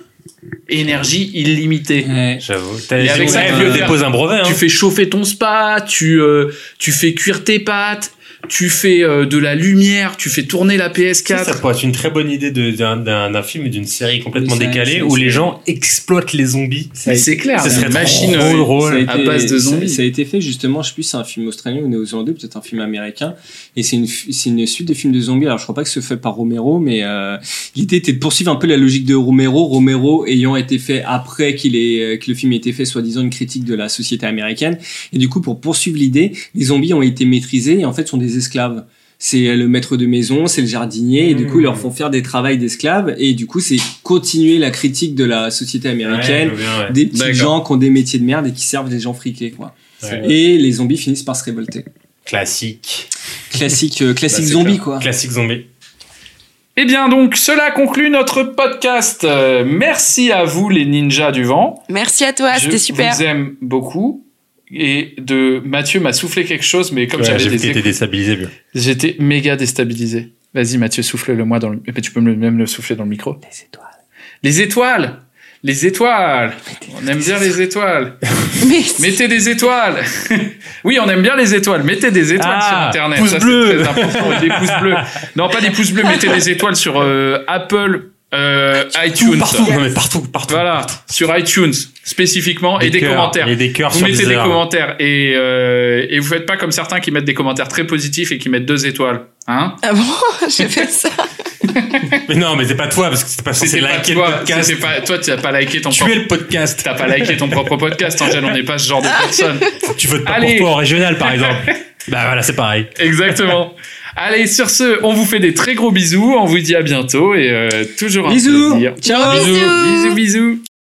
[SPEAKER 1] Énergie illimitée.
[SPEAKER 7] J'avoue.
[SPEAKER 1] Et avec ça, tu, peux faire-
[SPEAKER 7] dépose un brevet.
[SPEAKER 1] tu
[SPEAKER 7] hein.
[SPEAKER 1] fais chauffer ton spa, tu, euh, tu fais cuire tes pâtes, tu fais euh, de la lumière, tu fais tourner la PS4.
[SPEAKER 7] Ça, ça pourrait être une très bonne idée de- d'un- d'un d'un film et d'une série complètement
[SPEAKER 1] Oui, ça,
[SPEAKER 7] décalée
[SPEAKER 1] c'est-
[SPEAKER 7] où
[SPEAKER 1] c'est-
[SPEAKER 7] les gens exploitent les zombies.
[SPEAKER 1] Mais c'est clair,
[SPEAKER 7] Ce
[SPEAKER 1] c'est
[SPEAKER 7] serait
[SPEAKER 1] une
[SPEAKER 7] trop
[SPEAKER 1] machine,
[SPEAKER 7] drôle,
[SPEAKER 1] euh,
[SPEAKER 7] drôle.
[SPEAKER 1] ça a été- À base de
[SPEAKER 8] ça-
[SPEAKER 1] zombies.
[SPEAKER 8] Ça, a été fait justement, je sais plus si c'est un film australien ou néo-zélandais, peut-être un film américain. Et c'est une, f- c'est une suite de films de zombies. Alors je crois pas que ce fait par Romero, mais euh, l'idée était de poursuivre un peu la logique de Romero. Romero ayant été fait après qu'il ait, euh, que le film ait été fait, soi-disant une critique de la société américaine. Et du coup, pour poursuivre l'idée, les zombies ont été maîtrisés et en fait sont des esclaves. C'est euh, le maître de maison, c'est le jardinier, et du
[SPEAKER 1] Mmh.
[SPEAKER 8] coup, ils leur font faire des travails d'esclaves, et du coup, c'est continuer la critique de la société américaine,
[SPEAKER 7] je veux bien, ouais.
[SPEAKER 8] des petits
[SPEAKER 7] D'accord.
[SPEAKER 8] gens qui ont des métiers de merde et qui servent des gens friqués, quoi.
[SPEAKER 7] Ouais.
[SPEAKER 8] Et les zombies finissent par se révolter.
[SPEAKER 7] Classique.
[SPEAKER 8] Classique, euh, classique
[SPEAKER 7] Bah, c'est
[SPEAKER 1] hein.
[SPEAKER 8] zombie,
[SPEAKER 7] clair.
[SPEAKER 8] quoi.
[SPEAKER 7] Classique zombie.
[SPEAKER 1] Eh bien donc, cela conclut notre podcast. Euh, merci à vous les ninjas du vent.
[SPEAKER 4] Merci à toi,
[SPEAKER 1] Je
[SPEAKER 4] Ah, c'était super.
[SPEAKER 1] vous aime beaucoup. Et de Mathieu m'a soufflé quelque chose, mais comme
[SPEAKER 7] Ouais,
[SPEAKER 1] j'avais
[SPEAKER 7] j'ai vu
[SPEAKER 1] des
[SPEAKER 7] qu'il était
[SPEAKER 1] échos-
[SPEAKER 7] déstabilisé, vieux.
[SPEAKER 1] j'étais méga déstabilisé. Vas-y Mathieu, souffle-le moi dans le. Eh ben, tu peux me- même le souffler dans le micro. Les étoiles. Les étoiles. On aime bien les étoiles. Mettez des étoiles. oui, on aime bien les étoiles. Mettez des étoiles
[SPEAKER 7] Ah,
[SPEAKER 1] sur Internet.
[SPEAKER 7] pouce
[SPEAKER 1] Ça,
[SPEAKER 7] bleu.
[SPEAKER 1] c'est très important. Et Des pouces bleus. Non, pas des pouces bleus. Mettez des étoiles sur euh, Apple, euh, iTunes.
[SPEAKER 7] partout. Non, mais partout, partout.
[SPEAKER 1] Voilà, sur iTunes spécifiquement et
[SPEAKER 7] Des
[SPEAKER 1] des
[SPEAKER 7] cœurs,
[SPEAKER 1] commentaires.
[SPEAKER 7] et des cœurs
[SPEAKER 1] vous
[SPEAKER 7] sur
[SPEAKER 1] mettez des
[SPEAKER 7] Deezer.
[SPEAKER 1] commentaires et, euh, et vous faites pas comme certains qui mettent des commentaires très positifs et qui mettent deux étoiles. Hein
[SPEAKER 4] Ah bon J'ai fait ça.
[SPEAKER 7] Mais non, mais c'est pas toi, parce que c'était pas censé
[SPEAKER 1] C'était pas
[SPEAKER 7] liker
[SPEAKER 1] toi,
[SPEAKER 7] le podcast.
[SPEAKER 1] c'était pas- toi, tu n'as pas liké ton
[SPEAKER 7] Tu es le podcast.
[SPEAKER 1] T'as pas liké ton propre podcast, Angèle, on n'est pas ce genre de personne.
[SPEAKER 7] Tu votes pas
[SPEAKER 1] Allez.
[SPEAKER 7] pour toi en régional, par exemple. bah voilà, c'est pareil.
[SPEAKER 1] Exactement. Allez, sur ce, on vous fait des très gros bisous, on vous dit à bientôt et euh, toujours un
[SPEAKER 7] Bisous.
[SPEAKER 1] plaisir.
[SPEAKER 7] Ciao.
[SPEAKER 1] Bisous, bisous. bisous.